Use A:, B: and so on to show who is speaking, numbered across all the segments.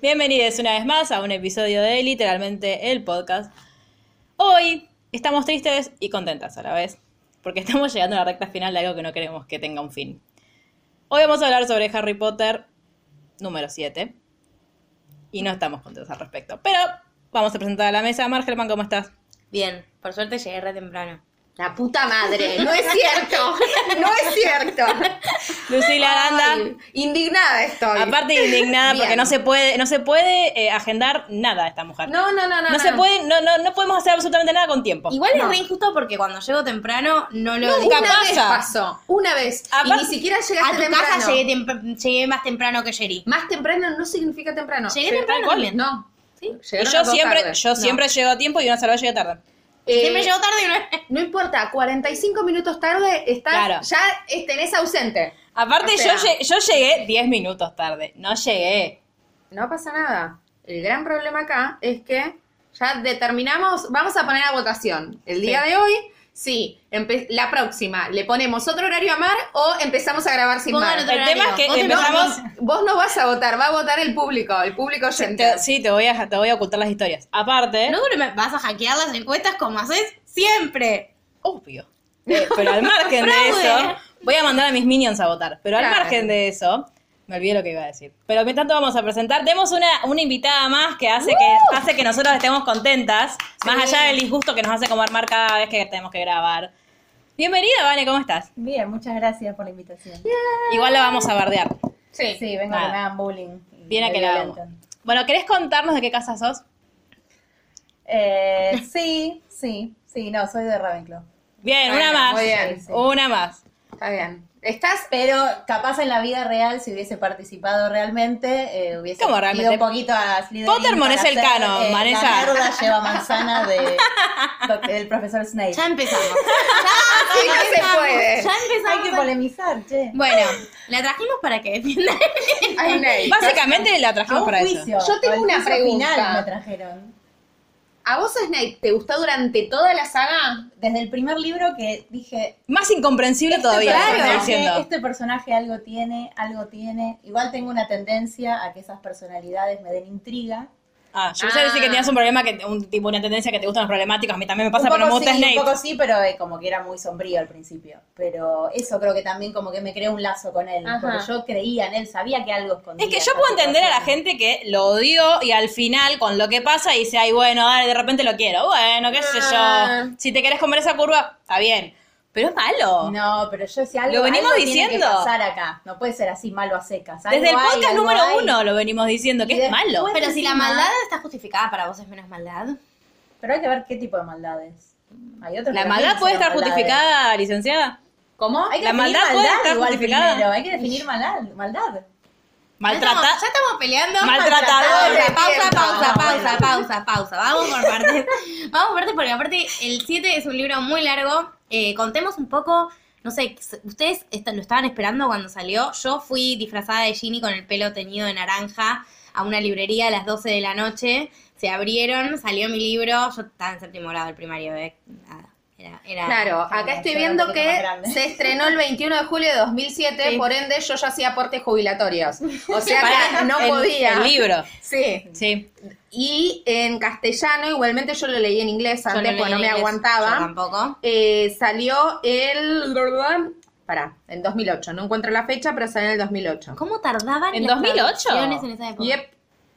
A: Bienvenidos una vez más a un episodio de literalmente el podcast. Hoy estamos tristes y contentas a la vez, porque estamos llegando a la recta final de algo que no queremos que tenga un fin. Hoy vamos a hablar sobre Harry Potter número 7 y no estamos contentos al respecto, pero vamos a presentar a la mesa. Margelman, ¿cómo estás?
B: Bien, por suerte llegué re temprano. La puta madre, no es cierto, no es cierto.
A: Lucila Aranda.
B: Ay, indignada estoy.
A: Aparte indignada porque
B: Bien.
A: no se puede, no se puede eh, agendar nada esta mujer.
B: No, no, no, no.
A: No se puede, no, no, no podemos hacer absolutamente nada con tiempo.
B: Igual es re injusto porque cuando llego temprano no lo
C: Nunca
B: Una
C: pasa.
B: vez
C: pasó. Una vez. y
A: Aparte-
C: ni siquiera
B: A
C: llegaste
B: tu
C: temprano.
B: casa llegué, tempr- llegué más temprano que Jerry.
C: Más temprano no significa temprano.
B: Llegué
C: Lleg-
B: temprano
A: cual.
B: también.
C: No.
A: Y
C: Llegaron
A: yo
C: las dos
A: siempre,
C: tarde.
A: yo
C: No.
A: siempre llego a tiempo y una salva llega tarde.
C: Eh,
B: Siempre llego tarde y no
C: No importa, 45 minutos tarde estás,
A: Claro.
C: ya eh, tenés ausente.
A: Aparte,
C: O sea-
A: yo, lle- yo llegué 10 minutos tarde. No llegué.
C: No pasa nada. El gran problema acá es que ya determinamos, vamos a poner a votación el día de hoy. Sí, empe- la próxima, ¿le ponemos otro horario a Mar o empezamos a grabar sin
B: Pongan
C: Mar?
B: otro
A: El tema es que
B: Vos te
A: empezamos.
B: dormís.
C: Vos no vas a votar, va a votar el público, el público oyente.
A: te- sí, te voy, a, te voy a ocultar las historias. Aparte,
B: No duerme- vas a hackear las encuestas como haces siempre.
A: obvio. Eh, pero al margen de eso,
B: Fraude.
A: voy a mandar a mis minions a votar. Pero al
C: Claro.
A: margen de eso, me olvidé lo que iba a decir. Pero mientras tanto vamos a presentar. Tenemos una, una invitada más que hace que hace que nosotros estemos contentas. Más allá del disgusto que nos hace comer mar cada vez que tenemos que grabar. Bienvenida, Vane, ¿cómo estás?
D: Bien, muchas gracias por la invitación.
A: Igual la vamos a bardear.
C: Sí.
D: Sí, vengo
A: Nada.
D: a que me hagan bullying. y
A: Viene a
D: me
A: que la hagamos.
D: violenten.
A: Bueno, ¿querés contarnos de qué casa sos?
D: Eh, sí, sí, sí, no, soy de Ravenclaw.
A: Bien,
C: Bueno,
A: una más.
C: muy bien.
D: Sí, sí.
A: Una más.
C: Está bien. Estás
D: Pero capaz en la vida real, si hubiese participado realmente, eh, hubiese
A: ¿Cómo
D: ido
A: realmente?
D: un poquito a Slytherin
A: Pottermore
D: para
A: es el
D: ser,
A: canon,
D: la
A: Vanessa.
D: mierda lleva manzana de, del profesor Snape.
B: Ya empezamos. Ya,
A: Ah,
C: Así no se
B: empezamos.
C: puede.
B: Ya
D: Hay que
B: empezamos.
D: polemizar, che.
B: Bueno, la trajimos para que defienda.
C: Ay, Ney.
A: Básicamente la trajimos
D: A un
A: para eso.
D: juicio.
C: Yo tengo
D: al
C: una
D: juicio
C: pregunta.
D: final me trajeron.
C: ¿A vos Snape te gustó durante toda la saga?
D: Desde el primer libro que dije,
A: Más incomprensible todavía. lo que
D: Claro,
A: estoy
D: este-
A: diciendo.
D: este personaje algo tiene, algo tiene. Igual tengo una tendencia a que esas personalidades me den intriga.
A: Ah, yo pensé
C: Ah.
A: decir que tenías un problema, que un tipo, una tendencia que te gustan los problemáticos. A mí también me pasa,
D: un
A: pero no me
D: poco
A: gusta
D: sí,
A: Snape.
D: un poco sí, pero eh, como que era muy sombrío al principio. Pero eso creo que también como que me creó un lazo con él,
C: Ajá.
D: porque yo creía en él, sabía que algo escondía.
A: Es que yo puedo
D: esa
A: entender a la
D: situación.
A: gente que lo odió y al final, con lo que pasa, dice, ay, bueno, dale, de repente lo quiero. Bueno, qué sé
C: Ah.
A: yo. Si te querés comer esa curva, está bien. Pero es malo.
D: No, pero yo decía algo.
A: Lo venimos
D: algo tiene que
A: diciendo.
D: pasar acá. No puede ser así malo a secas. Algo
A: Desde el
D: hay,
A: podcast
D: algo
A: número
D: hay.
A: uno lo venimos diciendo, que
D: Y
A: es
D: después-
A: malo.
B: Pero si la
D: encima-
B: maldad está justificada, para vos es menos maldad.
D: Pero hay que ver qué tipo de maldades. Hay otros
A: ¿La
D: que
A: maldad
D: no
A: puede
D: son
A: estar
D: maldades.
A: justificada, licenciada?
C: ¿Cómo?
D: Hay que
A: La
D: definir
A: maldad puede estar
D: igual
A: justificada.
D: primero, Hay que definir maldad. maldad.
B: Ya
A: Maltrata.
B: estamos, ya estamos peleando.
A: Maltratadora.
B: Pausa, pausa, pausa,
D: No,
B: pausa, pausa, pausa. Vamos por partes. Vamos por partes porque aparte el 7 es un libro muy largo. Eh, contemos un poco, no sé, ustedes est- lo estaban esperando cuando salió. Yo fui disfrazada de Ginny con el pelo teñido de naranja a una librería a las 12 de la noche. Se abrieron, salió mi libro. Yo estaba en séptimo grado del primario. eh. Nada, era, era-
C: Claro, acá
D: Claro,
C: estoy
D: yo era
C: viendo
D: un poquito
C: que
D: más grande.
C: se estrenó el 21 de julio de 2007,
B: Sí.
C: por ende yo ya hacía aportes jubilatorios. O sea
A: Para
C: que no
A: el-
C: podía.
A: El libro.
C: Sí.
A: Sí.
C: Y en castellano, igualmente yo lo leí en inglés
B: Yo no
C: antes,
B: leí
C: porque no me
B: inglés, Yo
C: aguantaba.
B: tampoco.
C: Eh, salió el... Pará, en 2008. No encuentro la fecha, pero salió en el 2008.
B: ¿Cómo tardaban
A: ¿En
B: las
A: 2008?
B: traducciones en esa época?
C: Yep.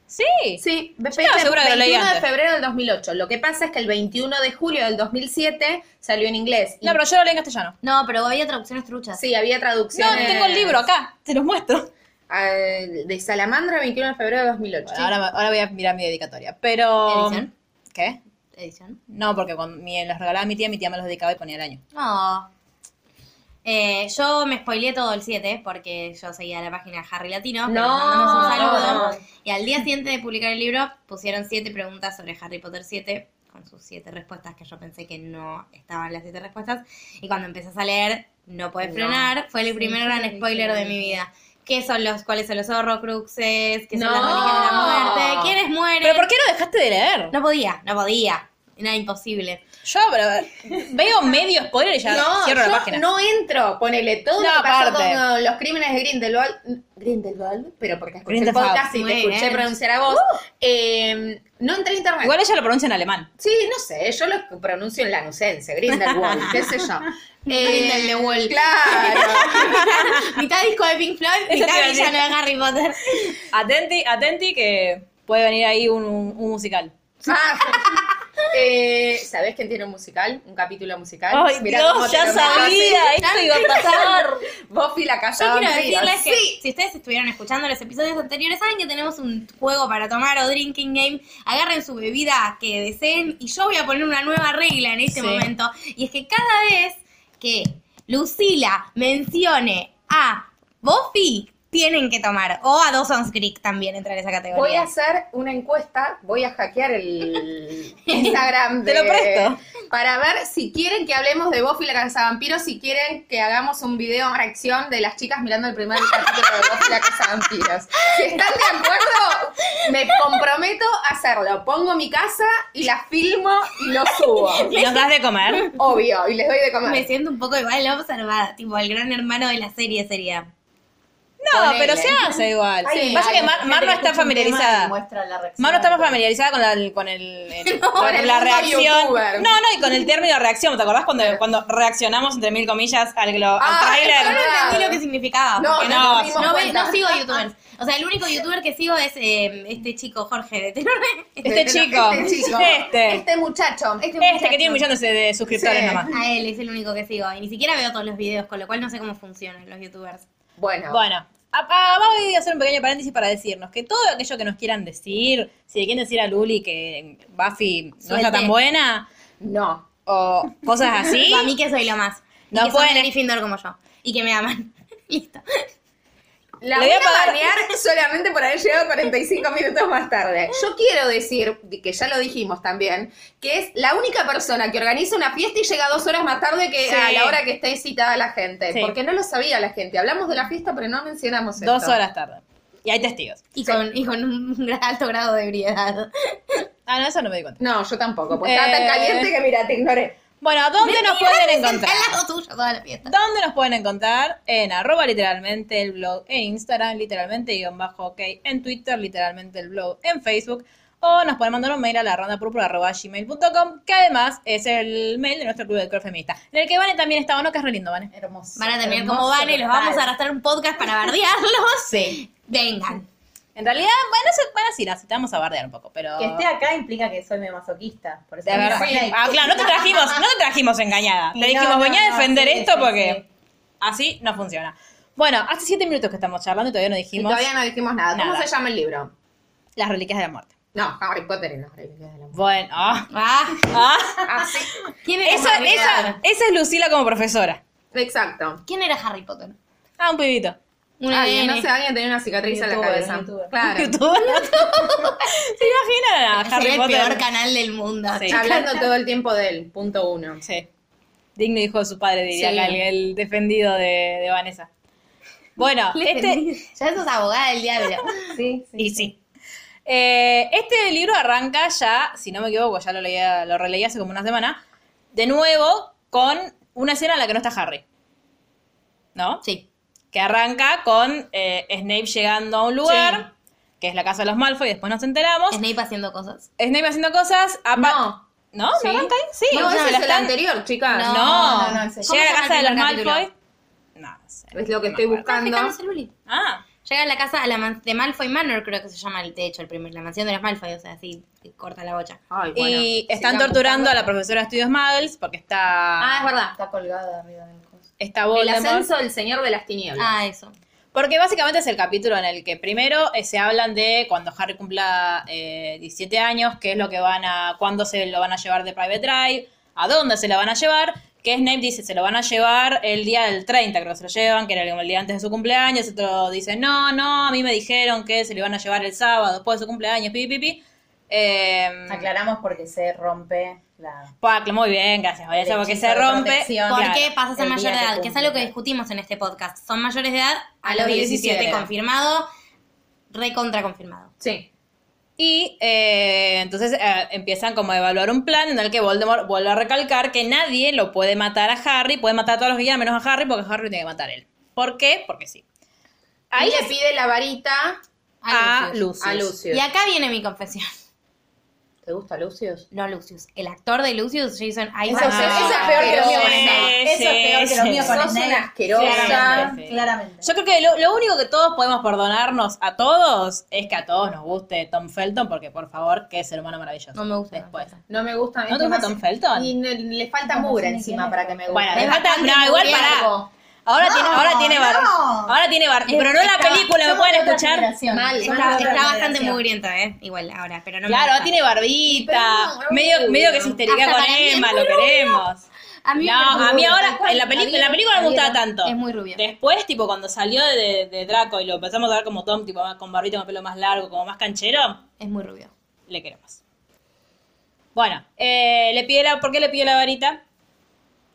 A: Sí.
C: Sí,
A: Yo estaba segura que lo leí
C: 21 de
A: antes.
C: febrero del 2008. Lo que pasa es que el 21 de julio del 2007 salió en inglés. Y-
A: No, pero yo lo leí en castellano.
B: No, pero había traducciones truchas.
C: Sí, había traducción.
A: No, tengo el libro acá. Te los muestro.
C: De Salamandra, 21 de febrero de 2008.
A: Bueno, ahora, ahora voy a mirar mi dedicatoria. Pero.
B: ¿Edición?
A: ¿Qué?
B: edición?
A: No, porque cuando me los regalaba mi tía, mi tía me los dedicaba y ponía el año.
B: No. Ah. Eh, yo me spoileé todo el 7 porque yo seguía la página Harry Latino. pero
C: No.
B: mandamos un saludo. Y al día siguiente de publicar el libro pusieron 7 preguntas sobre Harry Potter 7 con sus 7 respuestas que yo pensé que no estaban las 7 respuestas. Y cuando empezás a leer, no puedes frenar. Fue el primer gran spoiler de mi vida. ¿Qué son los, cuáles son los horrocruxes? ¿Qué
C: No.
B: son las reliquias de la muerte? ¿Quiénes mueren?
A: ¿Pero por qué no dejaste de leer?
B: No podía, no podía. Era imposible.
A: Yo pero, veo medio spoiler y ya
C: no,
A: cierro
C: yo
A: la página.
C: no entro, ponele todo
A: No,
C: lo que pasó
A: aparte.
C: con uh, los crímenes de Grindelwald, Grindelwald, pero porque escuché el
A: Grindelwald. Uh.
C: podcast y
B: Muy
C: te escuché
B: bien.
C: pronunciar a vos, eh, no entré a internet.
A: Igual ella lo pronuncia en alemán.
C: Sí, no sé, yo lo pronuncio en lanusense, Grindelwald, qué sé yo. Eh,
B: Grindelwald.
C: Claro.
B: mitad disco de Pink Floyd,
A: Eso te
B: mitad
A: iba a decir.
B: villano de Harry Potter.
A: Atenti, atenti que puede venir ahí un, un- un musical.
C: Ah, eh, ¿Sabés quién tiene un musical? Un capítulo musical.
A: Ay,
C: Mirá cómo
A: Dios,
C: te
A: ya
C: lo
A: sabía, esto iba a pasar.
C: Buffy la
B: Yo
C: callada.
B: quiero
C: Andrea.
B: decirles que
C: Sí.
B: si ustedes estuvieron escuchando los episodios anteriores, saben que tenemos un juego para tomar o drinking game. Agarren su bebida que deseen y yo voy a poner una nueva regla en este
A: Sí.
B: momento. Y es que cada vez que Lucila mencione a Buffy, tienen que tomar. O a Dawson's Creek también entrar en esa categoría.
C: Voy a hacer una encuesta, voy a hackear el Instagram de,
A: Te lo presto.
C: para ver si quieren que hablemos de Buffy la cazavampiro, si quieren que hagamos un video reacción de las chicas mirando el primer capítulo de Buffy la cazavampiros. Si están de acuerdo, me comprometo a hacerlo. Pongo mi casa y la filmo y lo subo.
A: ¿Y nos das de comer?
C: Obvio, y les doy de comer.
B: Me siento un poco igual, la observada, tipo el gran hermano de la serie sería.
A: No,
C: Ponele.
A: pero se hace igual.
D: Ay,
A: Pasa
D: ay,
A: que
D: la
A: Mar,
D: gente
A: Mar no está
D: escucha un tema y
A: familiarizada. Mar
D: muestra la reacción.
A: no está más familiarizada con, la, con el, el- con
C: el
A: la
C: mundo
A: reacción.
C: youtuber.
A: No, no, y con el término reacción. ¿Te acordás cuando, cuando reaccionamos, entre mil comillas, al, lo- al
C: Ah,
A: trailer?
B: Yo no
C: Claro.
B: entendí lo que significaba.
C: No,
B: porque
C: no
B: no,
C: nos dimos
B: no ve-
C: cuenta.
B: no sigo youtubers. O sea, el único youtuber que sigo es eh, este chico, Jorge de Tenorme.
A: Este chico.
C: Este chico.
A: Este.
C: Este muchacho. Este
A: Este
C: muchacho.
A: que tiene un millón de, de suscriptores
C: Sí.
A: nomás.
B: A él es el único que sigo. Y ni siquiera veo todos los videos, con lo cual no sé cómo funcionan los youtubers.
C: Bueno.
A: Bueno, a- a- voy a hacer un pequeño paréntesis para decirnos que todo aquello que nos quieran decir, si le quieren decir a Luli que Buffy no está
B: Suelte.
A: tan buena,
C: No.
A: o cosas así,
B: A mí que soy lo más. Y
A: No
B: que
A: pueden-
B: son de Gryffindor como yo. Y que me aman. Listo.
C: La
A: Le voy
C: voy a
A: a pagar.
C: banear solamente por haber llegado 45 minutos más tarde. Yo quiero decir, que ya lo dijimos también, que es la única persona que organiza una fiesta y llega dos horas más tarde que
A: Sí.
C: a la hora que esté citada la gente.
A: Sí.
C: Porque no lo sabía la gente. Hablamos de la fiesta, pero no mencionamos esto.
A: dos horas tarde. Y hay testigos.
B: Y con, y con un gran- alto grado de ebriedad.
A: Ah, no, eso no me di cuenta.
C: No, yo tampoco, porque estaba tan
A: Eh.
C: caliente que mira, te ignoré.
A: Bueno, ¿dónde nos pueden encontrar?
B: Al lado tuyo toda la fiesta.
A: ¿Dónde nos pueden encontrar? En arroba literalmente el blog, en Instagram literalmente guión bajo ok, en Twitter literalmente el blog, en Facebook o nos pueden mandar un mail a la ronda arroba gmail.com que además es el mail de nuestro club de core feminista en el que Vane también está, ¿o ¿no? Que es re lindo, Vane.
D: Hermoso.
B: Van a terminar como
D: hermoso
B: van y los vamos a
D: total.
B: arrastrar un podcast para bardearlos.
A: Sí.
B: Vengan.
A: En realidad, bueno, se, bueno sí, la citamos a bardear un poco, pero...
D: Que esté acá implica que soy masoquista. Por eso
A: De verdad.
D: Sí.
A: Ah, claro, no te trajimos, no te trajimos engañada. Te
D: No,
A: dijimos,
D: no,
A: venía a
D: no,
A: defender
D: sí,
A: esto
D: sí,
A: porque
D: sí.
A: así no funciona. Bueno, hace siete minutos que estamos charlando y todavía no
C: Y
A: dijimos
C: todavía no dijimos nada. ¿Cómo
A: Nada.
C: se llama el libro?
A: las reliquias de la muerte.
C: No, Harry Potter y los Reliquias de la Muerte.
A: Bueno, ah,
B: Ah,
A: ah.
C: Ah, sí.
B: ¿quién era
A: Esa,
B: Harry
A: esa,
B: Potter?
A: esa es Lucila como profesora.
C: Exacto.
B: ¿Quién era Harry Potter?
A: Ah, un pibito.
B: Un
C: Alguien,
B: ADN.
C: no sé, Ah, alguien tenía una cicatriz en la
D: Youtuber,
C: cabeza.
D: youtuber.
C: Claro.
A: YouTube. ¿Se imaginan a
B: Sería
A: Harry
B: el
A: Potter?
B: peor canal del mundo.
A: Sí.
C: Hablando todo el tiempo de él, punto uno.
A: Sí. Digno hijo de su padre, diría
B: Sí.
A: acá el, el defendido de, de Vanessa. Bueno, este.
B: Ya sos abogada del diablo.
D: Sí, sí.
A: Y sí. Eh, este libro arranca ya, si no me equivoco, ya lo, leía, lo releí hace como una semana, de nuevo con una escena en la que no está Harry. ¿No?
B: Sí.
A: que arranca con eh, Snape llegando a un lugar, que es la casa de los Malfoy, después nos enteramos.
B: Snape haciendo cosas.
A: Snape haciendo cosas, apa-
C: No.
A: ¿No? ¿No arranca ahí? Sí,
C: No,
A: o sea, la
C: ese es el
A: están-
C: anterior, chicas.
A: No,
D: No, no, no, ese-
A: llega a la
B: ¿Cómo se
A: casa
B: llama
A: de
B: el
A: los
B: primer
A: Malfoy. No, no sé.
C: Es lo que
A: No
C: estoy
A: me acuerdo.
B: Ah,
C: buscando.
B: fíjate, Luli.
A: Ah,
B: Llega a la casa a la man- de Malfoy Manor, creo que se llama el techo, el primer, la mansión de los Malfoy, o sea, así te corta la bocha.
C: Ay,
A: y
C: bueno,
A: están
C: sigan
A: torturando
C: buscando.
A: a la profesora de estudios Muggles porque está,
B: Ah, es verdad.
D: Está colgada arriba del coso.
A: está
C: El
A: Voldemort.
C: ascenso del señor de las tinieblas.
B: Ah, eso.
A: Porque básicamente es el capítulo en el que primero eh, se hablan de cuando Harry cumpla eh, 17 años, qué es lo que van a, cuándo se lo van a llevar de Private Drive, a dónde se lo van a llevar, que Snape dice se lo van a llevar el día del 30, creo que se lo llevan, que era el día antes de su cumpleaños, otro dice, no, no, a mí me dijeron que se lo iban a llevar el sábado, después de su cumpleaños, pi, pi, pi. Eh,
D: Aclaramos porque se rompe la.
A: Pac, muy bien, gracias, Vanessa,
D: El
A: porque
D: hechizo
A: se
D: de
A: rompe.
D: protección.
A: Claro.
B: Porque pasa a ser
D: el día
B: mayor de
D: que
B: edad, que es algo que
D: cumple.
B: discutimos en este podcast. Son mayores de edad a los
C: los
B: 17,
C: 17.
B: confirmado, recontra confirmado.
C: Sí.
A: Y eh, entonces eh, empiezan como a evaluar un plan en el que Voldemort vuelve a recalcar que nadie lo puede matar a Harry, puede matar a todos los villanos menos a Harry porque Harry tiene que matar él. ¿Por qué? Porque sí.
C: Ahí le pide la varita
A: A
B: Lucius.
A: Lucius.
C: a Lucius.
B: Y acá viene mi confesión.
C: ¿Te gusta Lucius?
B: No Lucius, el actor de Lucius, Jason
D: Eso
B: Isaacs.
D: es-
C: Ah,
D: eso es peor que lo mío con
C: sí,
D: Snape. Eso es peor que lo
A: sí,
D: mío con
C: Sos
D: Snape.
C: una asquerosa.
D: Claramente,
A: Sí.
D: claramente.
A: Yo creo que lo, lo único que todos podemos perdonarnos a todos es que a todos nos guste Tom Felton porque, por favor, que es el humano maravilloso.
B: No me gusta.
A: Después.
C: No me gusta. este
A: ¿No te gusta Tom Felton?
C: Y no- le falta
D: No, no sé
C: mugre
D: ni quién
C: encima
D: es.
C: para que me guste.
A: Bueno,
C: Es
A: le falta-
C: bastante
A: no, igual
C: mugriento.
A: Ahora tiene,
D: No,
A: ahora tiene bar.
D: no.
A: Ahora tiene bar. Pero no la
D: Está-
A: película, ¿me
D: somos
A: pueden
D: de otra
A: escuchar?
D: generación.
C: Mal.
D: Somos
B: Está,
D: de otra
B: está bastante
D: generación.
B: mugrienta, ¿eh? Igual ahora, pero no me
A: Claro,
B: gusta.
A: ahora tiene barbita.
C: Pero no,
A: medio,
C: rubio.
A: medio que se histerica
B: Hasta
A: con
B: para mí es
A: Emma,
B: muy
A: lo
B: rubio.
A: queremos.
B: A mí
A: no,
B: me gusta.
A: a mí ahora,
B: Tal cual,
A: en la película, en la
B: Javier,
A: película no me gustaba
B: Javier.
A: tanto.
B: Es muy rubia.
A: Después, tipo, cuando salió de, de Draco y lo empezamos a ver como Tom, tipo, con barbita, con pelo más largo, como más canchero,
B: Es muy rubio.
A: le queremos. Bueno, eh, le pide la, ¿por qué le pide la varita?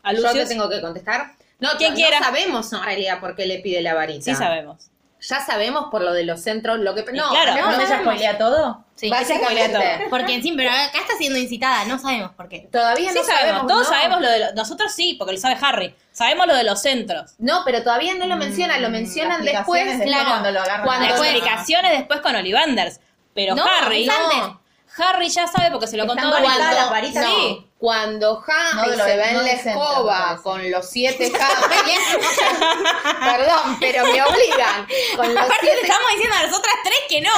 A: A
C: Yo
A: Lucius.
C: te tengo que contestar. No,
A: Quien
C: no
A: quiera.
C: sabemos en realidad por qué le pide la varita.
A: Sí sabemos.
C: Ya sabemos por lo de los centros, lo que... No,
A: claro,
C: sabemos
D: ¿No?
C: que
D: ¿Ella
C: ella
D: spoilea todo?
B: Sí.
C: Básicamente.
B: Porque encima, pero acá está siendo incitada, no sabemos por qué.
C: Todavía
A: Sí
C: no
A: sabemos,
C: sabemos.
A: todos
C: no.
A: sabemos lo de los, nosotros sí, porque lo sabe Harry. Sabemos lo de los centros.
C: No, pero todavía no lo
D: Mm,
C: mencionan, lo mencionan
D: La
C: después.
D: explicación es después
B: claro,
D: Cuando lo agarran.
B: Ah,
C: cuando
D: a
A: La
D: la-
C: Bueno.
A: explicación es después con Olivanders. Pero
B: No,
A: Harry.
B: es antes.
A: Harry ya sabe porque se lo contó
C: Están
A: Ollivander.
C: cuando-
D: las varitas.
A: Sí.
C: Cuando
D: No
C: Harry
D: de lo-
C: se va en
D: no
C: la
D: del centro, me
C: escoba
D: parece.
C: con los siete Harry. Perdón, pero me obligan. Con los
B: Aparte le
C: siete
B: estamos diciendo a las otras tres que no.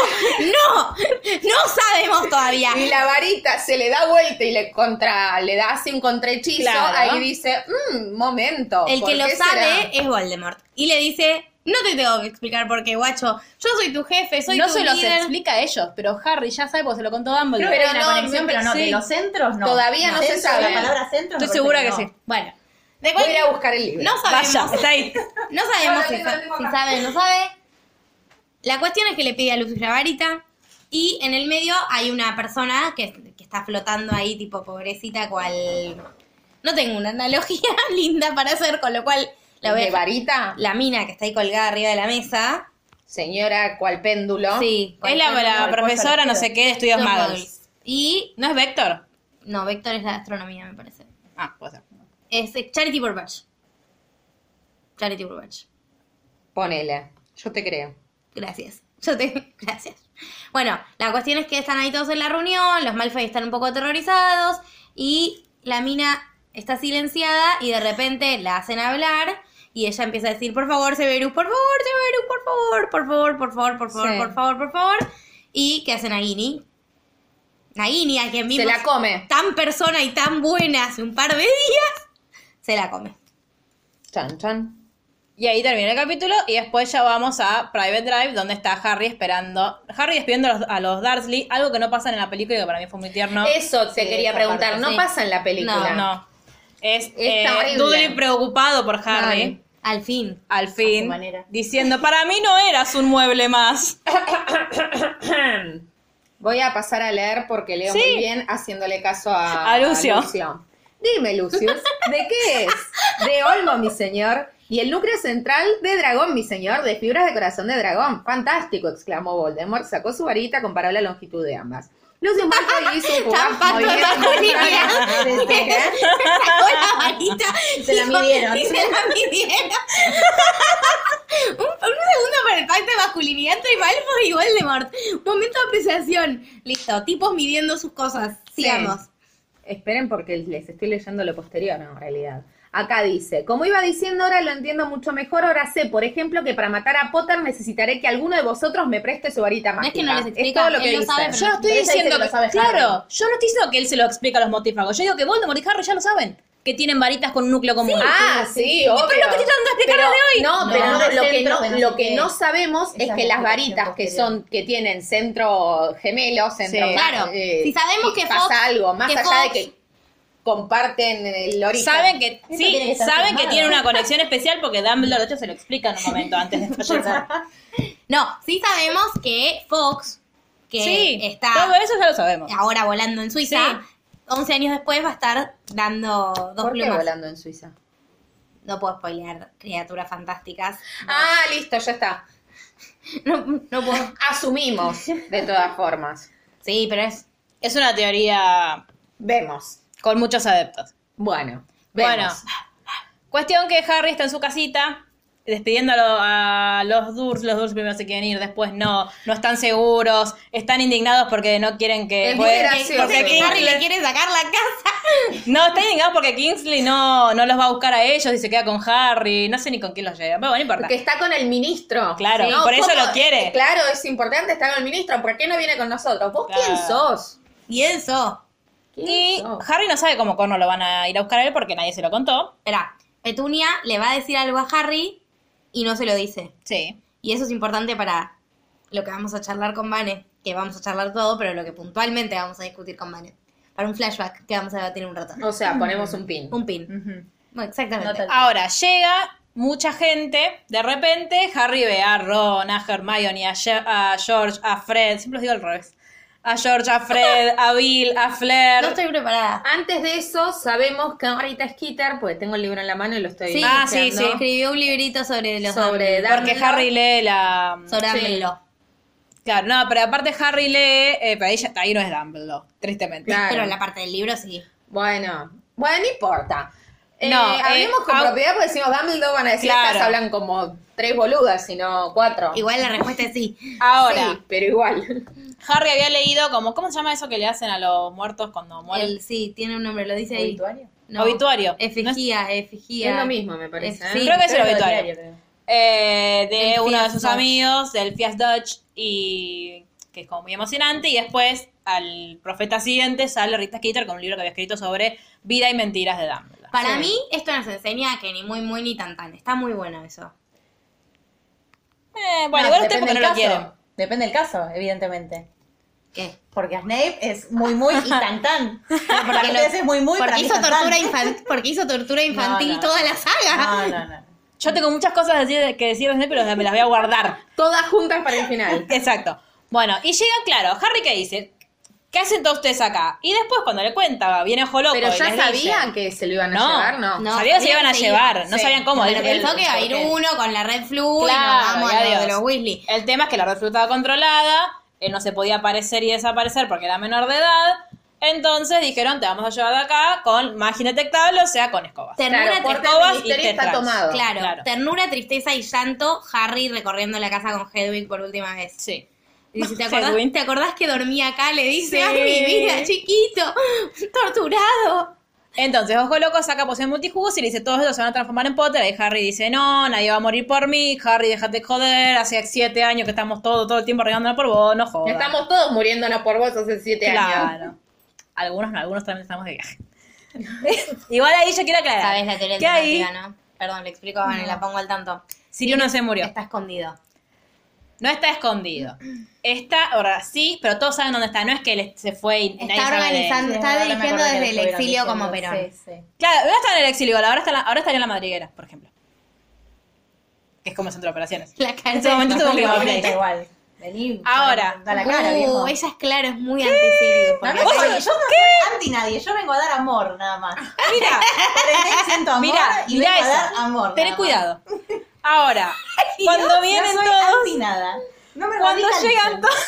B: No, no sabemos todavía.
C: y la varita se le da vuelta y le contra le da así un contrahechizo,
A: Claro.
C: ahí dice, mmm, momento.
B: El
C: ¿por
B: que lo
C: qué
B: sabe
C: será?".
B: es Voldemort. Y le dice, no te tengo que explicar por qué, guacho. Yo soy tu jefe, soy
A: no
B: tu
A: se los
B: líder.
A: explica a ellos, pero Harry ya sabe porque se lo contó Dumbledore.
C: Creo que
D: Hay una
C: no,
D: conexión, pero no,
A: sí.
D: de los centros no.
C: Todavía no se
D: Centro,
C: sabe.
D: La palabra centro
A: Estoy
D: me
A: segura que
D: parece
A: sí.
B: Bueno, de
C: Voy a ir
B: cualquier-
C: a buscar el libro.
B: no sabemos,
A: Vaya, está ahí.
B: no sabemos
C: No,
B: si,
C: lo tengo,
B: sa-
C: lo tengo
B: si
C: acá.
B: sabe o no sabe. La cuestión es que le pide a Lucius la varita y en el medio hay una persona que, que está flotando ahí, tipo pobrecita, cual... No tengo una analogía linda para hacer, con lo cual la voy a
C: de
B: dejar.
C: varita,
B: La mina que está ahí colgada arriba de la mesa.
C: señora, cual péndulo.
B: Sí,
A: Es la, la
D: Cualquier
A: profesora no
D: cosa
A: sé qué de estudios
B: Los
A: magos.
B: Muggles. Y
A: ¿No es Vector?
B: No, Vector es la astronomía, me parece.
A: Ah, puede ser.
B: Es eh, Charity Burbage. Charity Burbage.
C: Ponele, yo te creo.
B: Gracias. Yo te... Gracias. Bueno, la cuestión es que están ahí todos en la reunión, los Malfoy están un poco aterrorizados y la mina está silenciada y de repente la hacen hablar y ella empieza a decir, por favor, Severus, por favor, Severus, por favor, por favor, por favor, por favor,
C: Sí.
B: por favor, por favor. Y que hace Nagini. Nagini, a quien
C: Se
B: vimos
C: la come.
B: tan persona y tan buena hace un par de días, se la come.
C: Chan, chan.
A: Y ahí termina el capítulo y después ya vamos a Private Drive, donde está Harry esperando. Harry despidiendo a los, a los Dursley, algo que no pasa en la película y que para mí fue muy tierno.
C: Eso te
B: Sí,
C: quería
B: esa
C: preguntar,
B: parte,
C: no
B: sí.
C: pasa en la película.
A: No. Es eh,
C: Está horrible.
A: Dudley preocupado por Harry.
C: Mal.
B: Al fin.
A: al
D: A su
A: fin,
D: manera.
A: diciendo, para mí no eras un mueble más.
C: Voy a pasar a leer porque leo
A: Sí.
C: muy bien haciéndole caso a,
A: A Lucio.
C: Dime, Lucius, ¿de qué es? De Olmo, mi señor, y el núcleo central de Dragón, mi señor, de fibras de corazón de dragón. Fantástico, exclamó Voldemort, sacó su varita, comparó la longitud de ambas. Lucius Malfoy hizo un
B: Tan
C: fugaz
B: pato
C: movimiento
B: tan Julián. Sacó la varita.
D: Se la
B: dijo,
D: midieron.
B: Y se la midieron. un, un segundo para el pacto de masculinidad entre Malfoy y Voldemort. Momento de apreciación. Listo, tipos midiendo sus cosas.
C: Sí.
B: Sigamos.
C: Esperen porque les estoy leyendo lo posterior en realidad. Acá dice, como iba diciendo ahora lo entiendo mucho mejor, ahora sé, por ejemplo, que para matar a Potter necesitaré que alguno de vosotros me preste su varita
B: No es
C: mágica.
B: que no les explica,
C: es todo lo
B: él
C: que
B: lo
C: dice.
B: sabe, pero
A: Yo no estoy
D: Pero ella dice
A: diciendo
D: que
A: que,
D: lo sabe Harry.
A: claro, yo no estoy diciendo que él se lo explica a los motífagos. Yo digo que Voldemort y Harry ya lo saben. que tienen varitas con un núcleo común.
C: Ah, sí, obvio.
A: Pero lo que estoy tratando de explicar
C: Pero-
A: desde hoy.
C: No,
D: No,
C: pero
D: no,
C: no, lo,
D: centro
C: que no,
D: de no sé
C: lo que
D: qué.
C: no sabemos es
D: Esa
C: que
D: es la
C: las varitas que
D: explicación
C: son que tienen centro gemelo, centro
A: Sí.
B: Claro.
C: eh,
B: Si sabemos que
C: pasa
B: Fox-
C: algo más
B: que
C: allá
B: Fox-
C: de que comparten el origen.
A: Saben que,
D: Eso
A: sí,
D: tiene que estar
A: saben que
D: filmado.
A: tiene una conexión especial porque Dumbledore, de hecho, se lo explica en un momento antes de fallecer.
B: No, sí sabemos que Fox, que
A: sí,
B: está
A: todo eso ya lo sabemos.
B: ahora volando en Suiza, 11 años después va a estar dando dos
C: ¿Por qué
B: plumas.
C: volando en Suiza?
B: No puedo spoilear criaturas fantásticas.
C: Ah, listo, ya está.
B: No, no puedo.
C: Asumimos, de todas formas.
B: Sí, pero es.
A: Es una teoría
C: Vemos.
A: con muchos adeptos.
C: Bueno.
A: Bueno,
C: vemos.
A: cuestión que Harry está en su casita despidiéndolo a los Durs, los Durs primero se quieren ir, después no, no están seguros, están indignados porque no quieren que
C: Es muy
A: juegue-
C: gracioso.
A: porque
B: Porque
C: sí.
B: Harry
A: Kingsley-
B: le quiere sacar la casa.
A: no, están indignados porque Kingsley no, no los va a buscar a ellos y se queda con Harry, no sé ni con quién los lleva, pero bueno, no importa.
C: Porque está con el ministro.
A: Claro, y por eso lo quiere.
C: Eh, Claro, es importante estar con el ministro. ¿Por qué no viene con nosotros? ¿Vos quién
A: Claro.
C: sos?
B: Y eso.
C: ¿Quién
A: Y
C: sos?
A: Harry no sabe cómo corno lo van a ir a buscar a él porque nadie se lo contó.
B: Espera, Petunia le va a decir algo a Harry y no se lo dice.
A: Sí.
B: Y eso es importante para lo que vamos a charlar con Vane, que vamos a charlar todo, pero lo que puntualmente vamos a discutir con Vane. Para un flashback que vamos a debatir un rato.
C: O sea, ponemos un pin.
B: Un pin. Bueno,
D: No
B: Exactamente.
D: tal-
A: Ahora llega mucha gente, de repente Harry ve a Ron, a Hermione, a, Ge- a George, a Fred, siempre los digo al revés. A George, a Fred, a Bill, a Flair.
B: no estoy preparada.
C: Antes de eso, sabemos que ahorita Skeeter, porque tengo el libro en la mano y lo estoy
B: Sí,
A: Ah, sí,
C: hojeando,
A: sí.
B: Escribió un librito sobre los
C: Sobre
B: Dumbledore.
A: porque Harry lee la...
B: Sobre
C: Sí.
B: Dumbledore.
A: Claro, no, pero aparte Harry lee... eh, pero ahí, ya- ahí no es Dumbledore, tristemente.
C: Claro.
B: Pero en la parte del libro sí.
C: Bueno, bueno, no importa. Eh,
A: No,
C: hablemos
A: eh,
C: con
A: au-
C: propiedad porque decimos Dumbledore van a decir
A: Claro.
C: estas hablan como tres boludas, sino cuatro.
B: Igual la respuesta es sí.
A: Ahora,
C: Sí, pero igual.
A: Harry había leído como... ¿Cómo se llama eso que le hacen a los muertos cuando mueren?
B: El- sí, tiene un nombre, lo dice ahí.
D: ¿Obituario?
B: No.
A: Obituario.
B: Efigía, efigía.
C: Es lo mismo, me parece.
B: Es-
C: ¿eh?
B: sí.
A: Creo que es el
D: Pero lo
A: obituario.
D: diario, creo.
A: eh, de
B: Del
A: uno de
B: Fias
A: sus
B: Dutch.
A: amigos, del Fias Dutch, y que es como muy emocionante. Y después, al profeta siguiente, sale Rita Skeeter con un libro que había escrito sobre vida y mentiras de Dumbledore.
B: Para mí, esto nos enseña que ni muy, muy, ni tan, tan. Está muy bueno eso.
A: Eh, bueno,
D: No,
A: igual ustedes
D: Ah, depende
A: porque no
D: del
A: lo
D: caso.
A: quieren.
D: Depende del caso, evidentemente.
B: ¿Qué?
D: Porque a Snape es muy, muy y tan, tan. Porque
B: lo-
D: ustedes es muy, muy
B: porque
D: para mí
B: hizo
D: tan, tan.
B: tortura infantil, porque hizo tortura infantil
D: no.
B: toda la saga.
D: No, no, no.
A: Yo tengo muchas cosas que decir- que decir de Snape, pero me las voy a guardar.
C: Todas juntas para el final.
A: Exacto. Bueno, y llega, claro, Harry que dice, ¿qué hacen todos ustedes acá? Y después cuando le cuenta, viene ojo loco
C: Pero
A: y
C: ya
A: les dice-
C: sabían que se lo iban a
A: No.
C: llevar, ¿no.
A: No. sabía que se iban a llevar, no sabían cómo,
B: Pero
A: él-
B: pensó
A: él-
B: que iba a ir
A: porque-
B: uno con la red flu
A: Claro,
B: y nos vamos
A: y
B: a lo de
A: adiós.
B: los Weasley.
A: El tema es que la red flu estaba controlada, él no se podía aparecer y desaparecer porque era menor de edad. Entonces dijeron, te vamos a llevar de acá con magia indetectable, o sea, con escobas.
B: Ternura,
C: Claro,
B: tres
C: corte
A: escobas
C: del ministerio
A: y
C: está
A: tetrals.
C: tomado.
B: Claro,
A: Claro.
B: ternura, tristeza y llanto, Harry recorriendo la casa con Hedwig por última vez.
A: Sí.
B: Y dice, ¿te acordás,
A: Hedwig.
B: ¿te acordás que dormí acá? Le dice,
A: Sí.
B: Harry, mira, chiquito, torturado.
A: Entonces, Ojo Loco saca poción multijugos y le dice, todos estos se van a transformar en Potter. Ahí Harry dice, no, nadie va a morir por mí. Harry, déjate de joder. Hace siete años que estamos todo, todo el tiempo regándonos por vos, no jodas.
C: Estamos todos muriéndonos por vos hace siete años.
A: Claro. Algunos no, algunos también estamos de viaje. Igual ahí yo quiero aclarar.
B: Sabes la teoría
A: que ahí
B: alternativa, ¿no? Perdón, le explico a Vane, la pongo al tanto.
A: Sirio no se murió.
B: Está escondido.
A: No está escondido. Está, ahora sí, pero todos saben dónde está. No es que él se fue y nadie
B: Está
A: sabe de él.
B: organizando,
D: Sí,
B: está
D: ahora me
B: dirigiendo
D: acordé que
B: desde
D: lo
B: el
D: estuvieron
B: exilio como
D: diciendo,
B: Perón.
D: Sí, sí.
A: Claro, no está en el exilio, igual, ahora, está en la- ahora estaría en la madriguera, por ejemplo. Que es como el centro de operaciones.
B: La cara
A: En este momento es un
D: Muy
A: libro
D: bonito
A: play.
D: igual. Vení.
A: Ahora.
D: Da la cara, viejo.
B: Uh, ella es claro, es muy anti-Sirius.
D: No,
B: porque
D: no, soy-
B: acá-
D: yo no soy anti nadie, yo vengo a dar amor nada más.
A: Mira,
D: Presenté que siento amor
A: mira,
D: y
A: mira
D: vengo a
A: eso.
D: dar amor.
A: Tené
D: nada más.
A: cuidado. Ahora, cuando
D: No,
A: vienen
D: no soy
A: todos,
D: anti nada. No me
A: cuando
D: radicalicen.
A: llegan todos,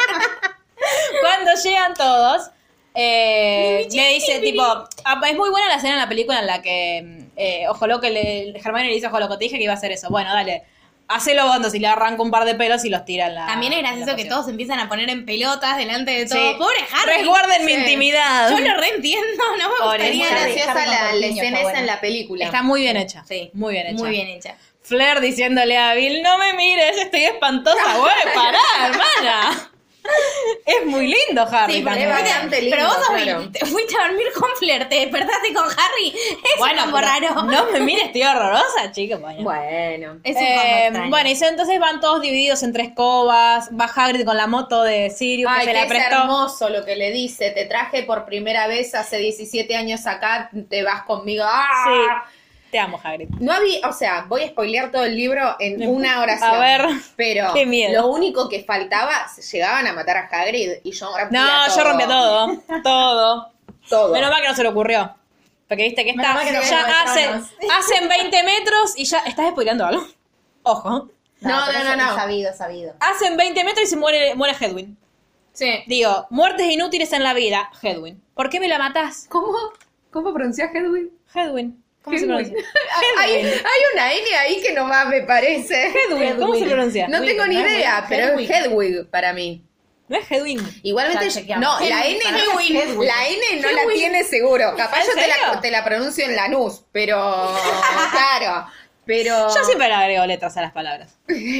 A: cuando llegan todos, eh, le dice tipo, "Ah, es muy buena la escena en la película en la que eh, Ojo Loco, le, Germán le dice a Ojo Loco, te dije que iba a hacer eso. Bueno, dale, hacelo vos, entonces, y le arranca un par de pelos y los tira en la.
B: También es
A: en Ah, la
B: gracioso que
A: poción.
B: todos se empiezan a poner en pelotas delante de todo.
A: Sí.
B: Pobre Harry.
A: Resguarden mi intimidad.
B: Yo lo reentiendo, no me
A: Pobre
B: gustaría.
C: Es
A: Harry.
B: decir-
C: graciosa
D: Harry
C: la,
D: con
C: la
D: Corpiño, está
C: escena esa en
D: buena.
C: la película.
A: Está muy bien hecha.
B: Sí.
A: Muy bien hecha.
B: Muy bien hecha.
A: Flair diciéndole a Bill, no me mires, estoy espantosa, güey, pará, hermana. Es muy lindo, Harry.
B: Sí, porque
A: también.
C: es
B: fuiste-
C: bastante lindo,
B: pero vos sos muy-
C: claro.
B: te fuiste a dormir con Flair, te despertaste con Harry. Es
A: Bueno,
B: un combo
A: pero
B: raro.
A: No me mires, estoy horrorosa, chicos. Bueno.
C: Bueno.
B: Es un combo
A: Eh,
B: extraño.
A: bueno, y so- entonces van todos divididos entre escobas. Va Hagrid con la moto de Sirius
C: Ay,
A: que se la
C: qué es
A: prestó.
C: hermoso lo que le dice. Te traje por primera vez hace 17 años acá, te vas conmigo. ¡Ah!
A: Sí. Te amo, Hagrid.
C: No había, o sea, voy a spoilear todo el libro en una oración.
A: A ver.
C: Pero
A: Qué miedo.
C: lo único que faltaba, se llegaban a matar a Hagrid y yo rompía
A: No, yo rompí todo. Todo.
C: Todo.
A: Menos mal que no se le ocurrió. Porque viste que
D: Menos
A: está.
D: mal que no vino
A: ya
D: de
A: hace,
D: Tronos.
A: hacen 20 metros y ya. ¿Estás spoileando algo? Ojo.
C: No,
D: pero
C: no,
D: eso
C: no,
D: es
C: no.
D: Sabido, sabido.
A: Hacen 20 metros y se muere, muere Hedwin.
C: Sí.
A: Digo, muertes inútiles en la vida, Hedwin. ¿Por qué me la matás?
C: ¿Cómo, cómo pronuncia Hedwig?
A: Hedwin. ¿Cómo se
C: Hedwig.
A: pronuncia?
C: Ah, Hay, hay una N ahí que no va, me parece.
A: Hedwin. ¿Cómo se pronuncia?
C: No tengo ni
D: no es
C: idea,
D: Hedwig,
C: pero
D: Hedwig.
C: es Hedwig para mí.
A: No es Hedwin.
C: Igualmente,
D: Ya
C: yo-
D: chequeamos.
C: no, la N,
D: Hedwig, para
C: no,
D: mí es Hedwig.
C: la N no la tiene seguro. Capaz
A: ¿En
C: yo te la,
A: serio?
C: te la pronuncio en Lanús, pero claro. Pero.
A: Yo siempre le agrego letras a las palabras.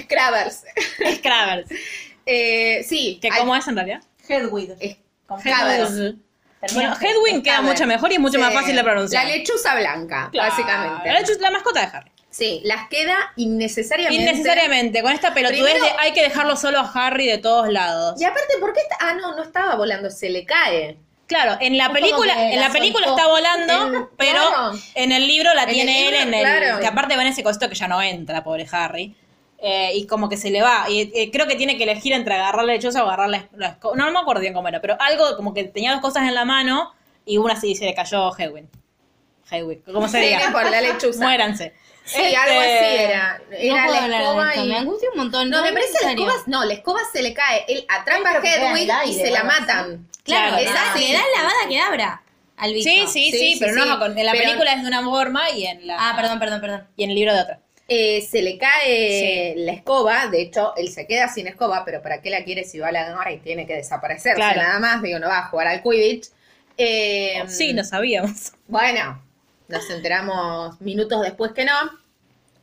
C: Cravers.
A: Scravers.
C: Eh, sí.
A: Que
C: hay-
A: cómo es en realidad.
D: Hedwig.
C: es-
D: Con
C: Eh, Hedwig.
D: K.
A: Bueno,
D: Termina en
A: Hedwin queda
C: Cravers.
A: mucho mejor y es mucho más
C: Sí.
A: fácil de pronunciar.
C: La lechuza blanca,
A: Claro.
C: básicamente.
A: La lechuza- la mascota de Harry.
C: Sí, las queda innecesariamente.
A: Innecesariamente, con esta pelotudez
C: Primero-
A: de hay que dejarlo solo a Harry de todos lados.
C: Y aparte, ¿por qué? está- Ah, no, no estaba volando, se le cae.
A: Claro, en la
D: Es como
A: película,
D: que
A: en la
D: la
A: película
D: soltó.
A: está volando,
C: En-
A: pero
C: claro.
A: en el libro la
C: En el
A: tiene
C: libro,
A: él en el.
C: claro.
A: Que aparte va en ese cosito que ya no entra, pobre Harry. Eh, y como que se le va. Y eh, creo que tiene que elegir entre agarrar la lechosa o agarrar la, la esco- No, no me acuerdo bien cómo era, pero algo como que tenía dos cosas en la mano y una sí se le cayó Hedwin. Hedwig, ¿cómo se
C: Sí,
A: diga?
C: no, por la lechuza.
A: Muéranse.
C: Sí,
A: Este,
C: algo así era. Era
B: no puedo
C: la
B: hablar de
C: escoba
B: esto,
C: y.
B: me angustia un montón.
C: No, me
B: es
C: parece la
B: necesario.
C: escoba. No, la escoba se le cae. Él atrapa a
D: Ay, pero que
C: Hedwig
D: queda en el
C: y
D: aire,
C: se la
D: ¿verdad?
C: matan.
B: Claro,
C: es
B: le da-
C: así.
B: le da lavada que abra al bicho.
A: Sí, sí, sí,
C: Sí, sí,
A: pero no,
C: sí.
A: con- en la
C: Pero-
A: película es de una forma y en la
B: Ah, perdón, perdón, perdón.
A: y en el libro de otra.
C: Eh, se le cae la escoba, de hecho, él se queda sin escoba, pero ¿para qué la quiere si va a la guerra y tiene que desaparecerse
A: Claro.
C: nada más? Digo, no va a jugar al Quidditch. Eh,
A: Sí, lo sabíamos.
C: Bueno, nos enteramos minutos después que no.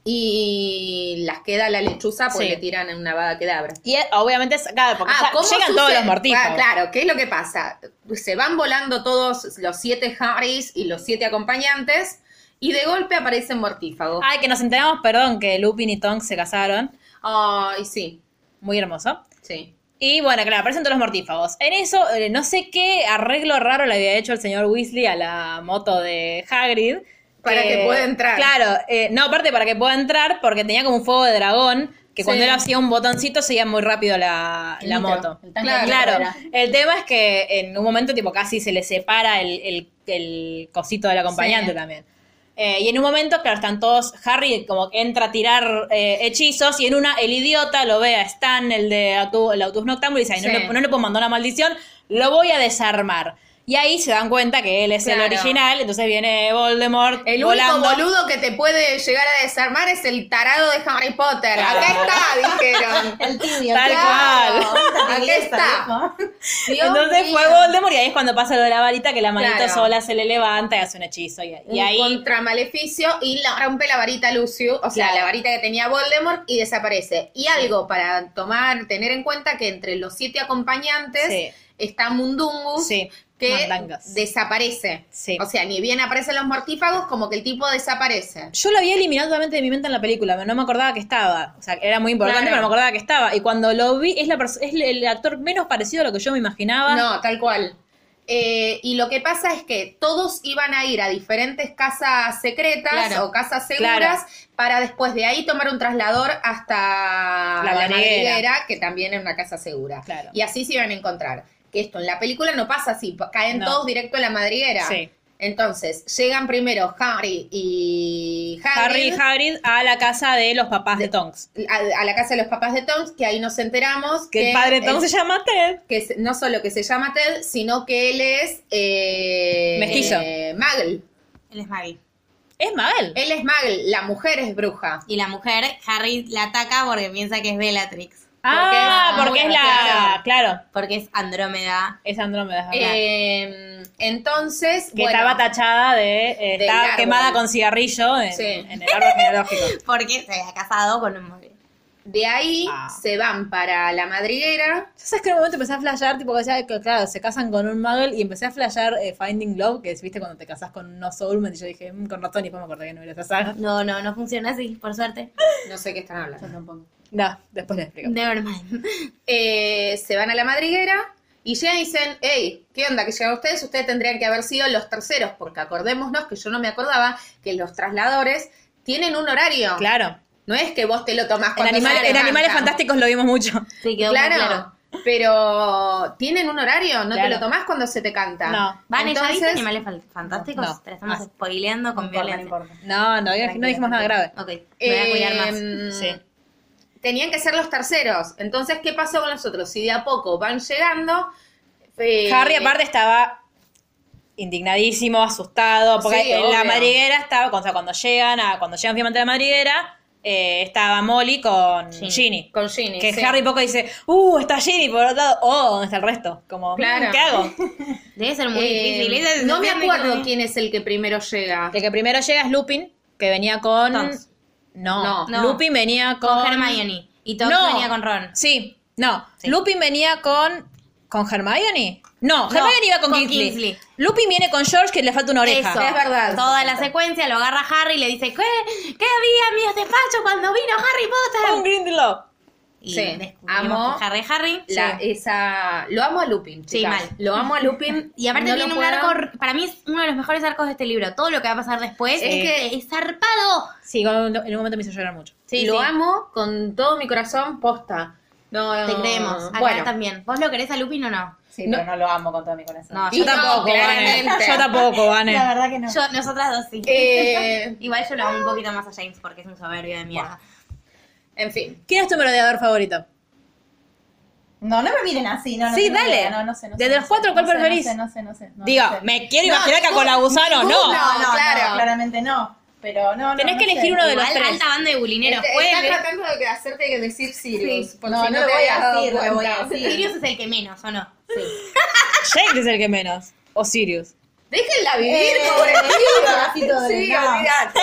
C: Y las queda la lechuza porque
A: Sí.
C: le tiran en una vada quedabra.
A: Y eh, obviamente, es- claro, porque ya llegan
C: Ah, sucede?
A: todos los mortífagos.
C: Ah, claro, ¿qué es lo que pasa? Se van volando todos los siete Harrys y los siete acompañantes y de golpe aparecen mortífagos.
A: Ay, que nos enteramos, perdón, que Lupin y Tonks se casaron.
C: Ay, sí,
A: Muy hermoso.
C: sí.
A: Y bueno, claro, aparecen todos los mortífagos. En eso, eh, no sé qué arreglo raro le había hecho el señor Weasley a la moto de Hagrid. eh,
C: Para que pueda entrar.
A: Claro, eh, no, aparte para que pueda entrar, porque tenía como un fuego de dragón, que
C: Sí.
A: cuando él hacía un botoncito seguía muy rápido la,
D: El
A: la
D: nitro,
A: moto.
D: el tanque
A: Claro,
D: de nitro
A: claro.
D: era.
A: El tema es que en un momento, tipo, casi se le separa el, el- el cosito del acompañante
B: Sí.
A: también. Eh, y en un momento, claro, están todos, Harry como que entra a tirar eh, hechizos y en una el idiota lo ve a Stan, el de Autu- el Autus Noctambulo, y dice, "Ay, no,
C: Sí.
A: le, no le puedo mandar una maldición, lo voy a desarmar. Y ahí se dan cuenta que él es el
C: Claro.
A: original, entonces viene Voldemort
C: El
A: volando.
C: único boludo que te puede llegar a desarmar es el tarado de Harry Potter. Acá está, dijeron.
D: El tibio.
A: Tal
D: claro.
C: cual.
D: Aquí está.
C: Dios
A: entonces
C: mío.
A: fue Voldemort y ahí es cuando pasa lo de la varita que la manito
C: Claro.
A: sola se le levanta y hace un hechizo. Y, y
C: un
A: ahí
C: contramaleficio y la- rompe la varita Lucio, o sea,
A: Claro.
C: la varita que tenía Voldemort y desaparece. Y algo para tomar, tener en cuenta que entre los siete acompañantes
A: Sí.
C: está Mundungus
A: Sí,
C: que
A: mandangas.
C: desaparece.
A: Sí.
C: O sea, ni bien aparecen los mortífagos, como que el tipo desaparece.
A: Yo lo había eliminado totalmente de mi mente en la película, pero no me acordaba que estaba. O sea, era muy importante,
C: Claro.
A: pero no me acordaba que estaba. Y cuando lo vi, es, la pers- es el actor menos parecido a lo que yo me imaginaba.
C: No, tal cual. Eh, y lo que pasa es que todos iban a ir a diferentes casas secretas
B: Claro.
C: o casas seguras para después de ahí tomar un traslador hasta
A: La
C: la,
A: madriguera.
C: madriguera, que también es una casa segura.
A: Claro.
C: Y así se iban a encontrar. Que esto en la película no pasa así, pa- caen
A: No.
C: todos directo a la madriguera.
A: Sí.
C: Entonces, llegan primero Harry y
A: Harry
C: Harry,
A: y Hagrid a la casa de los papás de, Tonks.
C: a, a la casa de los papás de Tonks, que ahí nos enteramos
A: Que el padre de Tonks
C: el-
A: se llama Ted.
C: que es- no solo que se llama Ted, sino que él es eh,
A: Mestizo.
C: eh, Muggle.
B: Él es Maggie.
A: Es Mabel.
C: Él es Muggle, la mujer es bruja.
B: Y la mujer, Harry la ataca porque piensa que es Bellatrix.
A: ah,
C: porque
A: porque
C: es-
A: es la. Claro,
B: Porque es Andrómeda.
A: es Andrómeda. es verdad.
C: Eh, entonces,
A: Ah, que
C: bueno,
A: estaba tachada de. eh,
C: Del
A: estaba
C: árbol.
A: quemada con cigarrillo en,
C: Sí.
A: en el árbol genealógico.
B: Porque se había casado con un Muggle.
C: De ahí
A: Ah.
C: se van para la madriguera.
E: Yo sabes que en un momento empecé a flashear, tipo que decía que, claro, se casan con un muggle y empecé a flashear eh, Finding Love, que es, viste, cuando te casas con un soulman y yo dije, "Mm, con ratón y después me acordé que no era esa saga.
B: No, no, no funciona así, por suerte.
C: No sé qué están hablando.
E: No, después les explico.
B: Never mind.
C: Eh, se van a la madriguera y llegan y dicen, hey, ¿qué onda que llegan ustedes? Ustedes tendrían que haber sido los terceros, porque acordémonos que yo no me acordaba que los trasladores tienen un horario.
E: Claro.
C: No es que vos te lo tomás
E: En,
C: cuando
E: animal-
C: se
E: en Animales
C: levanta.
E: Fantásticos lo vimos mucho.
B: Sí, quedó muy
C: Claro,
B: claro.
C: pero tienen un horario, no te
E: Claro.
C: lo tomás cuando se te canta.
E: No.
B: Van, ¿ya viste
C: Entonces,
B: Animales Fan- Fantásticos?
E: No.
B: Te la estamos
E: Ah.
B: spoileando con violencia.
E: No, no, no dijimos nada grave.
B: Ok, me voy a cuidar más.
C: Eh,
E: Sí.
C: Tenían que ser los terceros. Entonces, ¿qué pasó con los otros? Si de a poco van llegando. eh,
A: Harry aparte estaba indignadísimo, asustado, porque
C: Sí,
A: en la
C: obvio.
A: madriguera estaba, o sea, cuando llegan a, cuando llegan finalmente a la madriguera, eh, estaba Molly con
B: Ginny.
A: Ginny.
C: Con Ginny.
A: que
C: sí.
A: Harry poco dice, uh, está Ginny, por otro lado, oh, ¿dónde está el resto? Como, "Mm,
C: Claro.
A: ¿qué hago?
B: Debe ser muy
C: Eh,
B: difícil. Esa es
C: no
B: la sensación de
C: me
B: que
C: acuerdo
B: tenía.
C: quién es el que primero llega.
A: El que primero llega es Lupin, que venía con...
B: Tonks.
A: No,
B: No.
A: Lupin venía con...
B: Con Hermione. Y Tom
A: No.
B: venía con Ron.
A: Sí, no.
B: Sí.
A: Lupin venía con. ¿Con Hermione? No, Hermione iba con,
B: con
A: Kingsley.
B: Kingsley.
A: Lupin viene con George que le falta una oreja.
B: Eso.
C: Es verdad.
B: Toda la secuencia lo agarra Harry y le dice, ¿qué? ¿Qué había en mi despacho cuando vino Harry Potter?
A: Con Grindelow.
B: Y
C: Sí,
B: descubrimos
C: amo
B: que Harry es Harry.
C: La-
B: Sí.
C: esa, lo amo a Lupin,
B: Sí,
C: chicas.
B: mal.
C: Lo amo a Lupin.
B: Y aparte
C: no lo
B: tiene un
C: puedo-
B: arco, para mí es uno de los mejores arcos de este libro. Todo lo que va a pasar después
C: Sí.
B: es que es zarpado.
A: Sí, con- en un momento me hizo llorar mucho.
B: Sí,
C: lo
B: sí.
C: amo con todo mi corazón, posta. No,
B: Te creemos. Acá
C: Bueno,
B: también. Ah, ¿Vos lo querés a Lupin o no?
E: Sí, pero no lo amo con todo mi corazón.
B: No,
C: Y
B: yo
C: no,
B: tampoco.
C: claramente.
A: Vane. Yo tampoco, Vane.
D: La verdad que no.
B: Yo, nosotras dos sí.
C: Eh,
B: Igual yo lo amo un poquito más a James porque es un soberbio de mierda.
C: en fin.
E: ¿Quién es tu merodeador favorito?
D: No, no me miren así, no, no.
A: Sí,
D: no, no,
A: dale.
D: No, no sé, no
A: De
D: sé,
A: los
D: no sé,
A: cuatro, ¿cuál
D: no sé,
A: preferís?
D: No sé, no sé, no sé. no
A: Diga,
D: sé.
A: me quiero imaginar que con la gusano,
D: No,
A: no.
D: no, no,
C: claro.
D: claramente no. Pero no, no.
A: Tenés
D: no
A: que
D: sé.
A: elegir uno de los
B: Igual
A: tres.
B: alta banda de bulineros.
C: Este-
B: Pueden
C: está
B: ver-
C: tratando de que- hacerte que decir Sirius. por
D: No,
C: si
D: no
C: te
D: lo voy
C: habías
D: a
C: dado
D: decir, lo voy a
C: cuenta.
D: decir.
B: Sirius es el que menos, ¿o no?
A: James es el que menos. O Sirius.
C: Déjenla vivir,
D: Eh,
C: pobrecita.
D: Rafito
C: Sí,
D: Dorenado.
C: olvídate.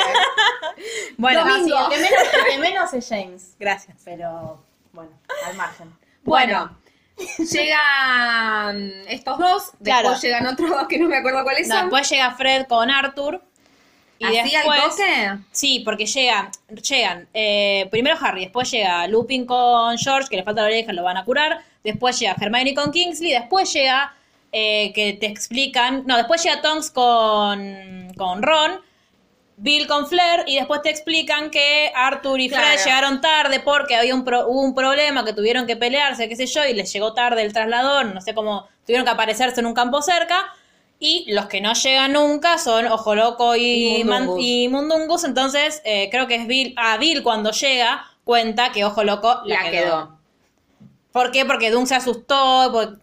A: Bueno,
D: No, sí, el que menos, el que menos es James.
E: Gracias.
D: Pero bueno, al margen.
C: Bueno, llegan estos dos, después
A: Claro.
C: llegan otros dos que no me acuerdo cuáles
A: no,
C: son.
A: después llega Fred con Arthur. Y
C: Así al
A: después.
C: toque.
A: Sí, porque llegan, llegan, eh, primero Harry, después llega Lupin con George, que le falta la oreja, lo van a curar, después llega Hermione con Kingsley, después llega, eh, que te explican, no, después llega Tonks con, con Ron, Bill con Flair, y después te explican que Arthur y Fred
C: Claro.
A: llegaron tarde porque había un, pro- hubo un problema, que tuvieron que pelearse, qué sé yo, y les llegó tarde el traslador, no sé cómo, tuvieron que aparecerse en un campo cerca, y los que no llegan nunca son Ojo Loco y,
C: Y Mundungus.
A: Man- y Mundungus. Entonces, eh, creo que es Bill. A Bill, cuando llega, cuenta que Ojo Loco la, quedó. ¿Por qué? Porque Doom se asustó. por-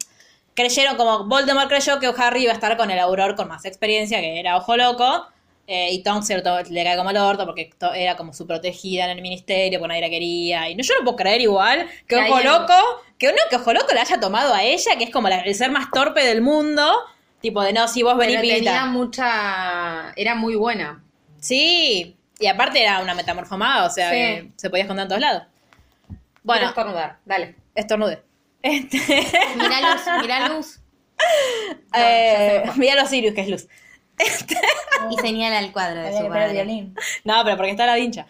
A: Creyeron como Voldemort creyó que Harry iba a estar con el Auror con más experiencia, que era Ojo Loco. eh, y Tonks se lo to- le cae como el orto porque to- era como su protegida en el ministerio, porque nadie la quería. Y no, yo no puedo creer igual que
C: Que
A: Ojo
C: alguien-
A: Loco, que uno que Ojo Loco la haya tomado a ella, que es como la- el ser más torpe del mundo. Tipo de no, si vos venís
C: Pero tenía
A: pilita.
C: mucha. Era muy buena.
A: Sí, y aparte era una metamorfomada, o sea,
C: Sí.
A: que se podía esconder en todos lados.
C: Quiero
A: Bueno,
C: estornudar. Dale.
A: estornude. Este,
B: Mirá luz, mirá luz.
A: eh, mira los Sirius, que es luz.
B: Y señala el cuadro de
D: Había
B: su
D: que poner el
B: padre.
D: violín.
A: No, pero porque está la vincha.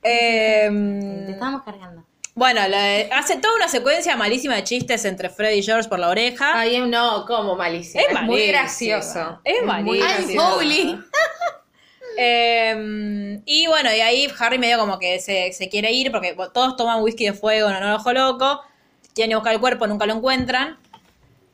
A: Eh,
B: Te estábamos cargando.
A: bueno, la- hace toda una secuencia malísima de chistes entre Fred y George por la oreja.
C: Ay, no, como malísimo. Es, muy
A: Ah. malísima.
C: gracioso.
A: Es
C: muy
A: malísima.
B: ¡Ay,
C: gracioso.
B: Foley!
A: Eh, y bueno, y ahí Harry medio como que se, se quiere ir porque todos toman whisky de fuego en honor a Ojo Loco. Quieren ir a buscar el cuerpo, nunca lo encuentran.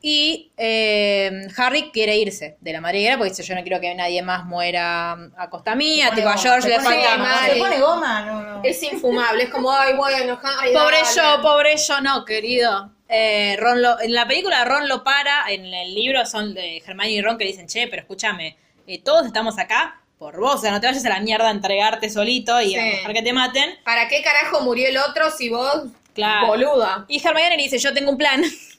A: Y eh, Harry quiere irse de la madriguera porque dice: Yo no quiero que nadie más muera a costa mía.
D: Se
A: Tipo, a
D: pone
A: George le
D: goma, se pone
A: falta.
D: goma,
C: mal.
D: Se pone goma, no, no.
C: Es infumable. Es como, ay, bueno, Harry.
A: Pobre
C: dale.
A: yo, pobre yo, no, querido. Eh, Ron lo- en la película Ron lo para, en el libro son de Germán y Ron que le dicen, che, pero escúchame, eh, todos estamos acá por vos, o sea, no te vayas a la mierda a entregarte solito y a
C: Sí.
A: dejar que te maten.
C: ¿Para qué carajo murió el otro si vos.
A: Claro.
C: Boluda.
A: Y Hermione le dice, yo tengo un plan.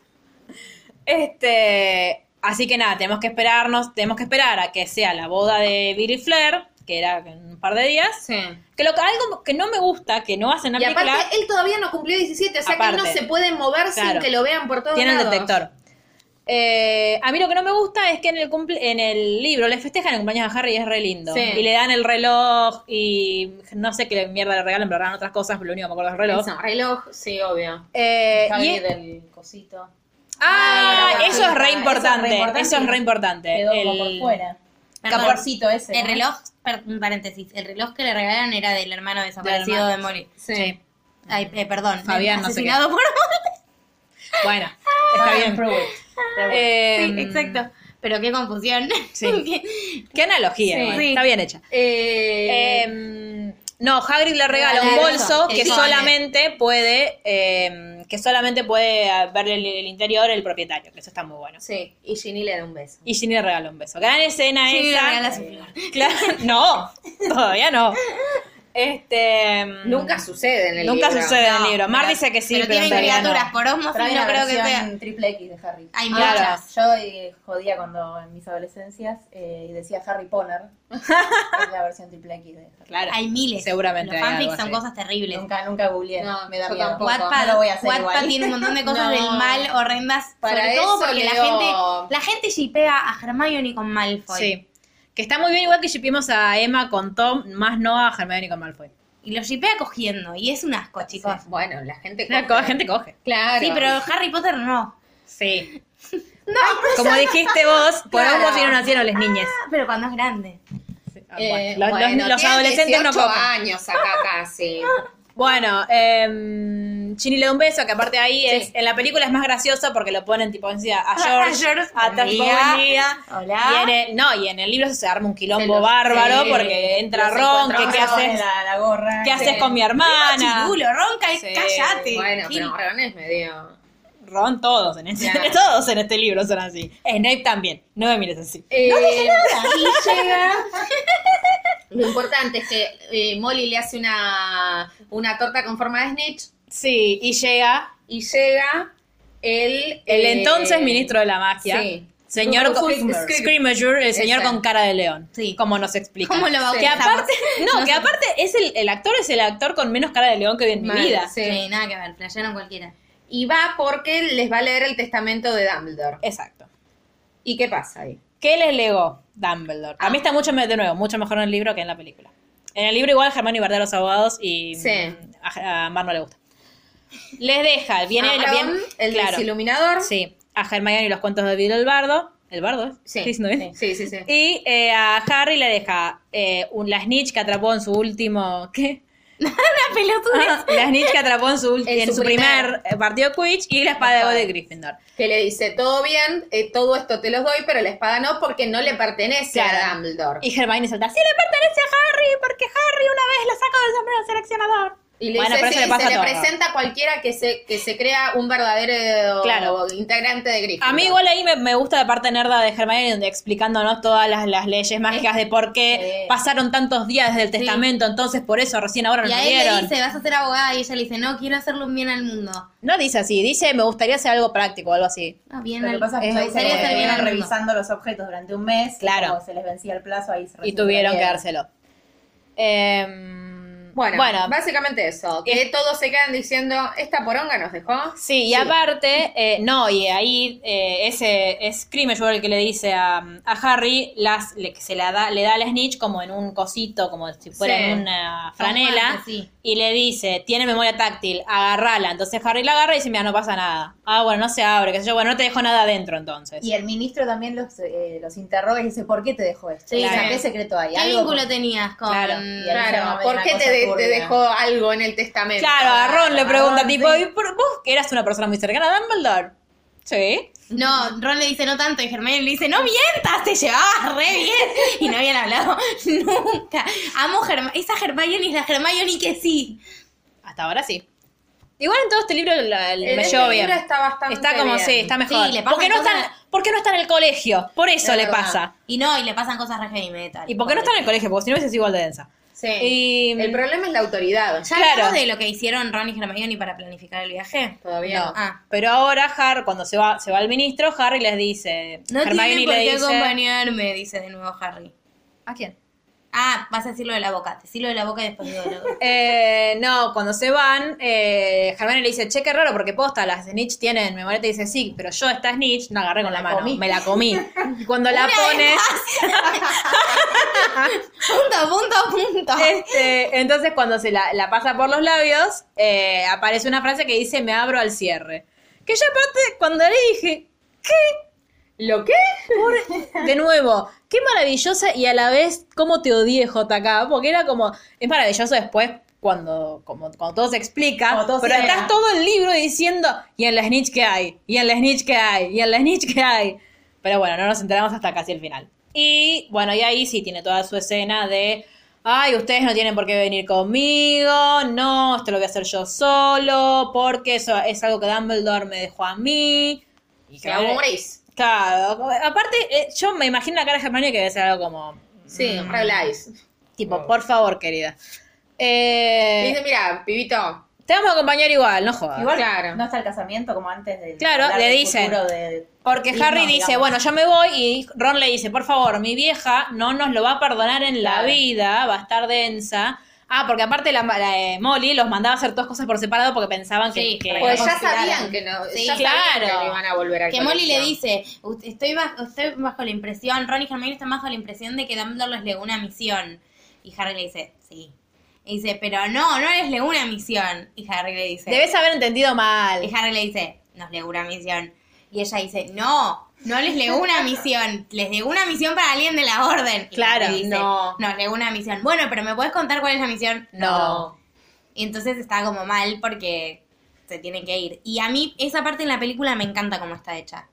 A: este, así que nada, tenemos que esperarnos, tenemos que esperar a que sea la boda de Billy Flair, que era en un par de días.
C: Sí.
A: Que lo que algo que no me gusta, que no hacen en
C: Y
A: la
C: aparte,
A: película,
C: él todavía no cumplió 17, o sea que él no
A: Aparte.
C: se puede mover sin
A: Claro.
C: que lo vean por todos
A: tiene el
C: lados.
A: detector. Eh, a mí lo que no me gusta es que en el cumple, en el libro le festejan el cumpleaños a Harry y es re lindo.
C: Sí.
A: Y le dan el reloj y no sé qué mierda le regalan, pero regalan otras cosas, pero lo único que me acuerdo es el reloj.
C: Es un reloj, sí, obvio.
A: Eh, y
D: Javi
A: es-
D: del cosito.
A: Ah,
D: Ah,
A: eso es re
D: eso es re
A: importante.
D: importante.
A: Eso es re importante.
D: Quedó como
A: El-
D: por fuera.
B: Perdón.
D: Caporcito ese.
B: El
D: ¿no?
B: reloj, per- un paréntesis, el reloj que le regalaron era del hermano desaparecido de Mori.
C: Sí.
B: Ay, eh, perdón.
F: Fabián, no sé
B: asesinado por
A: Bueno, está bien.
D: Improve it.
A: Eh,
B: Sí, exacto. Pero qué confusión. Sí.
A: Qué analogía,
C: Sí.
A: igual.
B: Sí.
A: está bien hecha.
C: Eh,
A: Eh, no, Hagrid le regala un
B: Regala el
A: bolso
B: bolso,
A: que
B: el sobre.
A: solamente puede eh, que solamente puede verle el, el interior el propietario, que eso está muy bueno.
C: sí, y Ginny le da un beso.
A: Y Ginny le regala un beso. Gran escena
B: Ginny le
A: esa.
B: regala su flor.
A: Claro, no, todavía no. Este
C: Nunca sucede en el
A: nunca
C: libro.
A: sucede en el libro. Mar
B: pero-
A: dice que sí, pero,
B: pero tienen
A: en realidad no.
B: criaturas por osmosis,
D: Trae
B: no
D: una
B: creo que sea.
D: versión triple X de Harry.
B: Hay
A: Claro.
B: muchas.
D: Yo eh, jodía cuando en mis adolescencias eh, y decía Harry Potter. es la versión triple X de Harry.
A: Claro.
B: Hay miles.
A: Seguramente
B: Los
A: hay
B: fanfics
A: algo
B: son
A: así.
B: cosas terribles.
D: Nunca, nunca googleé.
C: No,
D: me da
C: yo
D: miedo.
C: tampoco.
B: Wattpad,
D: No lo voy a hacer
B: Wattpad
D: igual.
B: tiene un montón de cosas
C: No.
B: del mal horrendas.
C: Para
B: sobre todo
C: eso
B: porque la
C: leo-
B: gente la gente shippea a Hermione con Malfoy.
A: Sí. Que está muy bien, igual que shipimos a Emma con Tom, más no a Hermione con Malfoy.
B: Y lo shippea cogiendo. Y es un asco, chicos.
C: Bueno, la gente
A: La co- gente coge.
C: Claro.
B: Sí, pero Harry Potter no.
A: Sí. Como dijiste vos, por
C: Claro.
A: algo si no nacieron las niñas.
B: Ah, pero cuando es grande.
C: Eh,
A: los, los-
C: bueno,
A: los
C: tiene
A: adolescentes no
C: 18
A: cogen.
C: años acá casi.
A: Bueno, eh, Ginny le da un beso, que aparte ahí es, en la película es más gracioso porque lo ponen tipo decía, a George, a,
B: George, ¿Ah?
A: a
B: buen
A: tipo,
B: día.
A: buen día.
B: Hola.
A: Y en el- no, y en el libro se arma un
C: Se
A: quilombo
C: los-
A: bárbaro
C: sí.
A: porque entra
C: Los
A: Ron, que
C: encontramos
A: qué
D: Se pone
A: haces,
D: La, la gorra.
A: qué haces
D: Sí.
A: con mi hermana.
B: Chirulo, ronca, y
A: Sí.
B: cállate.
C: Bueno,
B: Gil.
C: pero Ron es medio.
A: Ron todos en este,
C: Claro.
A: todos en este libro son así. Snape también, no me mires así.
C: Eh, Y llega. Lo importante es que eh, Molly le hace una, una torta con forma de snitch
A: Sí, y llega
C: y llega el.
A: el
C: eh,
A: entonces ministro de la magia.
C: Sí.
A: Señor con-
C: Scrimmager.
A: Scrimmager, el señor
C: Ese.
A: con cara de león.
B: Sí.
A: Como nos explica.
B: ¿Cómo lo
A: que
B: bautizamos?
A: aparte, no, que aparte es el, el actor es el actor con menos cara de león que vi en mi
C: Mal,
A: vida.
C: sí.
B: Sí, nada que ver, flashearon cualquiera.
C: Y va porque les va a leer el testamento de Dumbledore.
A: Exacto.
C: ¿Y qué pasa ahí?
A: ¿Qué les legó Dumbledore? A mí
C: Ah.
A: está mucho me- de nuevo, mucho mejor en el libro que en la película. En el libro igual Germán y Bardem los abogados y
C: Sí.
A: mm, a, a Mar no le gusta. Les deja, viene
C: A
A: el
C: Ron,
A: bien,
C: Ah, el
A: claro.
C: desiluminador.
A: Sí, a Hermione y los cuentos de Bill el Bardo. ¿El Bardo es?
C: Sí.
A: ¿Estoy diciendo bien?
C: Sí, sí, sí.
A: Y eh, a Harry le deja eh, un, la snitch que atrapó en su último. ¿Qué?
B: La pelotuda.
A: La snitch que atrapó en su, ulti-
C: En
A: en
C: su
A: su primer, eh, partido Quidditch y la espada de
C: Ajá.
A: oro de Gryffindor.
C: Que le dice, todo bien, eh, todo esto te los doy, pero la espada no, porque no le pertenece a
A: Claro.
C: Dumbledore.
A: Y Hermione salta: ¡Sí le pertenece a Harry! Porque Harry una vez la sacó del sombrero del seleccionador.
C: Y le
A: Bueno,
C: dice,
A: pero eso
C: sí,
A: le pasa
C: se
A: a
C: le
A: todos.
C: presenta a cualquiera que se, que se crea un verdadero
A: Claro.
C: integrante de Gryffindor.
A: A mí igual ahí me, me gusta la parte nerda de Hermione donde explicándonos todas las, las leyes mágicas de por qué
D: Sí.
A: pasaron tantos días desde el testamento, entonces por eso recién ahora
B: Y
A: nos
B: a él
A: dieron.
B: le dice, vas a ser abogada. Y ella le dice, no, quiero hacerle un bien al mundo.
A: No dice así, dice me gustaría hacer algo práctico, algo así.
B: Ah, bien
D: Lo que
B: al
D: pasa es que
B: me
D: ahí se
B: gustaría hacer bien
D: estuvieron
B: al mundo.
D: revisando los objetos durante un mes.
A: Claro.
D: Como se les vencía el plazo, ahí se
A: Y
D: recién
A: tuvieron que
D: volvieron.
A: dárselo. Em,
C: Bueno,
A: bueno,
C: básicamente eso. Que todos se quedan diciendo, esta poronga nos dejó.
A: sí, y aparte, eh, no, y ahí eh, ese es Scrimmager el que le dice a, a Harry, las, le, que se la da, le da a la snitch como en un cosito, como si fuera
C: Sí.
A: en una
B: Son
A: franela.
B: guantes, sí.
A: y le dice, tiene memoria táctil, agarrala. Entonces Harry la agarra y dice, mira, no pasa nada. Ah, bueno, no se abre, qué sé yo, bueno, no te dejo nada adentro entonces.
D: Y el ministro también los, eh, los interroga y dice, ¿por qué te dejó esto?
B: Sí,
D: O sea,
B: sí.
D: ¿Qué secreto hay?
B: ¿Qué
D: ¿Algo
B: vínculo tenías con...?
A: Claro.
D: Y ahí se
C: Claro,
D: mueve
C: ¿por
D: una
C: qué
D: cosa
C: te, de- te
D: turbia.
C: dejó algo en el testamento? Ah,
A: Claro, a Ron le
D: A
A: pregunta,
D: Ron,
A: tipo,
D: sí.
A: ¿y por, vos que eras una persona muy cercana a Dumbledore? Sí.
B: No, Ron le dice no tanto y Hermione le dice, no mientas, te llevabas re bien. Y no habían hablado nunca. Amo Hermione, esa Hermione es la Hermione que sí.
A: Hasta ahora sí. Igual en todo este libro la-
C: En
A: me
C: este
A: llevo
C: libro
A: bien.
C: está bastante
A: Está como,
C: bien.
A: sí, está mejor.
B: Sí, le pasan
A: porque, no está,
B: cosas-
A: en- porque no está en el colegio, por eso
C: Es
A: le
C: verdad.
A: pasa.
B: Y no, y le pasan cosas re heavy metal.
A: Y porque no está en el colegio, porque si no es igual de densa.
C: Sí.
A: Y-
C: El problema es la autoridad.
B: Ya
A: Claro.
B: hablamos de lo que hicieron Ron y Hermione para planificar el viaje.
C: Todavía
B: no. Ah.
A: Pero ahora, Harry, cuando se va, se va el ministro, Harry les dice.
B: No
A: Hermione
B: tiene por
A: le
B: qué
A: dice-
B: acompañarme, dice de nuevo Harry.
A: ¿A quién?
B: Ah, vas a decir lo de la boca. Te decís lo de la boca y después digo lo
A: Eh, no, cuando se van, eh, Hermione le dice, che, qué raro, porque posta, las Snitch tienen memoria, te dice, sí, pero yo esta Snitch la agarré con la, mano, me la comí. Y cuando la pone,
B: Punto, punto, punto.
A: este, entonces cuando se la, la pasa por los labios, eh, aparece una frase que dice, me abro al cierre. Que yo aparte, cuando le dije,
C: ¿Lo qué?
A: De nuevo, qué maravillosa y a la vez cómo te odié, JK, porque era como, es maravilloso después cuando, como, cuando todo se explica,
D: Cuando todo
A: pero
D: se
A: estás
D: llega.
A: todo el libro diciendo, y en la snitch que hay, y en la snitch que hay, y en la snitch que hay. Pero bueno, no nos enteramos hasta casi el final. Y bueno, y ahí sí tiene toda su escena de, ay, ustedes no tienen por qué venir conmigo, no, esto lo voy a hacer yo solo, porque eso es algo que Dumbledore me dejó a mí. Y
C: Que aburrís.
A: Claro, como- aparte, eh, yo me imagino la cara de Hermione que debe ser algo como, mm,
C: Sí,
B: Mm.
C: realize.
A: tipo, por favor, querida. Eh,
C: Y dice, mira, pibito.
A: te vamos a acompañar igual, no jodas.
D: Igual
C: Claro.
D: no está el casamiento como antes del.
A: Claro,
D: hablar
A: le
D: del
A: dicen.
D: futuro de-
A: Porque
D: Y
A: Harry
D: no,
A: dice,
D: digamos.
A: bueno, yo me voy y Ron le dice, por favor, mi vieja no nos lo va a perdonar en la
D: Claro.
A: vida, va a estar densa. Ah, porque aparte la, la, eh, Molly los mandaba a hacer dos cosas por separado porque pensaban que...
B: Sí,
A: que-
B: para
C: Pues ya
D: consideraron.
C: sabían que no.
B: Sí,
C: ya sabían
A: claro.
C: que no iban a volver al
B: Que Molly
C: colegio.
B: le dice, "Ust- estoy bajo, estoy bajo la impresión, Ron y Hermione están bajo la impresión de que Dumbledore les legó una misión. Y Harry le dice, sí. Y dice, pero no, no les legó una misión. Y Harry le dice,
A: Debes haber entendido mal.
B: y Harry le dice, nos legó una misión. Y ella dice, no, no les legó una misión, les legó una misión para alguien de la orden. Y
A: Claro,
B: Harry dice,
C: no.
B: Nos legó una misión. Bueno, pero ¿me puedes contar cuál es la misión?
A: No.
B: Y entonces está como mal porque se tienen que ir. Y a mí esa parte en la película me encanta cómo está hecha.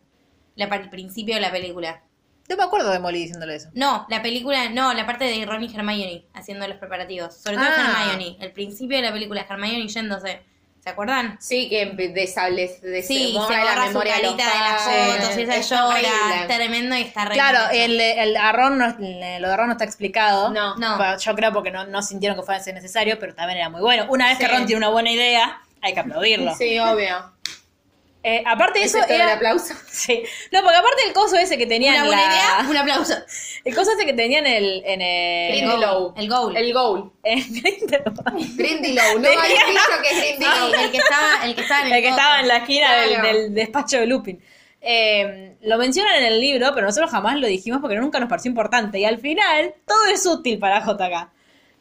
B: La parte, el principio de la película.
A: No me acuerdo de Molly diciéndole eso.
B: No, la película, no, la parte de Ron y Hermione haciendo los preparativos. Sobre todo
A: Ah.
B: Hermione. El principio de la película, Hermione yéndose. ¿Se acuerdan?
C: Sí, que desable- des-
B: Sí, se
C: borra
B: borra
C: la
B: su
C: memoria
B: carita
C: de
B: de,
C: los
B: las
C: padres.
B: fotos, ella
C: Es
B: llora,
C: horrible.
B: es tremendo y está re
A: Claro,
B: bien
A: el,
B: hecho.
A: el- a Ron no, le- lo de Ron no está explicado.
C: No.
B: No.
A: Pa- Yo creo porque no, no sintieron que fuera a ser necesario, pero también era muy bueno. Una vez que
C: Sí.
A: Ron tiene una buena idea, hay que aplaudirlo.
C: Sí, obvio.
A: Eh, aparte de eso,
C: Ese todo el
A: era-
C: aplauso.
A: sí. No, porque aparte el coso ese que tenían.
B: Una buena
A: la-
B: idea, un aplauso.
A: El coso ese que tenían en el. En el,
B: Grindelwald.
C: Grindelwald.
B: El goal.
C: El goal.
A: en Grindelwald.
C: Grindelwald. No habéis dicho que es Grindelwald.
B: el que estaba, el que estaba en el,
A: El que
B: coso.
A: estaba en la esquina del-
C: Claro.
A: del, despacho de Lupin. Eh, lo mencionan en el libro, pero nosotros jamás lo dijimos porque nunca nos pareció importante. Y al final, todo es útil para JK.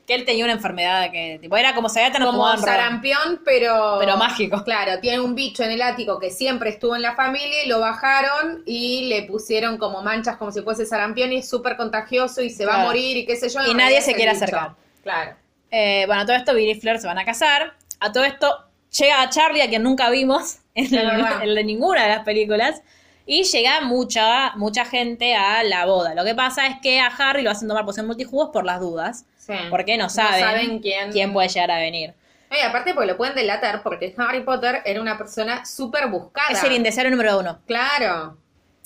A: Que él tenía una enfermedad que, tipo, era como se había transformado
C: Como
A: en Ron.
C: sarampión, pero...
A: Pero mágico.
C: Claro, tiene un bicho en el ático que siempre estuvo en la familia y lo bajaron y le pusieron como manchas como si fuese sarampión y es súper contagioso y se va
A: Claro.
C: a morir y qué sé yo.
A: Y nadie
C: en realidad
A: se
C: es el
A: quiere
C: bicho.
A: acercar.
C: Claro.
A: Eh, bueno, a todo esto, Billy y Fleur se van a casar. A todo esto, llega a Charlie, a quien nunca vimos en,
C: Es verdad.
A: en la- ninguna de las películas. Y llega mucha, mucha gente a la boda. Lo que pasa es que a Harry lo hacen tomar poción multijugos por las dudas.
C: Sí.
A: Porque no saben,
C: saben quién-
A: puede llegar a venir.
C: No, y aparte porque lo pueden delatar porque Harry Potter era una persona súper buscada.
A: Es el indecesario número uno.
C: Claro.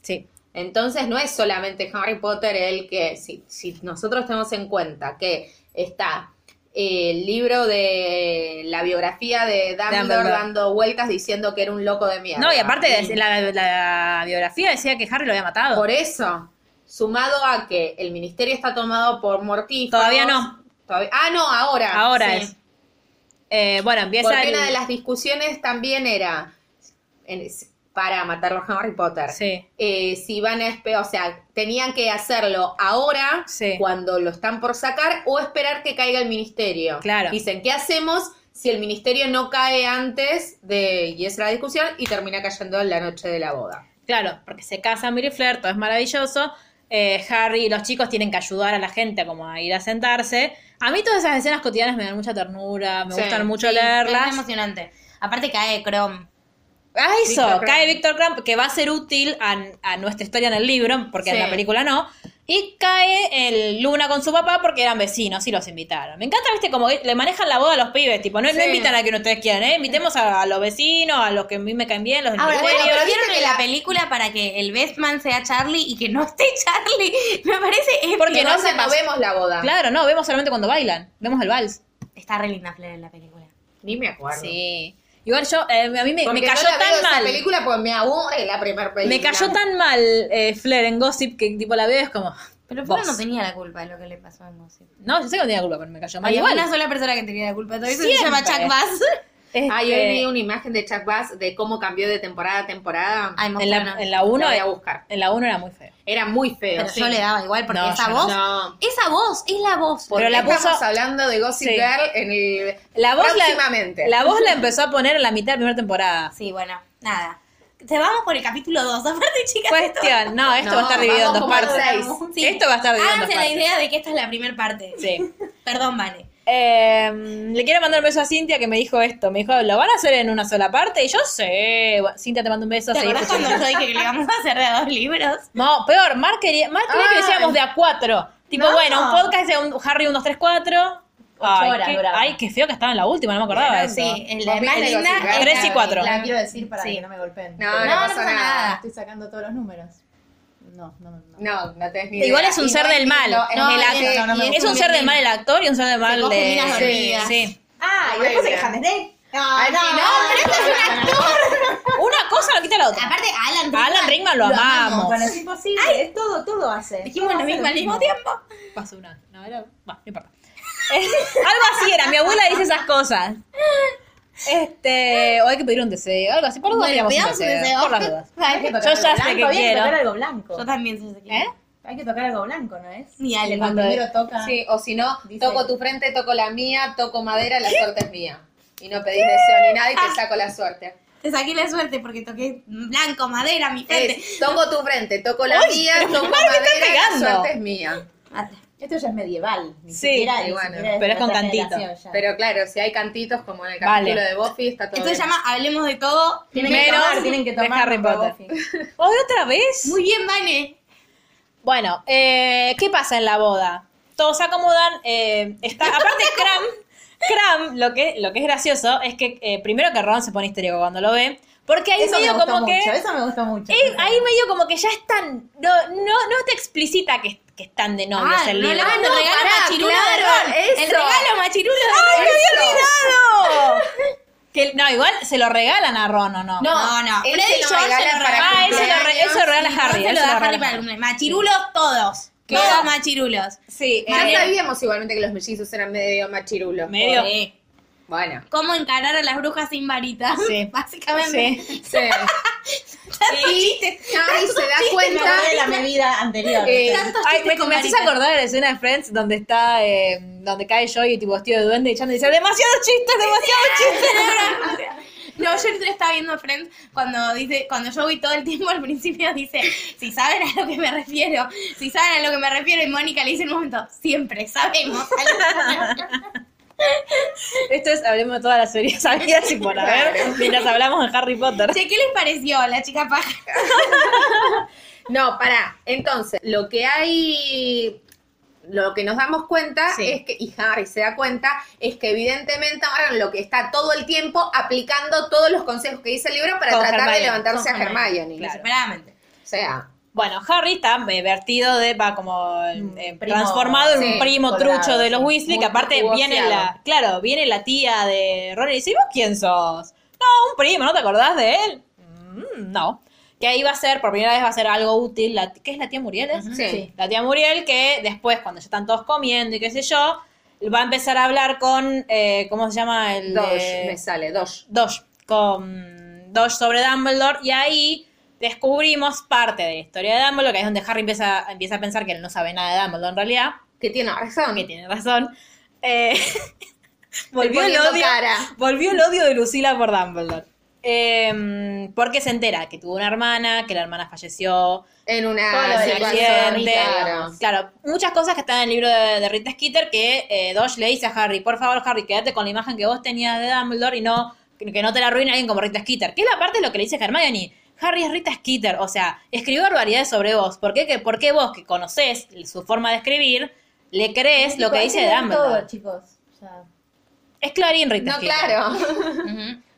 A: Sí.
C: Entonces no es solamente Harry Potter el que, si, si nosotros tenemos en cuenta que está eh, el libro de la biografía de Dumbledore,
A: Dumbledore.
C: dando vueltas diciendo que era un loco de mierda.
A: No, y aparte
C: Y
A: la, la biografía decía que Harry lo había matado.
C: por eso, sumado a que el ministerio está tomado por mortífagos.
A: Todavía no.
C: Todavía- ah, no, ahora.
A: Ahora
C: Sí.
A: es. Eh, bueno, empieza
C: Porque
A: el-
C: una de las discusiones también era en- para matarlo a Harry Potter.
A: Sí.
C: eh, si van a esperar, o sea, tenían que hacerlo ahora,
A: Sí.
C: cuando lo están por sacar, o esperar que caiga el ministerio.
A: Claro.
C: Dicen, ¿qué hacemos si el ministerio no cae antes de, y esa es la discusión, y termina cayendo en la noche de la boda?
A: Claro, porque se casa Miri Flair, todo es maravilloso. Eh, Harry y los chicos tienen que ayudar a la gente como a ir a sentarse. A mí todas esas escenas cotidianas me dan mucha ternura, me
C: Sí,
A: gustan mucho
B: Sí, Es
A: leerlas.
B: emocionante. Aparte cae Chrome.
A: Ah, eso,
C: Víctor Krum.
A: cae Víctor Kramp, que va a ser útil a, a nuestra historia en el libro, porque en
C: Sí.
A: la película no. Y cae el Luna con su papá porque eran vecinos y los invitaron. Me encanta, viste, como que le manejan la boda a los pibes, tipo, no, no
C: Sí.
A: invitan a quien ustedes quieran, ¿eh? Invitemos a, a los vecinos, a los que a mí me caen bien, los del
B: Ahora,
A: ministerio.
B: Ah, bueno, pero
C: pero
B: vieron en
C: viste que
B: la
C: la-
B: película para que el best man sea Charlie y que no esté Charlie. Me parece épico.
A: Porque Que no
C: Igual
A: se pasó.
C: vemos la boda.
A: Claro, no, vemos solamente cuando bailan, vemos el vals.
B: Está re linda Fleur en la película.
C: Ni me acuerdo.
A: Sí. Igual yo, eh, a mí me, me
C: Porque
A: cayó
C: no la veo
A: tan
C: esa pues
A: mal.
C: película porque me aburre la primera película.
A: Me cayó tan mal eh, Flair en Gossip que tipo la veo y es como,
B: Pero
A: Vos.
B: Flor no tenía la culpa de lo que le pasó a Mossy.
A: No, yo sé que no tenía culpa, pero me cayó mal
B: Hay
A: Ah, igual.
B: una sola persona que tenía la culpa de todo eso y se
A: Siempre.
B: llama Chuck Bass.
A: Este,
C: Ay, hoy vi una imagen de Chuck Bass de cómo cambió de temporada a temporada.
B: Ay,
A: en la,
B: mostrana.
A: en la 1
C: La voy a buscar.
A: en la uno era muy feo.
C: Era muy feo.
B: Pero
C: sí.
B: yo le daba igual porque
A: No,
B: esa
A: yo
B: voz.
C: No.
B: Esa voz, es la voz.
A: Pero la
C: Estamos
A: puso-
C: hablando de Gossip
A: Sí.
C: Girl en el...
A: La voz la,
C: Próximamente.
A: la voz la empezó a poner en la mitad de la primera temporada.
B: Sí, bueno, nada. Te vamos por el capítulo 2. Aparte, chicas.
A: Cuestión, no, esto
C: No,
A: va a estar dividido en
C: vamos
A: dos
C: como
A: partes.
C: seis.
B: Sí.
A: Esto va a estar dividido en dos
B: Háganse la
A: partes.
B: idea de que esta es la primera parte.
A: Sí.
B: Perdón, Vale.
A: Eh, le quiero mandar un beso a Cintia que me dijo esto. Me dijo, ¿lo van a hacer en una sola parte? Y yo sé. Bueno, Cintia, te mando un beso.
B: ¿Te
A: seguí
B: acordás
A: escuchando.
B: cuando yo dije que le íbamos a hacer de a dos libros?
A: No, peor, Mar quería, Mar quería que
C: Ay.
A: decíamos de a cuatro. Tipo,
B: No.
A: bueno, un podcast de un Harry 1, 2, 3, 4. Ay,
D: horas
A: qué,
D: duraba.
A: ay, qué feo que estaba en la última, no me acordaba de eso.
B: Sí, el
C: Vos
B: la más
C: viste los
B: linda.
C: cigarros.
B: es
A: Tres y
B: la-
A: cuatro.
B: la-
D: Ah, La quiero decir para
B: Sí.
D: que no me golpeen.
C: No,
B: No,
C: no,
B: no
C: pasa
B: pasa
C: nada.
B: nada.
D: Estoy sacando todos los números. No, no, no.
C: No, no tenés ni idea.
A: Igual es un
C: Y
A: ser
C: no
A: del mal.
C: entiendo,
B: No,
A: El
B: es-
A: act-
B: no, no me
A: es
B: gusta.
A: un ser del mal el actor y un ser del mal
B: coge
A: de.
B: minas dormidas.
A: sí.
D: Ah,
C: y después el
D: Snake.
C: Al final,
B: Pero esto es un actor.
A: Una cosa no quita la otra.
B: Aparte, Alan Rickman.
A: Alan Rickman lo amamos.
D: Bueno, es imposible. es todo, todo hace.
B: Dijimos lo
D: Todo
B: mismo
D: hace
B: al mismo tiempo.
A: Pasó una. No, era. Bueno, no importa. Eh, algo así era, mi abuela dice esas cosas. Este, o hay que pedir un deseo, algo así. Por dudas,
B: Bueno,
A: digamos
B: pidamos un deseo.
A: Por las dudas.
D: Hay que tocar
A: Yo ya
D: algo
A: sé
D: blanco,
A: que
D: había
A: quiero.
D: tocar algo blanco.
B: Yo también sé que.
A: ¿Eh?
D: Hay que tocar algo blanco, ¿no es?
B: Ni
D: El
B: alguien.
D: cuando primero toca.
C: Sí, o si no,
D: Dice-
C: toco tu frente, toco la mía, toco madera, la suerte es mía. Y no pedís deseo ni nada y
A: Ah.
C: te saco la suerte.
B: Te saqué la suerte porque toqué blanco, madera, mi frente.
C: Es, toco tu frente, toco la mía, toco madera, la
A: pegando.
C: suerte es mía.
D: Esto ya es medieval. Ni
A: Sí,
D: siquiera,
C: y
D: ni
C: bueno,
D: siquiera
A: pero es
D: de
A: con
D: otra
A: cantito.
D: generación ya.
C: Pero claro, si hay cantitos como en el
A: Vale.
C: capítulo de Buffy, está todo
B: Esto se
C: bien.
B: llama Hablemos de todo.
D: tienen que
A: Menos
D: tomar, tienen que
A: de
D: tomar
A: Harry
D: por
A: Potter.
D: Buffy.
A: ¿O de otra vez?
B: Muy bien, Vane.
A: Bueno, eh, ¿qué pasa en la boda? Todos se acomodan. eh, está, aparte, Cram, Cram, lo que, lo que es gracioso es que eh, primero que Ron se pone histérico cuando lo ve, porque ahí
D: Eso me
A: medio
D: gustó
A: como
D: mucho,
A: que.
D: eso me gustó mucho.
A: eh, ahí medio como que ya están. No, no, no te explicita que, que están de novios
B: Ah,
A: el
B: no,
A: libro.
B: le mando el regalo
C: pará,
B: machirulo
C: claro,
B: de Ron. El
C: eso.
B: regalo machirulo de
A: ¡Ay,
B: Ron.
A: me había olvidado! Que, no, igual se lo regalan a Ron o no.
B: No, no.
C: él
B: Freddy
C: se lo
B: George
C: regala
B: se lo
C: para
B: regala.
A: Ah, él se lo, re- él se lo regala a Harry.
B: Harry, se
A: él
B: lo da
A: regala
B: Harry
A: a
B: para el cumpleaños. Machirulos todos. Todos machirulos.
A: Sí,
C: Ya
A: eh,
C: sabíamos igualmente que los mellizos eran medio machirulos.
A: medio.
B: Sí.
C: Bueno.
B: Cómo encarar a las brujas sin varitas.
A: Sí.
B: Básicamente.
A: Sí.
C: Sí. y Harry se da
D: Me
C: cuenta.
D: acordé de la medida anterior.
C: Eh,
B: Tantos
A: Ay,
B: chistes
A: me,
B: con
A: me haces
B: varitas.
A: acordar de la escena de Friends donde está, eh, donde cae Joey tipo vestido de duende y Chandler dice, demasiados chistes, demasiados chistes.
B: No, yo le estaba viendo Friends cuando dice, cuando yo voy todo el tiempo al principio dice, si saben a lo que me refiero, si saben a lo que me refiero, y Mónica le dice en un momento, siempre sabemos.
A: Esto es, hablemos de todas las teorías sabidas y por haber, mientras hablamos de Harry Potter.
B: Che, ¿qué les pareció la chica paja?
C: No, pará. Entonces, lo que hay, lo que nos damos cuenta
A: Sí.
C: es que, y Harry se da cuenta, es que evidentemente ahora lo que está todo el tiempo aplicando todos los consejos que dice el libro para
A: Con
C: tratar
A: Hermione,
C: de levantarse a
B: con Hermione,
C: Hermione.
B: Desesperadamente.
C: O sea,
A: Bueno, Harry está eh, vertido de, va como eh,
D: primo,
A: transformado en
C: sí,
A: un primo
D: colorado,
A: trucho de los
D: sí.
A: Weasley,
C: Muy
A: que aparte viene
C: jugoseado.
A: la, claro, viene la tía de Ron y le dice, "¿Y vos quién sos? No, un primo, ¿no te acordás de él? "Mm, no. Que ahí va a ser, por primera vez va a ser algo útil, la, ¿qué es la tía Muriel? es?
C: sí.
D: sí.
A: La tía Muriel que después, cuando ya están todos comiendo y qué sé yo, va a empezar a hablar con, eh, ¿cómo se llama? El
C: Dosh,
A: de-
C: me sale, Dosh.
A: Dosh, con Dosh sobre Dumbledore, y ahí descubrimos parte de la historia de Dumbledore, que es donde Harry empieza, empieza a pensar que él no sabe nada de Dumbledore en realidad,
C: Que tiene razón.
A: que tiene razón. Eh, volvió el
C: poniendo
A: odio.
C: cara.
A: Volvió el odio de Lucila por Dumbledore. Eh, porque se entera que tuvo una hermana, que la hermana falleció,
C: En
D: Todo
C: una
D: lo del
A: un
C: situación,
A: accidente.
C: claro.
A: Claro, muchas cosas que están en el libro de, de Rita Skeeter que eh, Dodge le dice a Harry, por favor, Harry, quédate con la imagen que vos tenías de Dumbledore y no que que no te la arruine alguien como Rita Skeeter. Que es la parte de lo que le dice Hermione. Harry es Rita Skeeter, o sea, escribió barbaridades sobre vos. ¿Por qué, que, por qué vos, que conocés su forma de escribir, le crees lo que
D: Chicos,
A: dice
D: hay
A: de
D: leer
A: Dumbledore?
D: pues, Todo, chicos. Ya.
A: Es Clarín Rita
C: No,
A: Skeeter.
C: claro.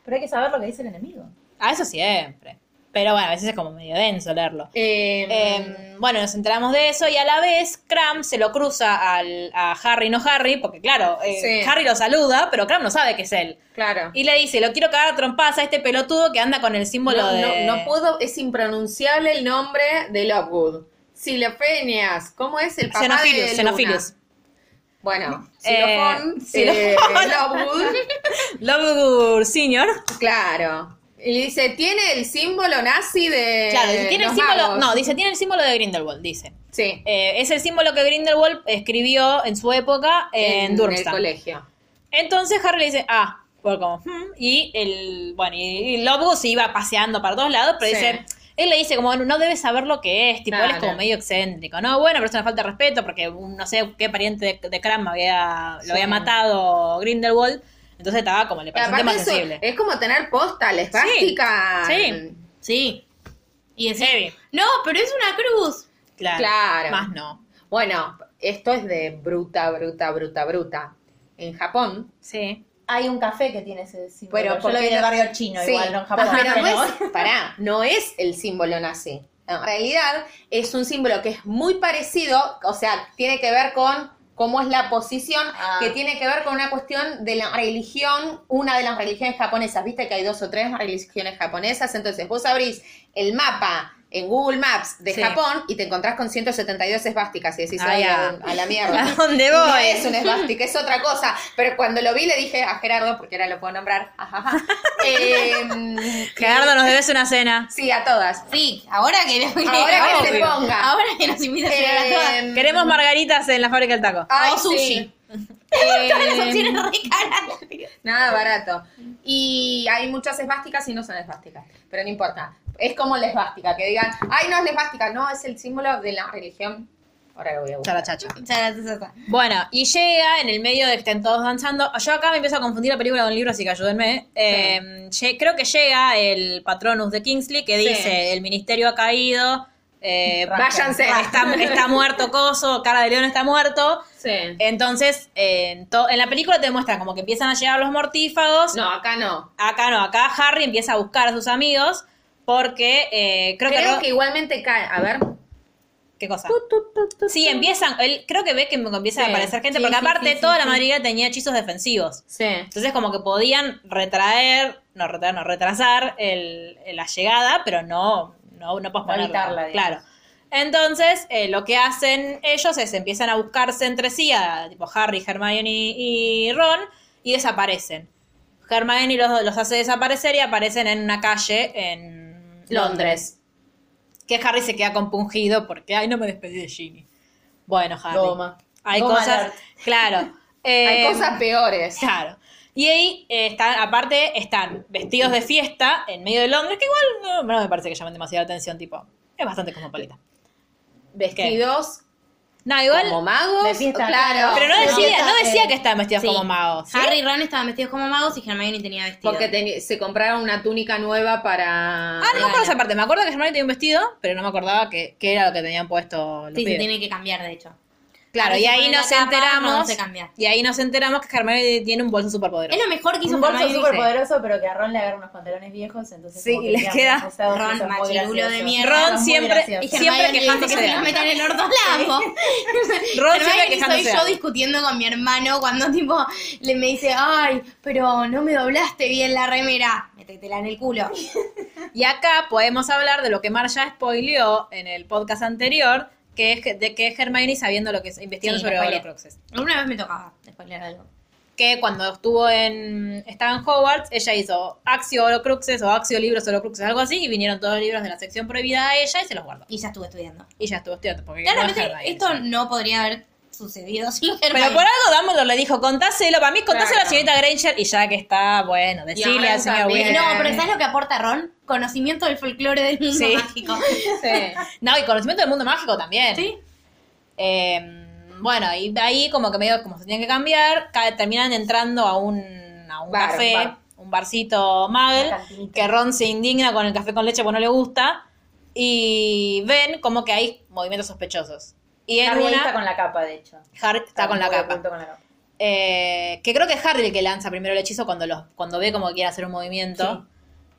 D: Pero hay que saber lo que dice el enemigo.
A: A eso siempre. Pero bueno, a veces es como medio denso leerlo.
C: Eh,
A: Eh, bueno, nos enteramos de eso y a la vez Cram se lo cruza al, a Harry, no Harry, porque claro, eh,
C: Sí.
A: Harry lo saluda, pero Cram no sabe que es él.
C: claro.
A: Y le dice, lo quiero cagar a trompadas a este pelotudo que anda con el símbolo
C: no,
A: de...
C: no, no puedo, es impronunciable el nombre de Lovewood. Xilofenias. ¿Cómo es el papá
A: Xenophilus,
C: de
A: Xenophilus.
C: Luna? Bueno,
A: Eh,
C: Xilofón,
A: Xilofón.
C: eh, Lovewood,
A: Lovegood Senior.
C: claro. Y le dice, tiene el símbolo nazi de
A: Claro, dice, tiene el
C: Eh, los
A: símbolo.
C: magos.
A: No, dice, tiene el símbolo de Grindelwald, dice.
C: Sí,
A: Eh, es el símbolo que Grindelwald escribió en su época en,
C: en el
A: Durmstrang.
C: colegio.
A: Entonces Harry le dice, ah, por como, hmm, y el, bueno, y, y Lovegood se iba paseando para todos lados, pero
C: Sí.
A: dice, él le dice como, no debes saber lo que es, tipo, él es
C: Claro.
A: como medio excéntrico, no, bueno, pero es una falta de respeto porque un- no sé qué pariente de, de Cram había, lo había matado Grindelwald, entonces estaba como, le
C: Pero
A: parecía un tema
C: aparte eso, eh,
A: sensible.
C: es como tener posta, la esvástica.
A: Sí.
B: Sí. Y decís,
A: Heavy.
B: no, pero es una cruz.
A: Claro.
C: Claro.
A: Más no.
C: Bueno, esto es de bruta, bruta, bruta, bruta. En Japón,
A: Sí.
D: Hay un café que tiene ese símbolo.
C: Pero
D: yo lo vi
C: porque
D: en el
C: no-
D: barrio chino,
C: Sí,
D: igual, no en Japón.
C: Pero
A: Pues,
C: no es, pará, no es el símbolo nazi. En realidad es un símbolo que es muy parecido, o sea, tiene que ver con cómo es la posición,
D: Ah.
C: que tiene que ver con una cuestión de la religión, una de las religiones japonesas. Viste que hay dos o tres religiones japonesas, entonces vos abrís el mapa en Google Maps de
A: Sí.
C: Japón y te encontrás con 172 esvásticas y decís,
A: Ay,
C: "Ay, a,
A: ah.
C: a la mierda.
A: ¿A dónde
C: No
A: voy?
C: es una esvástica, es otra cosa. Pero cuando lo vi le dije a Gerardo, porque ahora lo puedo nombrar, ajá, ajá. Eh,
A: Gerardo, nos debes una cena.
C: Sí, a todas.
B: Sí, ahora que,
C: Ahora que se
B: Obvio.
C: ponga.
B: Ahora que nos invita a cenar a todas.
C: Eh,
A: Queremos margaritas en la fábrica del taco.
C: ay,
B: o
C: sí.
B: sushi.
C: Eh,
B: Todas las opciones re caras.
C: nada barato. Y hay muchas esvásticas y no son esvásticas, pero no importa. Es como la esvástica, que digan, ay, no es la esvástica, no, es el símbolo de la religión. Ahora lo voy a buscar.
A: Chala, chacha.
B: Ya, ya, ya, ya.
A: Bueno, y llega en el medio de que están todos danzando. Yo acá me empiezo a confundir la película con el libro, así que ayúdenme. Eh, lle- creo que llega el patronus de Kingsley que
C: Sí.
A: dice, el ministerio ha caído. eh,
C: Váyanse.
A: Está, está muerto Coso, Cara de León está muerto.
C: Sí.
A: Entonces, eh, en, to- en la película te muestran como que empiezan a llegar los mortífagos.
C: No, acá no.
A: Acá no, acá Harry empieza a buscar a sus amigos porque eh, creo, que...
C: Creo
A: Ro-
C: que igualmente cae. A ver.
A: ¿Qué cosa? Sí, empiezan, él, creo que ve que empieza a
C: Sí,
A: aparecer gente,
C: sí,
A: porque
C: sí,
A: aparte
C: sí,
A: toda
C: sí,
A: la
C: sí.
A: madriguera tenía hechizos defensivos.
C: Sí.
A: Entonces como que podían retraer, no retraer, no retrasar el, el- la llegada, pero no, no, no posponerla.
D: evitarla, digamos.
A: claro. Entonces, eh, lo que hacen ellos es empiezan a buscarse entre sí, a, tipo Harry, Hermione y, y Ron, y desaparecen. Hermione los, los hace desaparecer y aparecen en una calle en
C: Londres.
A: que Harry se queda compungido porque, ay, no me despedí de Ginny. Bueno, Harry.
D: Goma.
A: Hay
D: Goma
A: cosas.
D: alert.
A: Claro.
C: Hay
A: Eh,
C: cosas peores.
A: Claro. Y ahí eh, están, aparte, están vestidos de fiesta en medio de Londres, que igual no, no me parece que llamen demasiada atención, tipo, es bastante cosmopolita.
C: Vestidos
A: No, igual.
C: como magos.
D: De fiesta,
C: claro.
A: pero no decía,
D: fiesta,
A: no decía
D: eh,
A: que estaban vestidos
B: sí.
A: como magos. ¿sí?
B: Harry y Ron estaban vestidos como magos y Hermione tenía vestido.
C: Porque teni- se compraron una túnica nueva para.
A: Ah, no me acuerdo esa parte. Me acuerdo que Hermione tenía un vestido, pero no me acordaba que, que era lo que tenían puesto los
B: Sí, se
A: pibes.
B: tiene que cambiar, de hecho.
A: Claro, y
B: Parece
A: ahí
B: poner la
A: nos
B: capa,
A: enteramos.
B: no se cambia.
A: y ahí nos enteramos que Hermione tiene un bolso superpoderoso.
B: Es lo mejor que hizo
D: un bolso
B: Hermione,
D: súper
B: dice.
D: poderoso, pero que a Ron le agarra unos pantalones viejos, entonces
A: Sí,
D: como que
A: y le
D: quedan
A: queda
D: ajustados,
B: Ron
D: eso es muy
B: machirulo
D: gracioso.
B: de mierda.
A: Ron
D: Eso es muy
A: siempre-
B: Y
D: gracioso.
A: siempre
B: Hermione le dice
A: quejándose
B: que
A: de
B: se los
A: algo.
B: metan en el orto lavo.
A: Ron siempre
B: Hermione soy
A: quejándose. de
B: yo
A: algo.
B: discutiendo con mi hermano cuando tipo le me dice, ay, pero no me doblaste bien la remera. Métetela en el culo.
A: Y acá podemos hablar de lo que Mar ya spoileó en el podcast anterior, que es que- de que es Hermione sabiendo lo que es, investigando
B: Sí,
A: sobre
B: spoileé.
A: Horcruxes.
B: Alguna vez me tocaba spoilear algo.
A: Que cuando estuvo en, estaba en Hogwarts, ella hizo Axio Horcruxes o Axio Libros Horcruxes, algo así, y vinieron todos los libros de la sección prohibida a ella y se los guardó.
B: Y ya estuve estudiando.
A: Y ya estuvo estudiando, porque no es
B: Claramente,
A: Hermione.
B: esto no podría haber sucedido sin Hermione.
A: Pero por algo Dumbledore le dijo, contáselo, para mí contáselo a la
C: Claro.
A: señorita Granger, y ya que está, bueno, decirle
C: ahora
A: al señor
C: también.
A: Weasley.
B: No, pero ¿sabes lo que aporta Ron? Conocimiento del folclore del mundo
A: Sí.
B: mágico.
C: Sí.
A: No, y conocimiento del mundo mágico también.
B: Sí.
A: Eh, bueno, y de ahí como que medio como se tenían que cambiar, ca- terminan entrando a un, a un
C: Bar,
A: café,
C: bar.
A: un barcito mal,
D: Una cantinita.
A: que Ron se indigna con el café con leche porque no le gusta, y ven como que hay movimientos sospechosos. Y en
D: Harry ahí
A: una,
D: está con la capa, de hecho.
A: Harry está con la
D: muy a
A: capa.
D: punto con la capa.
A: Eh, que creo que es Harry el que lanza primero el hechizo cuando, los, cuando ve como que quiere hacer un movimiento.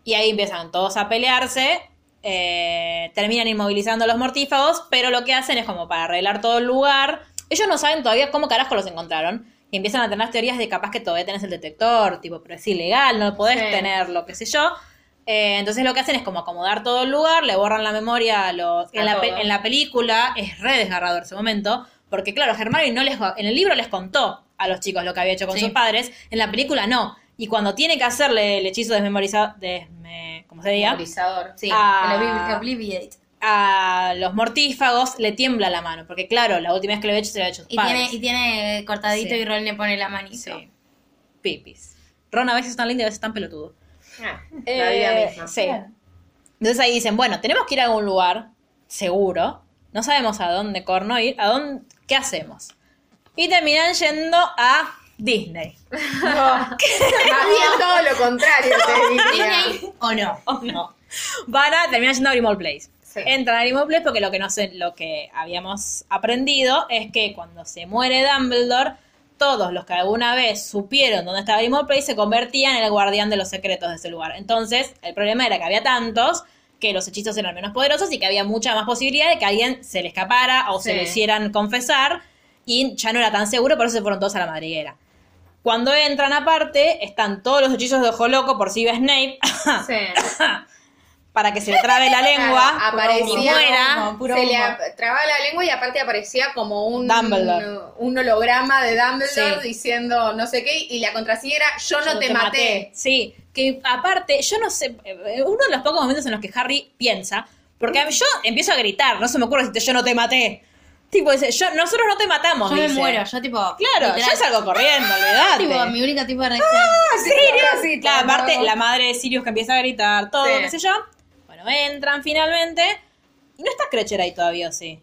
A: Y ahí empiezan todos a pelearse. eh, terminan inmovilizando a los mortífagos, pero lo que hacen es como para arreglar todo el lugar. Ellos no saben todavía cómo carajo los encontraron. Y empiezan a tener las teorías de capaz que todavía tenés el detector, tipo, pero es ilegal, no podés tenerlo, qué sé yo. Eh, entonces lo que hacen es como acomodar todo el lugar, le borran la memoria a los...
B: A
A: En la, pe-
B: todos.
A: en la película es re desgarrador ese momento, porque claro, Hermione no les... En el libro les contó a los chicos lo que había hecho con
B: Sí.
A: sus padres, en la película no. Y cuando tiene que hacerle el hechizo desmemorizado... Desme, ¿Cómo se diga?
C: Memorizador.
B: Sí,
A: Ah.
B: el obli- Obliviate.
A: A los mortífagos le tiembla la mano, porque claro, la última vez que lo había hecho se lo había hecho a sus
B: Y
A: padres.
B: tiene, y tiene cortadito
A: Sí.
B: y Ron le pone la manito.
A: Sí. Pipis. Ron a veces es tan lindo y a veces es tan pelotudo.
C: Ah, la vida
A: Eh,
C: misma.
A: Sí. Entonces ahí dicen, bueno, tenemos que ir a algún lugar seguro. No sabemos a dónde corno ir, a dónde, ¿qué hacemos? Y terminan yendo a Disney.
C: Más bien todo lo contrario, te diría.
B: Disney o no.
A: ¿O no? Van a terminar yendo a Grimmauld Place.
C: Sí.
A: Entran a Grimmauld Place porque lo que, no sé, lo que habíamos aprendido es que cuando se muere Dumbledore, todos los que alguna vez supieron dónde estaba Grimmauld Place se convertían en el guardián de los secretos de ese lugar. Entonces, el problema era que había tantos que los hechizos eran menos poderosos y que había mucha más posibilidad de que alguien se le escapara o se
C: Sí.
A: lo hicieran confesar y ya no era tan seguro, por eso se fueron todos a la madriguera. Cuando entran aparte, están todos los hechizos de Ojo Loco por si ve Snape,
C: Sí.
A: para que se le trabe la lengua
C: Claro, aparecía
A: y muera.
D: como- puro
C: se le
D: humo.
C: ap- trababa la lengua y aparte aparecía como un,
A: Dumbledore.
C: un holograma de Dumbledore
A: Sí.
C: diciendo no sé qué y la contraseña era yo no
A: Yo
C: te, maté.
A: Sí, que aparte, yo no sé, eh, uno de los pocos momentos en los que Harry piensa, porque a mí- yo empiezo a gritar, no se me ocurre decirte yo no te maté. Tipo, dice, yo, nosotros no te matamos.
B: Yo me
A: dice.
B: muero, yo tipo.
A: Claro, yo
B: literal,
A: salgo corriendo, olvidate.
B: tipo, mi única tipo de reacción.
A: Sirius.
C: Sí,
A: Claro,
C: todo.
A: aparte la madre de Sirius que empieza a gritar, todo,
C: Sí.
A: qué sé yo. Bueno, entran finalmente. Y no está Crecher ahí todavía, ¿o sí.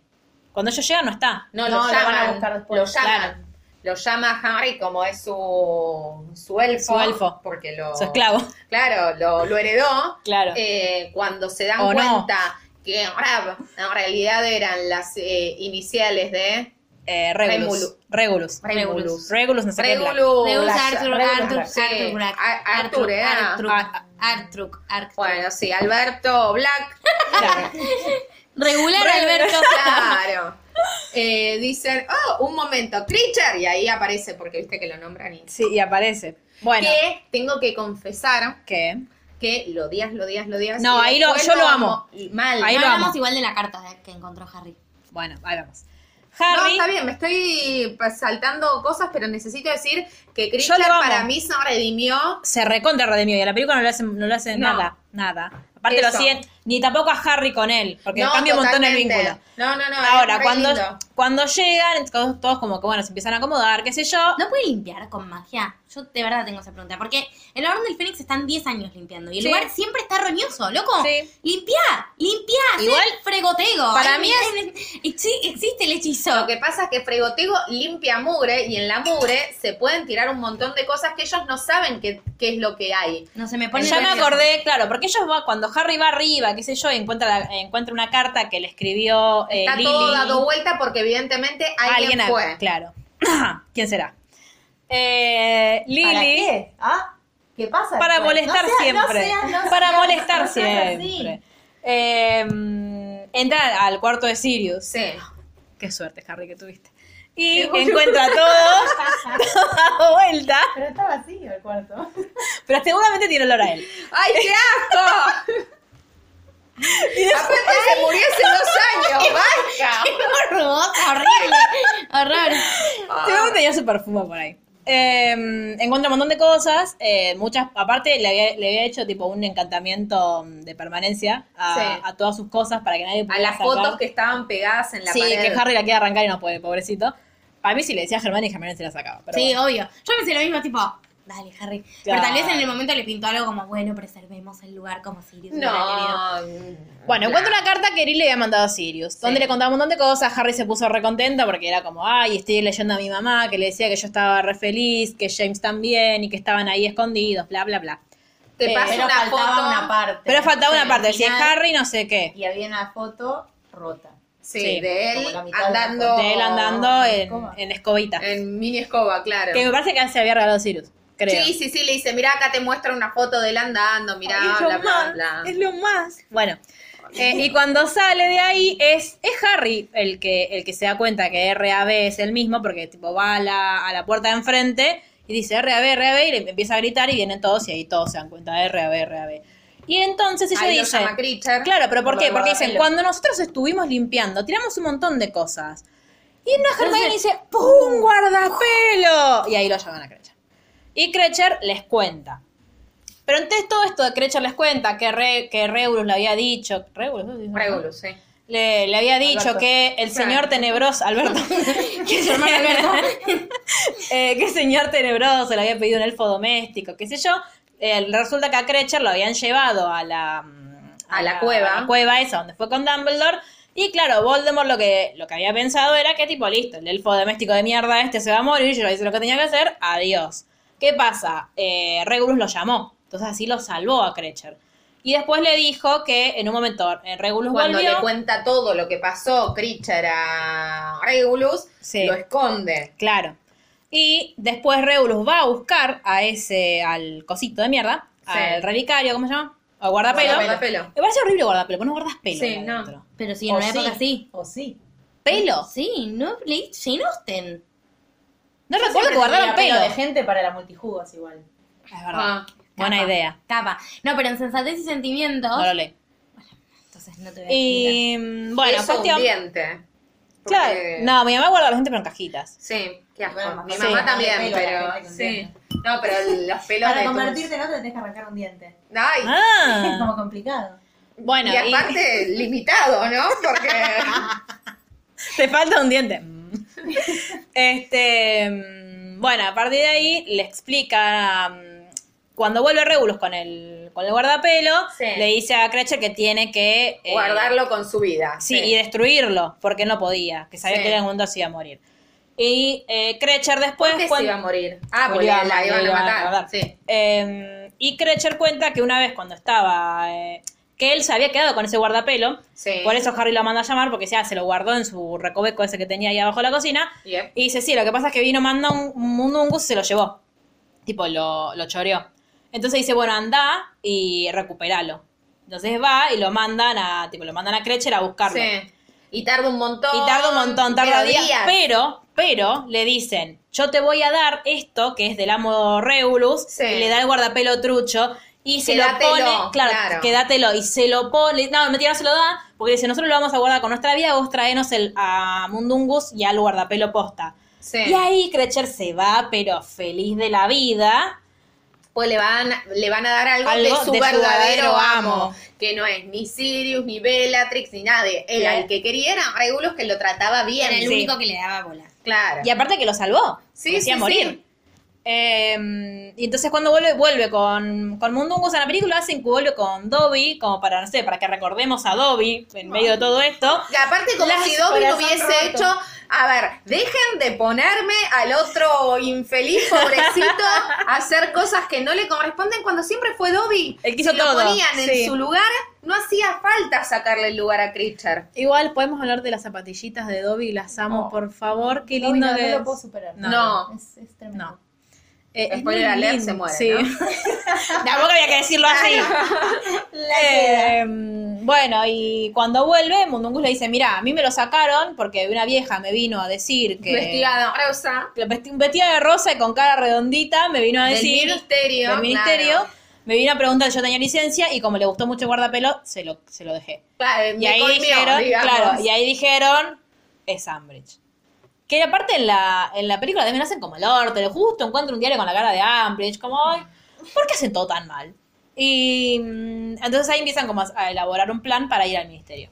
A: Cuando ellos llegan no está.
C: No,
D: No,
C: lo,
D: lo
C: llaman,
D: van a buscar después.
C: Lo llaman. Lo llama Harry como es su, su elfo.
A: Su elfo.
C: Porque lo,
A: Su esclavo.
C: Claro, lo, lo heredó.
A: Claro.
C: Eh, cuando se dan
A: O no.
C: cuenta que ahora, en realidad eran las eh, iniciales de
A: Eh, Regulus.
C: Remulu.
A: Regulus.
C: Regulus.
A: Regulus, no sé qué. Black.
C: Regulus.
B: Reus, Arthur,
D: Reus,
B: Arthur,
D: Black.
C: Sí.
B: Arthur, Black.
C: Ar-
B: Arthur,
C: Arthur, era.
B: Arthur,
A: Ah,
B: Arthur, Arthur.
C: Bueno, sí, Alberto Black.
A: Claro.
B: Regular Alberto.
C: Claro. Eh, dicen, oh, un momento, Creature, y ahí aparece porque viste que lo nombran. y-
A: Sí, y aparece. Bueno,
C: Que tengo que confesar
A: ¿qué?
C: que lo días, lo días, lo días.
A: No,
C: y
A: ahí lo-
C: después
A: yo lo amo.
C: Mal.
A: Ahí
B: no
A: lo amo.
B: hablamos igual de la carta eh, que encontró Harry.
A: Bueno, ahí vamos.
C: No,
A: Harry,
C: está bien, me estoy pa- saltando cosas, pero necesito decir que
A: Yo
C: Creature
A: lo amo.
C: para mí se redimió.
A: se recontra redimió y a la película no le hacen, no le hacen
C: No.
A: nada, nada. Aparte lo
C: Eso.
A: hacían, ni tampoco a Harry con él, porque
C: No,
A: cambia un montón el
C: totalmente.
A: vínculo.
C: No, no, no. es
A: Ahora,
C: re
A: cuando,
C: lindo.
A: cuando llegan, todos, todos como que bueno, se empiezan a acomodar, qué sé yo.
B: ¿No puede limpiar con magia? Yo de verdad tengo esa pregunta. Porque el orden del Fénix están 10 años limpiando. Y el
A: Sí.
B: lugar siempre está roñoso, loco.
A: Sí.
B: Limpia, limpia.
A: Igual,
B: Igual fregotego.
A: para
B: Ay,
A: mí
B: es- Sí, existe el hechizo.
C: Lo que pasa es que Fregotego limpia mugre y en la mugre se pueden tirar un montón de cosas que ellos no saben qué, qué es lo que
A: Eh,
C: hay.
B: No se me pone.
A: Pues ya me
B: nerviosa.
A: acordé, claro, porque ellos va, cuando Harry va arriba, qué sé yo, y encuentra, la- encuentra una carta que le escribió eh,
C: Está
A: Lily.
C: todo dado vuelta porque evidentemente alguien,
A: a-
C: fue.
A: Claro. ¿Quién será? Eh, Lily.
D: ¿Para qué? ¿Ah? ¿Qué pasa?
A: Para
D: después?
A: molestar
D: No seas- no
A: siempre.
D: seas- no
A: para
D: seas-
A: molestar
D: no seas así.
A: siempre. Eh, entra al cuarto de Sirius.
C: Sí.
A: Qué suerte, Harry, que tuviste. Y encuentra todo, todo dado vuelta.
D: Pero está vacío el cuarto.
A: Pero seguramente tiene olor a él.
C: ¡Ay, qué asco!
D: Ah,
C: Aparte se murió hace dos años, basta.
B: Horrorosa, horrible. Horror.
A: Seguramente tenía su perfume por ahí. Eh, encuentra un montón de cosas. eh, muchas, aparte, le había, le había hecho tipo un encantamiento de permanencia a,
C: Sí.
A: a todas sus cosas para que nadie
C: A
A: pudiera
C: las
A: sacar.
C: fotos que estaban pegadas en la
A: sí,
C: pared.
A: que Harry la quiere arrancar y no puede, pobrecito. Para mí, si le decía a Germán y Germán se la sacaba. Pero
B: sí,
A: bueno.
B: obvio. Yo pensé lo mismo, tipo, dale, Harry. Pero
A: Claro.
B: tal vez en el momento le pintó algo como, bueno, preservemos el lugar como Sirius. hubiera querido.
C: No.
A: Bueno, encuentra una carta que Lily le había mandado a Sirius, donde le contaba un montón de cosas. Harry se puso recontento porque era como, ay, estoy leyendo a mi mamá, que le decía que yo estaba re feliz, que James también y que estaban ahí escondidos, bla, bla, bla.
C: Te
A: Eh,
C: paso
D: Pero
C: una
D: faltaba
C: foto.
D: una parte.
A: Pero faltaba una
D: Al
A: parte, decía
D: final,
A: Harry no sé qué.
D: Y había una foto rota.
C: Sí,
A: Sí,
C: de él
D: como la mitad de la
C: andando.
A: De él
C: Oh,
A: andando en,
D: escoba.
A: en escobita.
C: En mini escoba, claro.
A: Que me parece que se había regalado Sirius, creo.
C: Sí, sí, sí, le dice, mirá, acá te muestra una foto de él andando, mirá, bla, bla, bla.
A: Es lo más. Bueno. eh, y cuando sale de ahí es, es Harry el que, el que se da cuenta que RAB es el mismo, porque tipo va a la, a la puerta de enfrente y dice RAB, RAB, y le empieza a gritar y vienen todos y ahí todos se dan cuenta de RAB, RAB. Y entonces ella
C: Ahí lo
A: dice,
C: llama Critcher.
A: claro, pero ¿por
C: Lo
A: qué?
C: verdadero.
A: Porque dicen, cuando nosotros estuvimos limpiando, tiramos un montón de cosas. Y una Hermione dice, ¡pum, guardapelo! Y ahí lo llaman a Crecher. Y Crecher les cuenta. Pero entonces todo esto de Crecher les cuenta, que, Re- que Regulus le había dicho, Regulus, ¿no?
C: Regulus, sí.
A: le, le había dicho
D: Alberto.
A: que el señor tenebroso, Alberto, que, Eh, que el señor tenebroso le había pedido un elfo doméstico, qué sé yo. Eh, resulta que a Crecher lo habían llevado a la, mm,
C: A la cueva.
A: a la cueva esa donde fue con Dumbledore. Y claro, Voldemort lo que, lo que había pensado era que tipo, listo, el elfo doméstico de mierda este se va a morir, yo le hice lo que tenía que hacer, adiós. ¿Qué pasa? Eh, Regulus lo llamó, entonces así lo salvó a Crecher. Y después le dijo que en un momento eh, Regulus
C: Cuando
A: volvió.
C: le cuenta todo lo que pasó Critcher a Regulus,
A: Sí.
C: lo esconde.
A: Claro. Y después Regulus va a buscar a ese, al cosito de mierda,
C: Sí.
A: al relicario, ¿cómo se llama? O guardapelo.
C: Guardapelo.
A: Me parece horrible guardapelo, porque no guardas pelo.
C: Sí,
A: ahí
C: no.
A: adentro.
B: Pero sí, en
D: O
B: una época sí.
D: O sí.
A: ¿Pelo?
B: Sí, no, leí Jane Austen.
A: No recuerdo
D: Siempre
A: que guardaran
D: tenía
A: pelo.
D: de gente para la multijugos igual.
A: Es
C: Ah,
A: verdad. Buena
B: Capa,
A: idea.
B: Capa. No, pero en sensatez y sentimientos.
A: No lo leí.
B: Entonces no te voy a explicar.
A: Y mm, bueno,
C: Eso,
A: cuestión.
C: un diente.
A: Claro.
C: Porque-
A: No, mi mamá guarda los dientes pero en cajitas.
C: Sí, qué asco.
D: Bueno,
C: Mi
D: sí.
C: mamá también,
D: Pelo, la
C: pero.
D: gente con
C: Sí.
D: dientes.
C: No, pero el- los pelos
D: Para
C: de tus-
D: convertirte en otro tenés que arrancar un diente.
C: Ay,
D: Es
A: Ah.
D: como complicado.
A: Bueno,
C: y
A: y-
C: aparte, limitado, ¿no? Porque.
A: Te falta un diente. Mm. Este, mm, bueno, a partir de ahí le explica mm, cuando vuelve Regulus con el con el guardapelo,
C: Sí.
A: le dice a Cratcher que tiene que eh,
C: Guardarlo con su vida.
A: Sí, y destruirlo, porque no podía, que sabía
C: Sí.
A: que en algún mundo se iba a morir. Y eh, Cratcher después
C: ¿Por qué se
A: cuan-
C: iba a morir? Ah, porque
A: Moría,
C: la iban a
A: guardar.
C: matar. Sí.
A: Eh, y Cratcher cuenta que una vez cuando estaba eh, que él se había quedado con ese guardapelo,
C: Sí.
A: por eso Harry lo manda a llamar porque ya se lo guardó en su recoveco ese que tenía ahí abajo de la cocina.
C: Yep.
A: Y dice, sí, lo que pasa es que vino, manda un, un mundungus y se lo llevó. Tipo, lo, lo choreó. Entonces dice, bueno, anda y recuperalo. Entonces va y lo mandan a, tipo, lo mandan a Crecher a buscarlo.
C: Sí. Y tarda un montón.
A: Y tarda un montón, tarda
C: pero
A: días, Pero, pero, le dicen, yo te voy a dar esto, que es del amo Regulus,
C: Sí.
A: y le da el guardapelo trucho, y se
C: Quédatelo,
A: lo pone, claro,
C: claro.
A: quédatelo, y se lo pone, no, mentira, no se lo da, porque dice, nosotros lo vamos a guardar con nuestra vida, vos traenos el, a Mundungus y al guardapelo posta.
C: Sí.
A: Y ahí Crecher se va, pero feliz de la vida,
C: Pues le van, le van a dar algo,
A: Algo
C: de su verdadero, amo,
A: amo.
C: Que no es ni Sirius, ni Bellatrix, ni nadie. El
A: Claro.
C: al que quería era Regulus que lo trataba bien.
B: Era el
A: Sí.
B: único que le daba bola.
C: Claro.
A: Y aparte que lo salvó.
C: Sí,
A: lo hacía
C: sí,
A: morir.
C: sí.
A: Eh, y entonces cuando vuelve, vuelve con, con Mundungus en la película, hacen que vuelve con Dobby, como para, no sé, para que recordemos a Dobby en medio de todo esto.
C: Y aparte como
A: Las
C: si Dobby lo
A: corazón
C: hubiese
A: roto.
C: hecho, a ver, dejen de ponerme al otro infeliz pobrecito a hacer cosas que no le corresponden cuando siempre fue Dobby.
A: Él quiso
C: Si lo
A: todo,
C: ponían
A: sí.
C: en su lugar, no hacía falta sacarle el lugar a Critcher.
A: Igual podemos hablar de las zapatillitas de Dobby, las amo, por favor, qué
D: No,
A: lindo
D: Oh. no,
A: que
D: no
A: es.
D: lo puedo superar.
C: No.
D: Es, es tremendo.
A: No. Eh, es
C: Spoiler
A: muy
C: alert,
A: lindo,
C: se muere,
A: sí.
C: ¿no?
A: Tampoco había que decirlo así. Eh, bueno, y cuando vuelve, Mundungus le dice, mira, a mí me lo sacaron porque una vieja me vino a decir que...
C: Investigado, Rosa,
A: La vesti- Vestida de rosa y con cara redondita me vino a
C: del
A: decir
C: ministerio.
A: del ministerio,
C: claro.
A: me vino a preguntar si yo tenía licencia y como le gustó mucho el guardapelo se lo se lo dejé
C: Claro,
A: y
C: me
A: ahí
C: colmeó,
A: dijeron
C: digamos.
A: claro y ahí dijeron es Ambridge que aparte en la en la película también hacen como el orto le justo encuentro un diario con la cara de Ambridge como ay ¿por qué hacen todo tan mal? y mm, entonces ahí empiezan como a- a elaborar un plan para ir al ministerio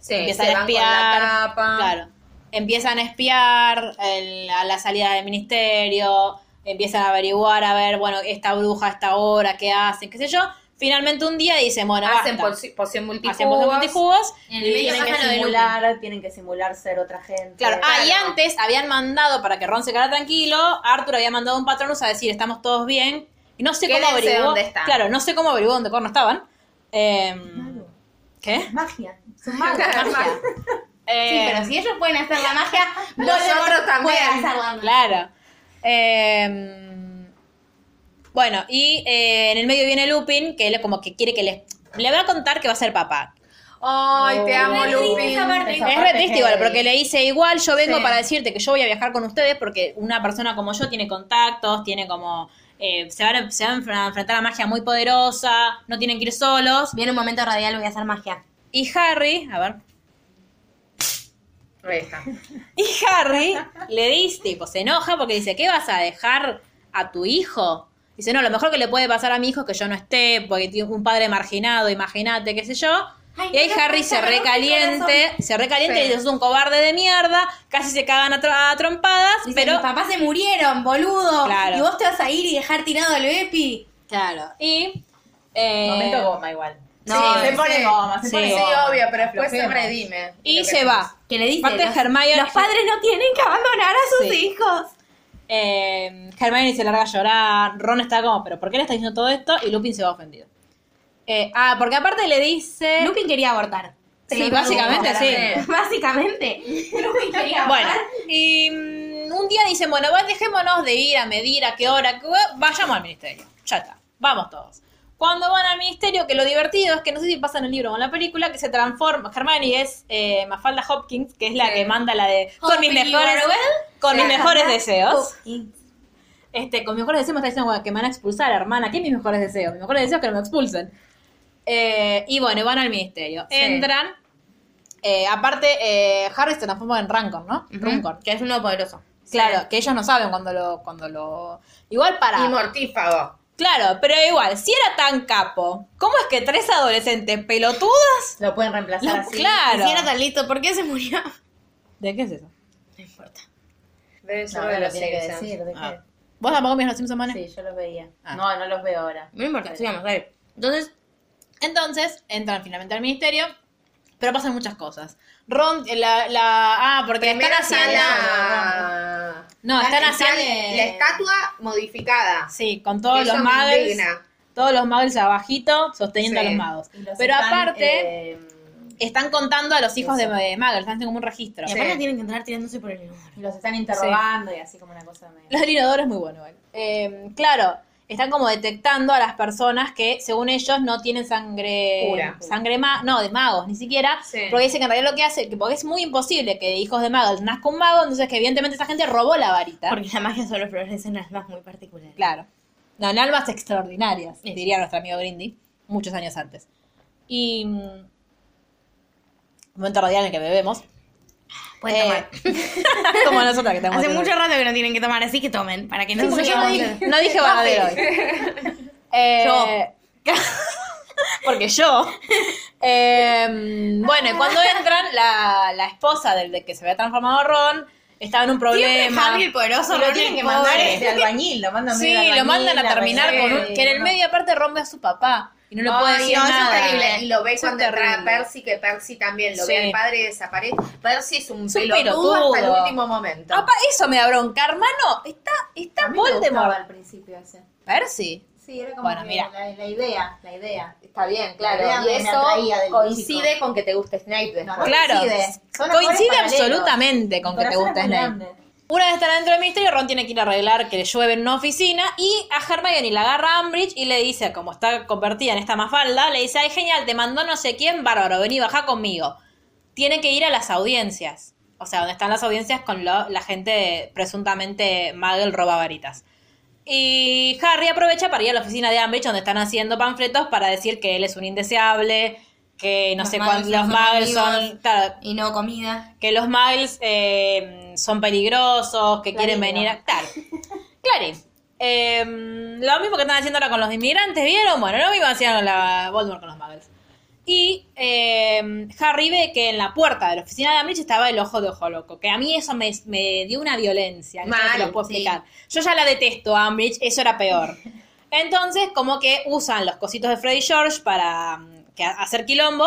C: Sí,
A: empiezan
C: se
A: a
C: van con
A: espiar.
C: la
B: Ah.
C: capa.
A: Claro. Empiezan a espiar el- a la salida del ministerio, empiezan a averiguar, a ver, bueno, esta bruja, esta hora, qué hacen, qué sé yo. Finalmente un día dicen, bueno,
C: Hacen
A: basta.
C: poci- poción
A: Hacen poción
C: multijugos.
A: multijugos.
B: En el
A: y-
B: medio
D: Tienen que
B: pasa lo de Lupin.
D: simular, tienen que simular ser otra gente.
A: Claro. Ah, y
C: Claro.
A: antes habían mandado, para que Ron se quedara tranquilo, Arthur había mandado un patronus a decir, estamos todos bien. Y no sé cómo
C: Quédense
A: averiguó.
C: donde están.
A: Claro, no sé cómo averiguó dónde corno estaban. Em,
D: Claro.
A: ¿Qué?
D: Magia. Son
C: Claro,
D: magos.
C: magia.
B: Sí,
A: Em,
B: pero si ellos pueden hacer la magia,
C: Nosotros también.
B: pueden hacer la magia.
A: Claro. Eh, bueno, y eh, en el medio viene Lupin, que él como que quiere que le... Le va a contar que va a ser papá.
C: Ay, te amo,
B: Re triste
C: Lupin.
B: esa parte.
D: Esa
A: es
D: parte
A: re triste igual,
D: heavy.
A: porque le dice igual, yo vengo
C: Sí.
A: para decirte que yo voy a viajar con ustedes porque una persona como yo tiene contactos, tiene como eh, se, van a, se van a enfrentar a magia muy poderosa, no tienen que ir solos.
B: Viene un momento radial, voy a hacer magia.
A: Y Harry, a ver,
C: Ahí está.
A: Y Harry le dice, tipo, se enoja porque dice, ¿qué vas a dejar a tu hijo? Dice, no, lo mejor que le puede pasar a mi hijo es que yo no esté, porque tiene un padre marginado, imagínate, qué sé yo.
B: Ay,
A: y ahí
B: no,
A: Harry
B: no,
A: se
B: no, no,
A: recaliente, se recaliente
C: Sí.
A: y dice, es un cobarde de mierda, casi se cagan a, tro- a trompadas,
B: Dice,
A: pero...
B: mis papás se murieron, boludo.
A: Claro.
B: Y vos te vas a ir y dejar tirado al Epi.
A: Claro. Y... eh,
D: Momento goma igual.
B: No,
C: Sí,
B: eh,
C: se pone goma, se
A: sí.
C: pone
A: Sí,
C: goma. obvio, pero después se
D: Aflojemos.
C: redime.
A: y
C: Lo que
A: se va.
B: que le dice,
A: Aparte
B: los,
A: Hermione-
B: los padres no tienen que abandonar a sus
A: Sí.
B: hijos.
A: Eh, Hermione se larga a llorar, Ron está como, pero ¿por qué le está diciendo todo esto? Y Lupin se va ofendido. Eh, ah, porque aparte le dice...
B: Lupin quería abortar.
A: Sí,
B: Se lo
A: básicamente,
B: digo.
A: sí.
B: Básicamente. Lupin quería abortar.
A: Bueno, y mm, un día dicen, bueno, va, dejémonos de ir a medir a qué hora, qué hora, vayamos al ministerio. Ya está, vamos todos. Cuando van al ministerio, que lo divertido es que no sé si pasa en el libro o en la película, que se transforma, Hermione es eh, Mafalda Hopkins, que es la que manda la de con mis
B: Hopkins,
A: mejores,
B: Orwell.
A: con mis mejores deseos.
B: Hopkins.
A: Este, con mis mejores deseos me está diciendo bueno, que me van a expulsar, hermana. ¿Qué mis mejores deseos? Mis mejores deseos es que no me expulsen. Eh, y bueno, y van al ministerio. Entran. eh, aparte, eh, Harry se transforma en Rancor, ¿no? Rancor.
B: Que es uno poderoso.
A: Claro, que ellos no saben cuando lo, cuando lo. Igual para.
C: Y mortífago.
A: Claro, pero igual, si era tan capo, ¿cómo es que tres adolescentes pelotudas?
D: Lo pueden reemplazar
A: lo-
D: así.
A: claro.
B: Si era tan listo, ¿por qué se murió?
A: ¿De qué es eso?
B: No importa.
C: Debe
D: No,
C: ser
D: no
C: de
D: lo
C: los
D: tiene que
C: Simpsons.
D: decir. ¿de qué?
A: Ah. ¿Vos tampoco miras los Simpsons, Mane?
D: Sí, yo los veía.
A: Ah.
D: No, no los veo ahora.
B: No importa, sigamos, dale. Entonces,
A: Entonces, entran finalmente al ministerio, pero pasan muchas cosas. Ron, eh, la, la ah, porque están
C: Primero está
A: haciendo
C: la...
A: No, están
C: la-
A: haciendo
C: La estatua modificada.
A: Sí, con todos
C: Eso
A: los
C: me
A: muggles,
C: indigna.
A: todos los muggles abajito sosteniendo
C: Sí.
A: a los magos.
D: Y los
A: Pero
D: están,
A: aparte-
D: eh,
A: Están contando a los hijos de, de muggles, están haciendo como un registro.
B: y aparte tienen que entrar tirándose por el inodoro.
D: y los están interrogando y así como una cosa medio.
A: Lo del inodoro es muy bueno igual. Eh, claro, están como detectando a las personas que, según ellos, no tienen sangre...
C: Pura.
A: Sangre ma no, de magos, ni siquiera.
C: Sí.
A: Porque dicen que en realidad lo que hace, que porque es muy imposible que de hijos de magos nazca un mago, entonces que evidentemente esta gente robó la varita.
B: Porque la magia solo florece en almas muy particulares.
A: Claro. No, en almas extraordinarias, diría nuestro amigo Grindy, muchos años antes. Y... mm, Momento radial en el que bebemos.
B: Pueden
A: Eh,
B: tomar.
A: Como nosotros que estamos
B: Hace
A: haciendo-
B: mucho rato que no tienen que tomar, así que tomen. Para que no
A: Sí, porque
B: se
A: yo no dije, no dije verdadero hoy. Eh, porque yo. Eh, bueno, y cuando entran, la, la esposa del de que se había transformado Ron estaba en un
B: Siempre
A: problema.
B: Harry el poderoso,
A: Y lo
B: Ron
A: tienen
B: el
A: que
B: pobre.
A: mandar
D: Es de albañil, lo mandan medio de
A: Sí, lo
D: albañil,
A: mandan a
D: la
A: terminar
D: rellena,
A: con un, que en el
D: bueno.
A: medio aparte Ron ve a su papá y no le puede
C: Ay,
A: decir
C: no, eso es
A: nada.
C: terrible. Y lo ve
A: Eso es
C: cuando entra a
A: terrible.
C: Percy, que Percy también lo ve
A: Sí.
C: al padre y desaparece. Percy es un
A: Es un
C: pelotudo hasta el
A: pelotudo.
C: último momento.
A: Apa, eso me da bronca, hermano. Está, está
D: A mí me gustaba
A: Voldemort.
D: al principio ese.
A: Percy.
D: Sí, era como
A: Bueno,
D: que
A: mira.
D: La, la idea, la idea.
C: Está bien,
D: Vean,
C: claro. Y
D: me atraía
C: eso
D: del
C: coincide
D: chico.
C: con que te guste Snape después.
D: No, no.
A: Claro.
D: Coincide. Son
A: Coincide
D: amores paralelos.
A: absolutamente con que te gusta Snape. Una vez están adentro del ministerio, Ron tiene que ir a arreglar que le llueve en una oficina y a Hermione la agarra a Umbridge y le dice, como está convertida en esta mafalda, le dice, ay, genial, te mandó no sé quién, bárbaro, vení, baja conmigo. Tiene que ir a las audiencias, o sea, donde están las audiencias con lo- la gente presuntamente Muggle roba varitas. Y Harry aprovecha para ir a la oficina de Umbridge, donde están haciendo panfletos para decir que él es un indeseable, que no
B: Los
A: sé
B: Muggles
A: cuántos,
B: no
A: los
B: son
A: Muggles son...
B: amigos.
A: claro,
B: Y no comida.
A: que los muggles eh, son peligrosos, que quieren
D: Clarín,
A: venir a... Claro, Clarín. Em, lo mismo que están haciendo ahora con los inmigrantes, ¿vieron? Bueno, lo mismo hacían con la Voldemort con los muggles. Y em, Harry ve que en la puerta de la oficina de Ambridge estaba el ojo de ojo loco, que a mí eso me, me dio una violencia, que yo no se
C: Mal,
A: los puedo
B: sí.
A: explicar. Yo ya la detesto a Ambridge, eso era peor. Entonces, como que usan los cositos de Freddy George para mm, que- hacer quilombo,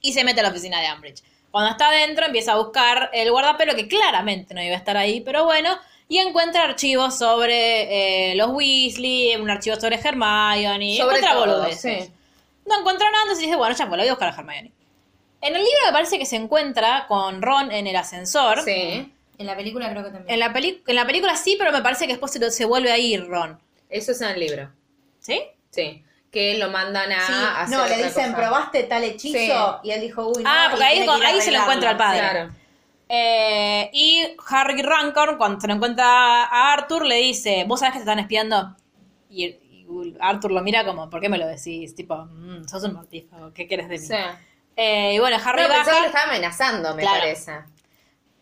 A: y se mete a la oficina de Umbridge. Cuando está adentro empieza a buscar el guardapelo que claramente no iba a estar ahí, pero bueno, y encuentra archivos sobre eh, los Weasley, un archivo sobre Hermione,
C: Sobre
A: encuentra
C: todo,
A: boludeces.
C: sí.
A: No encuentra nada, entonces dice, bueno, ya pues, lo voy a buscar a Hermione. En el libro me parece que se encuentra con Ron en el ascensor.
C: Sí.
B: En la película creo que
A: En
B: también.
A: la, peli- en la película sí, pero me parece que después se, lo- se vuelve a ir Ron.
C: Eso es en el libro.
A: ¿Sí?
C: Sí. Que lo mandan a
A: Ah,
D: Sí,
C: hacer
D: no, le
C: otra
D: dicen,
C: cosa.
D: probaste tal hechizo.
C: Sí.
D: Y él dijo, uy,
A: Ah,
D: no,
A: porque
D: y
A: ahí
D: tiene
A: con-
D: que ir a
A: ahí se lo encuentra el
D: arreglarlo.
A: padre.
C: Claro.
A: Eh, y Harry Rancor, cuando se lo encuentra a Arthur, le dice, ¿vos sabés que te están espiando? Y, y Arthur lo mira como, ¿por qué me lo decís? Tipo, "Mm, sos un mortífago, ¿qué quieres de mí?
C: Sí.
A: Eh, y bueno, Harry
G: No, pensaba que
A: baja.
G: lo estaba amenazando, me
A: Claro.
G: parece.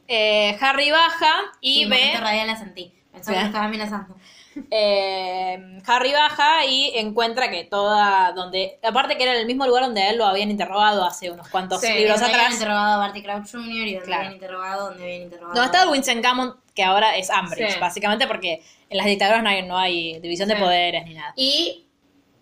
A: eh, Harry baja y
B: Sí,
A: ve.
B: momento radial la sentí. Pensaba
A: Sí.
B: que me estaba amenazando.
A: Eh, Harry baja y encuentra que toda donde aparte que era el mismo lugar donde a él lo habían interrogado hace unos cuantos
C: Sí,
A: libros
B: Donde habían
A: atrás.
B: interrogado a Barty Crouch Jr. y donde
A: Claro.
B: habían interrogado, donde habían interrogado.
A: Donde está el Winston Gammon, que ahora es Ambridge,
C: Sí.
A: básicamente porque en las dictaduras no hay, no hay división
C: Sí.
A: de poderes ni nada.
C: Y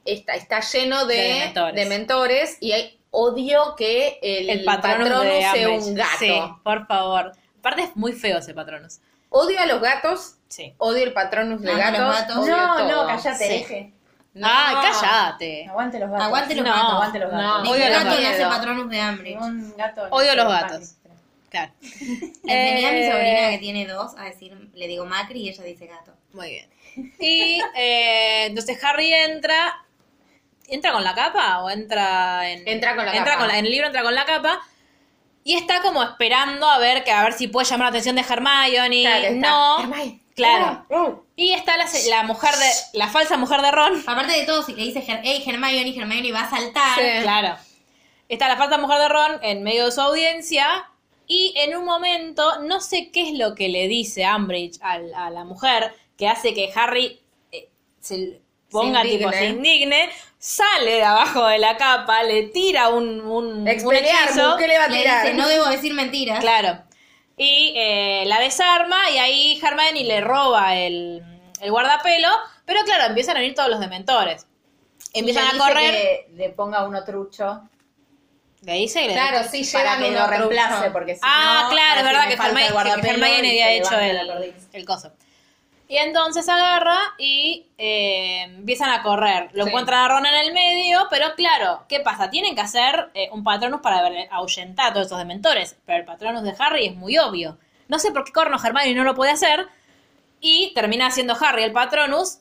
C: está, está lleno de,
A: De
C: de
A: dementores.
C: mentores. y hay odio que el,
A: El
C: patronus,
A: patronus, de
C: sea
A: Ambridge.
C: un gato.
A: Sí, por favor. Aparte es muy feo ese patronus.
C: Odio a los gatos,
A: Sí.
C: odio el patronus de
B: Amo
C: gatos.
B: los gatos.
C: odio
D: No,
C: todo.
D: no, callate,
A: Sí.
D: Eje.
C: No.
A: Ah, cállate.
D: Aguante los gatos.
B: Aguante los
A: No,
B: gatos.
D: Aguante los gatos.
C: no.
B: Ningún
A: Odio a los
B: gato le
C: gatos.
B: hace patronus de hambre.
D: Ningún gato.
A: Odio
D: no
A: los
D: se
A: gatos.
D: pasa.
A: Claro.
B: Enseñé a mi
A: Eh,
B: sobrina que tiene dos a decir, le digo Macri y ella dice gato.
A: Muy bien. Y eh, entonces Harry entra. ¿Entra con la capa o entra en.
C: Entra con la capa.
A: con en el libro entra con la capa. Y está como esperando a ver que a ver si puede llamar la atención de Hermione.
C: Claro, está.
A: no.
C: Hermione.
A: Claro.
C: Uh,
A: Y está la, se- la mujer de. la falsa mujer de Ron.
B: Aparte de todo, si le dice, Her- hey Hermione, Hermione va a saltar.
C: Sí.
A: Claro. Está la falsa mujer de Ron en medio de su audiencia. Y en un momento, no sé qué es lo que le dice Ambridge al- a, la mujer que hace que Harry eh, se ponga
C: Se
A: tipo
C: indigne.
A: se indigne, sale de abajo de la capa, le tira un, un, un
C: Expelear,
A: hechizo.
C: ¿qué le va a
B: Le
C: tirar?
B: dice, no debo decir mentiras.
A: Claro. Y eh, la desarma y ahí Hermione le roba el, el guardapelo. Pero claro, empiezan a venir todos los dementores.
D: Le
A: Empiezan a
D: dice
A: correr.
D: que le ponga uno trucho
A: Le dice y le
C: Claro, sí,
D: para
C: llevan
D: que
C: uno
D: lo
C: trucho.
D: reemplace, porque si
A: Ah,
D: no,
A: claro, es
D: ahora
A: verdad
D: sí
A: que
D: me falta el
A: Hermione, que
D: guardapelo
A: Hermione
D: y
A: había
D: se
A: hecho
D: levanta
A: el,
D: la perdiz.
A: el coso. Y entonces agarra y eh, empiezan a correr. Lo
C: Sí.
A: encuentran a Ron en el medio, pero claro, ¿qué pasa? Tienen que hacer eh, un patronus para ver- ahuyentar a todos estos dementores. Pero el patronus de Harry es muy obvio. No sé por qué corno Hermione no lo puede hacer. Y termina haciendo Harry el patronus.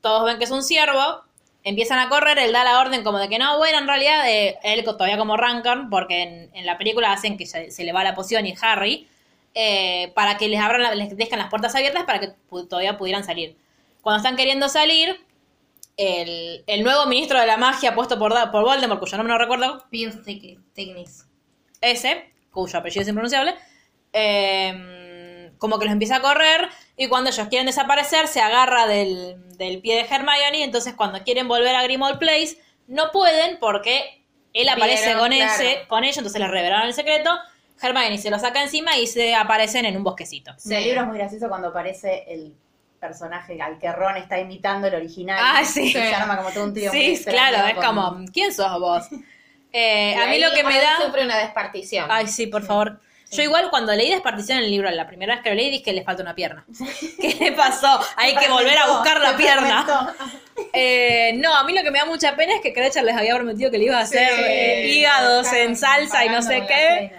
A: Todos ven que es un ciervo. Empiezan a correr, él da la orden como de que no, bueno, en realidad eh, él co- todavía como Rankin, porque en, en la película hacen que se, se le va la poción y Harry, eh, para que les abran, la- les dejan las puertas abiertas para que pu- todavía pudieran salir. Cuando están queriendo salir, el, el nuevo ministro de la magia puesto por, Da- por Voldemort, cuyo nombre no recuerdo,
B: Pius Tec- Technis.
A: ese, cuyo apellido es impronunciable, eh, como que los empieza a correr y cuando ellos quieren desaparecer se agarra del, del pie de Hermione y entonces cuando quieren volver a Grimald Place no pueden porque él aparece
C: Vieron,
A: con
C: claro.
A: ese, con ellos, entonces les revelaron el secreto. Hermione se lo saca encima y se aparecen en un bosquecito.
D: En el libro es muy gracioso cuando aparece el personaje al que Ron está imitando el original.
A: Ah, sí.
D: Y Se arma como todo un tío. muy
A: Sí,
D: extraño
A: claro, es
D: con-
A: como, ¿quién sos vos? Eh,
C: Y
A: a mí
C: ahí
A: lo que me
C: Ron
A: da...
C: sufre una despartición.
A: Ay, sí, por favor. Yo igual cuando leí Despartición en el libro, la primera vez que lo leí dije que le falta una pierna. ¿Qué le pasó? Hay que volver a buscar la pierna. Eh, no, a mí lo que me da mucha pena es que Cratcher les había prometido que le iba a hacer eh, hígados en salsa y no sé qué.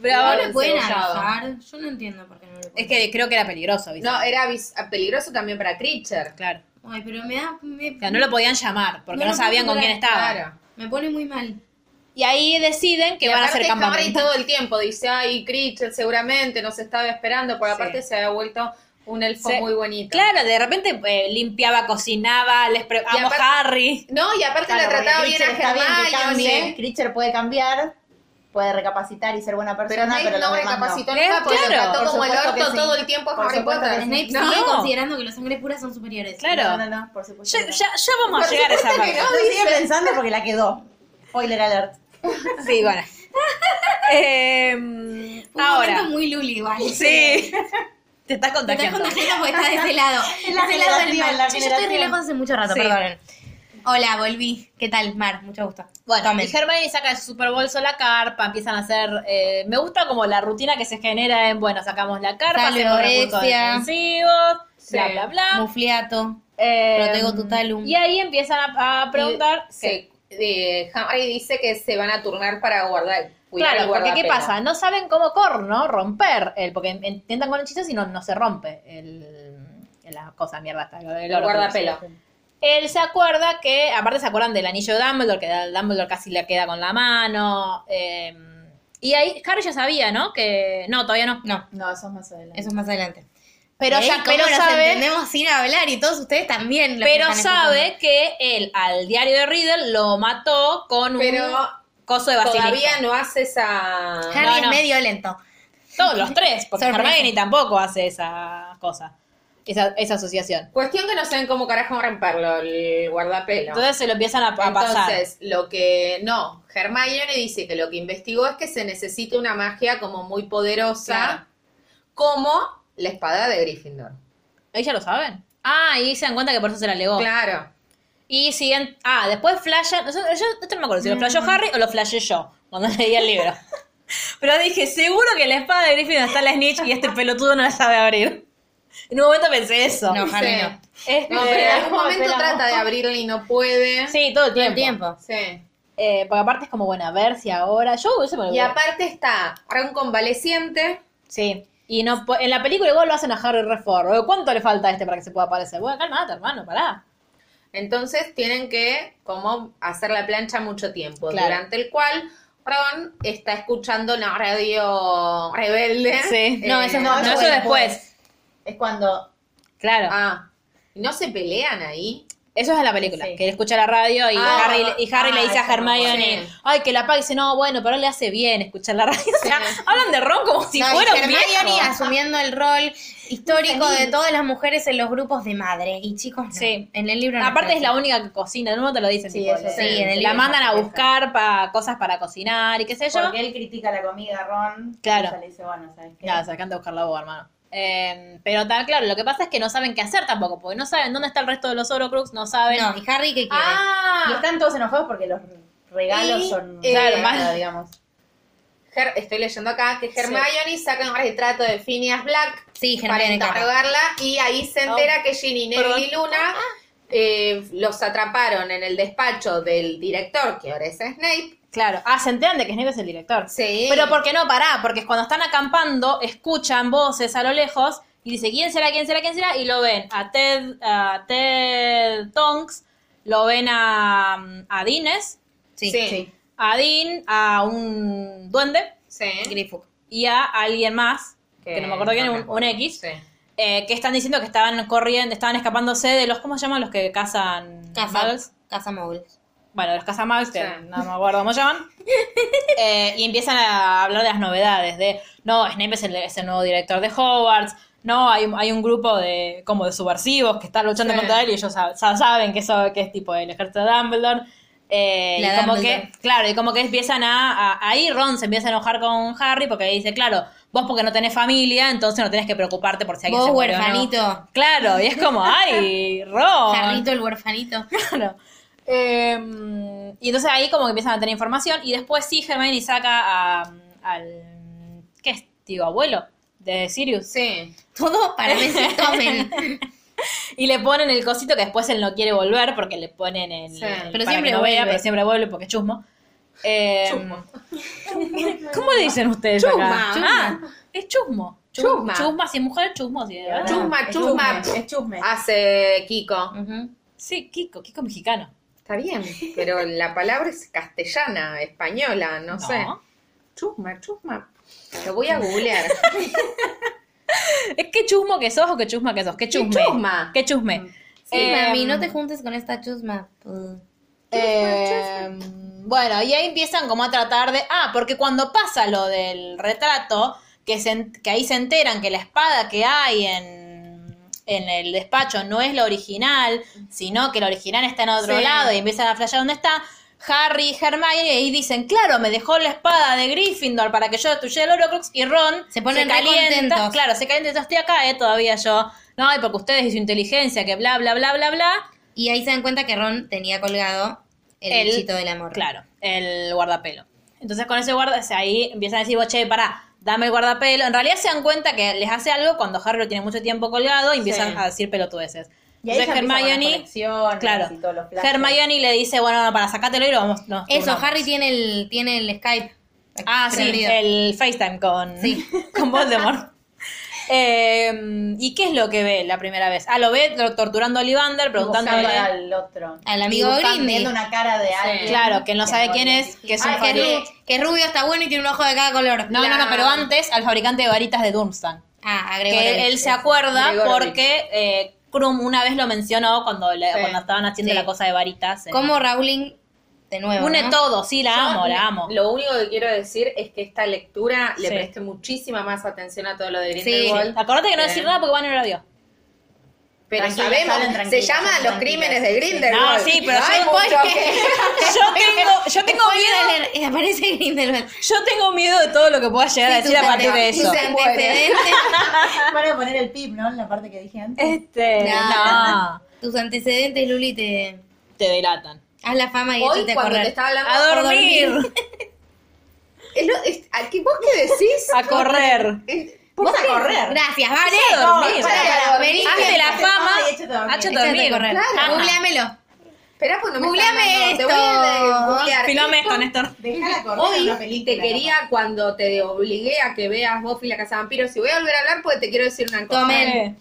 A: Pero
B: ¿No
A: ahora-
B: le pueden
C: encebollado.
B: arrojar? Yo no entiendo por qué no le pueden.
A: es que creo que era peligroso, ¿viste?
C: No, era vis- peligroso también para Creature.
A: Claro.
B: Ay, pero me da... Me,
A: O sea, no lo podían llamar porque
B: No
A: no,
B: lo
A: sabían con
B: puedo
A: quién estaba.
C: Claro.
B: me pone muy mal.
A: Y ahí deciden que
C: Y
A: van a
C: aparte
A: hacer
C: Harry
A: campamento.
C: todo el tiempo dice, ay, Critchell seguramente nos estaba esperando, por aparte se había vuelto un elfo
A: Sí.
C: muy bonito.
A: Claro, de repente eh, limpiaba, cocinaba, les pre-
C: Y
A: amo
C: aparte-
A: Harry.
C: No, y aparte
D: Claro,
C: la
D: porque
C: trataba bien a
D: Critcher está bien que cambie,
C: Hermione.
D: Critcher puede cambiar, puede recapacitar y ser buena
C: pero
D: persona,
C: Snape
D: pero,
C: no
D: los demás
C: recapacitó
A: Eh,
C: nunca porque lo
A: claro.
C: trató
D: Por
C: como el
D: supuesto que
C: orto
D: sí.
C: todo el tiempo a
D: Por
C: Harry
D: supuesto que
C: Potter.
D: sí.
B: Snape
A: No.
B: sigue considerando que las sangres puras son superiores.
A: Claro.
D: No, no, no, por supuesto.
A: Ya,
D: que no.
A: ya, ya vamos a
C: Por
A: llegar a esa
C: supuesto que
A: parte.
C: no.
D: Lo sigue pensando porque la quedó. Spoiler alert.
A: Sí, bueno. Em,
B: Fue un
A: ahora.
B: momento muy luli igual.
A: Sí. Te estás
B: Te estás
A: contagiando.
B: contagiando porque estás de ese lado.
D: la
B: De ese lado del
D: generación,
B: mar.
D: la
B: Yo, yo estoy re
D: generación.
B: lejos hace mucho rato,
A: Sí.
B: perdonen. Hola, volví. ¿Qué tal, Mar? Mucho gusto.
A: Bueno,
B: Tomen.
A: y Hermione saca de su super bolso la carpa, empiezan a hacer... eh, me gusta como la rutina que se genera en, bueno, sacamos la carpa,
B: Sale
A: hacemos recursos
B: orexia.
A: defensivos,
C: Sí.
A: bla, bla, bla.
B: Mufliato.
A: Em,
B: protego totalum.
A: Y ahí empiezan a, a preguntar...
C: Y- sí, eh, Harry dice que se van a turnar para guardar. cuidar el
A: Claro, porque ¿qué
C: guardapelo.
A: pasa? No saben cómo corno romper, el, porque intentan con hechizos y no, no se rompe el, la cosa mierda. Está,
C: El guardapelo.
A: Él se acuerda que, aparte se acuerdan del anillo de Dumbledore, que a Dumbledore casi le queda con la mano. eh, y ahí Harry ya sabía, ¿no? Que no, todavía no.
B: No,
D: No, eso es más adelante.
B: eso es más adelante.
A: Pero,
B: Ey,
A: ya,
B: ¿cómo
A: pero
B: nos
A: sabe,
B: entendemos sin hablar y todos ustedes también. los que
A: pero
B: están
A: sabe
B: escuchando.
A: que él al diario de Riddle lo mató con
C: Pero
A: un coso de basilisco.
C: Todavía no haces a...
B: Harry
A: No,
B: es
A: no.
B: medio lento.
A: Todos los tres, porque
B: Sorpresa.
A: Hermione tampoco hace esa cosa, esa, esa asociación.
C: Cuestión que no saben cómo carajo romperlo, el guardapelo.
A: Entonces se lo empiezan a, a pasar.
C: Entonces, lo que no, Hermione dice que lo que investigó es que se necesita una magia como muy poderosa,
A: Claro.
C: como la espada de Gryffindor.
A: Ahí ya lo saben. Ah, y se dan cuenta que por eso se la legó.
C: Claro.
A: Y siguen. Ah, después flashan. Yo, yo esto no me acuerdo si lo flashó Harry o lo flashé yo cuando leí el libro. Pero dije, seguro que la espada de Griffin está en la snitch y este pelotudo no la sabe abrir. En un momento pensé eso.
B: No, Harry
C: Sí.
B: no.
A: Este-
C: No, pero en algún
D: ¿cómo
C: momento
D: esperamos?
C: trata de abrirla y no puede.
A: Sí, todo el tiempo.
B: Tiempo.
C: Sí.
A: Eh, porque aparte es como, bueno, a ver si ahora. Yo hubiese me lo
C: Y aparte está Ron convaleciente.
A: Sí. Y no, po- en la película igual lo hacen a Harry Reforro. ¿Cuánto le falta a este para que se pueda aparecer? Bueno, calmate, hermano, pará.
C: Entonces tienen que como hacer la plancha mucho tiempo,
A: Claro.
C: durante el cual Ron está escuchando una radio rebelde.
A: Sí. No, eso no,
D: Eh, no,
A: eso
D: eso
A: después.
D: Es cuando.
A: Claro.
C: Ah, ¿no se pelean ahí?
A: Eso es en la película,
D: Sí.
A: que él escucha la radio y
C: Ah,
A: Harry, y Harry
D: ah,
A: le dice a
D: eso no,
A: Hermione,
C: sí.
A: ay, que la apague. Y dice, no, bueno, pero a él le hace bien escuchar la radio. O sea,
C: Sí.
A: hablan de Ron como si
B: No, y
A: fuera un
B: Hermione
A: viejo.
B: asumiendo el rol histórico de todas las mujeres en los grupos de madre. Y chicos, no.
A: Sí.
B: En el libro no
A: Aparte es la
B: aparece.
A: única que cocina, no te lo dicen.
D: Sí,
A: tipo,
D: eso
A: sí,
B: sí, en el
A: la
B: libro
A: mandan a
D: aparece.
A: buscar para cosas para cocinar y qué sé yo.
D: Porque él critica la comida a Ron.
A: Claro.
D: Y ella le dice, bueno, ¿sabes qué?
A: Nada, se acaban de buscar la boba, hermano. Eh, pero está claro, lo que pasa es que no saben qué hacer tampoco, porque no saben dónde está el resto de los Orocrux, no saben.
B: No, y Harry, ¿qué quiere?
D: Y
C: Ah,
D: están todos enojados porque los regalos
C: Y,
D: son.
C: eh,
D: nada,
A: mal.
D: digamos.
C: Her- estoy leyendo acá que Hermione saca un retrato de Phineas Black
B: sí,
C: para
B: Hermione Carr.
C: interrogarla y ahí se
A: Oh.
C: entera que Ginny, Neville y Luna
A: Ah.
C: eh, los atraparon en el despacho del director, que ahora es Snape.
A: Claro. Ah, se enteran de que Snape es el director.
C: Sí.
A: Pero porque no, pará, porque cuando están acampando, escuchan voces a lo lejos y dice, ¿quién será, quién será, quién será? Y lo ven a Ted, a Ted Tonks, lo ven a, a Dines,
B: Sí,
C: Sí.
B: sí.
A: a Dean, a un duende
C: Sí.
B: Grifo.
A: y a alguien más, que no me acuerdo quién,
C: no
A: un,
C: me acuerdo.
A: un X,
C: Sí.
A: eh, que están diciendo que estaban corriendo, estaban escapándose de los, ¿cómo se llaman los que cazan?
B: Casa,
A: muggles?
B: casa Mogul.
A: Bueno, los cazamags, que
C: Sí.
A: no me acuerdo cómo llaman. Eh, y empiezan a hablar de las novedades, de, no, Snape es el, es el nuevo director de Hogwarts, no, hay, un- hay un grupo de como de subversivos que están luchando
C: Sí.
A: contra él y ellos sab- sa- saben que, eso, que es tipo el ejército de Dumbledore. Eh,
B: La
A: y como
B: Dumbledore.
A: que, claro, y como que empiezan a, a- Ahí Ron se empieza a enojar con Harry porque le dice, claro, vos porque no tenés familia, entonces no tenés que preocuparte por si alguien
B: Vos,
A: se muere o no".
B: huerfanito.
A: Claro, y es como, ay, Ron.
B: Jarrito el huerfanito.
A: Claro. Eh, y entonces ahí como que empiezan a tener información y después sí Hermione saca a- al ¿qué es? Tío abuelo de Sirius
C: Sí.
B: Todo para que se tomen.
A: y le ponen el cosito que después él no quiere volver porque le ponen el,
C: Sí,
A: el-
B: pero
A: para
B: siempre
A: que no vea,
B: vuelve.
A: pero siempre vuelve porque es chusmo. Eh, ¿Cómo le dicen ustedes acá?
C: Chusma.
A: Ah, es chusmo. Chum-
C: Chusma.
A: Chusma, si es mujer, chusmo, si de verdad.
C: Chusma,
D: Es
C: chusma. Ah,
D: chusme, Es chusme.
C: Hace Kiko.
B: Ujú.
A: Sí, Kiko, Kiko mexicano.
C: Está bien, pero la palabra es castellana, española, no, sé. Chusma, chusma. Lo voy a googlear.
A: Es que chusmo que sos o que chusma que sos. Que chusme.
C: chusma.
A: Que chusme.
B: Sí,
A: Eh,
B: mami, no te juntes con esta chusma. Uh.
A: Eh, bueno, y ahí empiezan como a tratar de. Ah, porque cuando pasa lo del retrato, que, se en- que ahí se enteran que la espada que hay en, en el despacho no es la original, sino que la original está en otro
C: Sí.
A: lado y empiezan a flashear dónde está. Harry y Hermione y ahí dicen, claro, me dejó la espada de Gryffindor para que yo destruyera el Horcrux y Ron
B: Se ponen re contentos.
A: claro, se calienta, estoy acá, eh, todavía yo, no, y porque ustedes y su inteligencia, que bla, bla, bla, bla, bla,
B: Y ahí se dan cuenta que Ron tenía colgado el,
A: El-
B: bichito del amor.
A: Claro, el guardapelo. Entonces con ese guarda, o sea, ahí empiezan a decir, "Vos, che, pará, dame el guardapelo. En realidad se dan cuenta que les hace algo cuando Harry lo tiene mucho tiempo colgado y empiezan
C: Sí.
A: a decir pelotudeces.
D: Y ahí ya
A: Entonces
D: empieza con las
A: Hermione,
D: conexiones
A: claro,
D: y todos los flashes.
A: Hermione le dice, bueno, no, para sacátelo y lo vamos. nos
B: Eso,
A: turnamos".
B: Harry tiene el, tiene el Skype.
A: Ah, sí,
B: prendido.
A: el FaceTime con,
B: Sí.
A: con Voldemort. Eh, ¿Y qué es lo que ve la primera vez? Ah, lo ve lo- torturando a Olivander, preguntándole.
D: Dibujando al otro.
B: Al amigo
D: Dibujando,
B: Grindy.
D: viendo una cara de alguien.
A: Claro, que no sabe
D: no
A: quién es,
D: identifica.
A: que es un
B: Ah, que,
A: favorito.
B: ru- que rubio está bueno y tiene un ojo de cada color.
A: No, no, no, pero antes al fabricante de varitas de Durmstrang.
B: Ah, agregó
A: que él se acuerda
C: Gregorovich.
A: porque eh, Krum una vez lo mencionó cuando, le-
C: Sí.
A: cuando estaban haciendo
B: Sí.
A: la cosa de varitas. eh.
B: Como Rowling, de nuevo.
A: Une
B: ¿no?
A: todo, sí, la amo, la amo.
C: Lo único que quiero decir es que esta lectura le
A: Sí.
C: preste muchísima más atención a todo lo de
A: Sí.
C: Grindelwald.
A: Acordate que no
C: Eh,
A: decir nada porque van en radio.
C: Pero
D: Tranquilas, hablen
C: sabemos, se
D: tranquilas,
C: llama
D: hablen
C: Los
D: tranquilas.
C: Crímenes de Grindelwald.
A: No, sí, pero
C: No
A: yo-
C: hay mucho que-
A: Yo tengo, yo tengo miedo.
B: Spoiler alert, eh, Aparece Grindelwald.
A: Yo tengo miedo de todo lo que pueda llegar a
B: Sí,
A: decir a
B: sus
A: partir de
B: ante-
A: eso.
B: sus antecedentes,
D: Van a poner el pip, ¿no? En la parte que dije antes.
A: Este,
B: No.
A: no.
B: tus antecedentes, Luli, te...
A: Te delatan.
B: Haz la fama y
C: Hoy,
B: échate a
C: cuando
B: correr.
C: te estaba hablando...
A: A dormir.
C: Es lo- es- ¿a qué- ¿Vos qué decís?
A: A correr.
C: Es- Vos a correr.
B: Gracias, vale.
A: a dormir.
B: Pará, pará,
C: Pará,
B: vení,
C: dormir.
A: Hazte
B: vení,
A: la fama.
D: Ay, échate a Ah, dormir.
A: Hazte a
B: échate a
A: dormir.
B: correr.
C: Claro.
B: Googleamelo.
C: Esperá, pues no me
B: Googleame
C: están dando, te voy a
B: esto.
C: googlear.
A: Filome esto, Néstor.
D: Dejala correr en una
C: Hoy te
D: película,
C: quería, cuando te obligué a que veas Buffy la Casa de Vampiros, y voy a volver a hablar porque te quiero decir una cosa.
B: Tomen.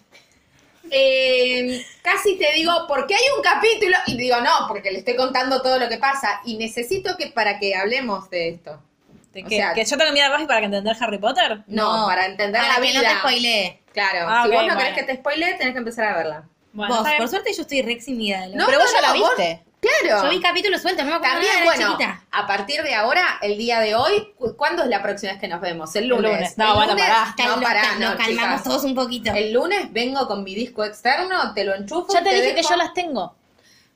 C: Eh, casi te digo, porque hay un capítulo, y digo, no, porque le estoy contando todo lo que pasa, y necesito que para que hablemos de esto.
A: ¿De
C: O
A: qué?
C: sea-
A: ¿Que yo tengo que mirar Buffy para entender Harry Potter?
C: No, para entender
B: para
C: la
B: que
C: vida.
B: no te spoilee.
C: Claro,
A: Ah,
C: si
A: ok,
C: vos no
A: bueno.
C: querés que te spoile, tenés que empezar a verla.
A: Bueno,
B: vos,
A: está bien.
B: por suerte yo estoy re eximida. de lo-
C: No,
A: Pero vos
C: no,
A: ya la
C: no, vos-
A: viste.
C: Claro.
B: Yo vi capítulos sueltos, no me acuerdo
C: También,
B: nada, era
C: bueno,
B: chiquita.
C: a partir de ahora, el día de hoy, cu- ¿cuándo es la próxima vez que nos vemos? El lunes.
A: lunes. No,
C: El
A: bueno,
C: lunes-
A: pará.
B: Cal-
C: No,
B: nos-
C: pará,
B: nos
C: no,
B: calmamos
C: chicas.
B: todos un poquito.
C: El lunes vengo con mi disco externo, te lo enchufo.
A: Ya te dije que
C: dejo-
A: yo las tengo.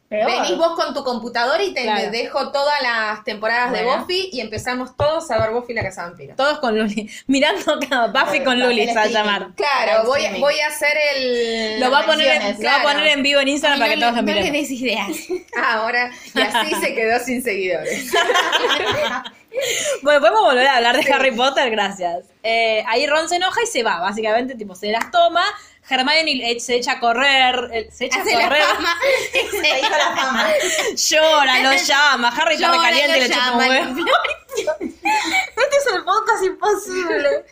D: Pero
C: Venís vos con tu computadora y te
A: Claro.
C: dejo todas las temporadas de
D: Bueno.
C: Buffy y empezamos todos a ver Buffy la Casa Vampiro.
A: Todos con Luli. Mirando cada Buffy con Luli se va a llamar.
C: Claro,
D: Para
C: voy,
D: streaming.
C: voy a hacer el.
A: Lo va a poner en,
C: Claro.
A: lo va a poner en vivo en Instagram para que
B: no,
A: todos lo
B: le- no le
A: miren.
B: des ideas.
C: Ah, Ahora, y así se quedó sin seguidores.
A: Bueno, podemos volver a hablar de Harry Potter, gracias. Eh, ahí Ron se enoja y se va, básicamente, tipo, se las toma. Hermione eh, se echa a correr, eh, se echa
B: Hace
A: a
B: la
A: correr,
B: fama.
D: Se hizo la fama.
A: llora, lo llama. Harry está
B: Llora,
A: recaliente y
B: lo
A: le chupa un
B: llama,
A: huevo.
C: este es el podcast imposible.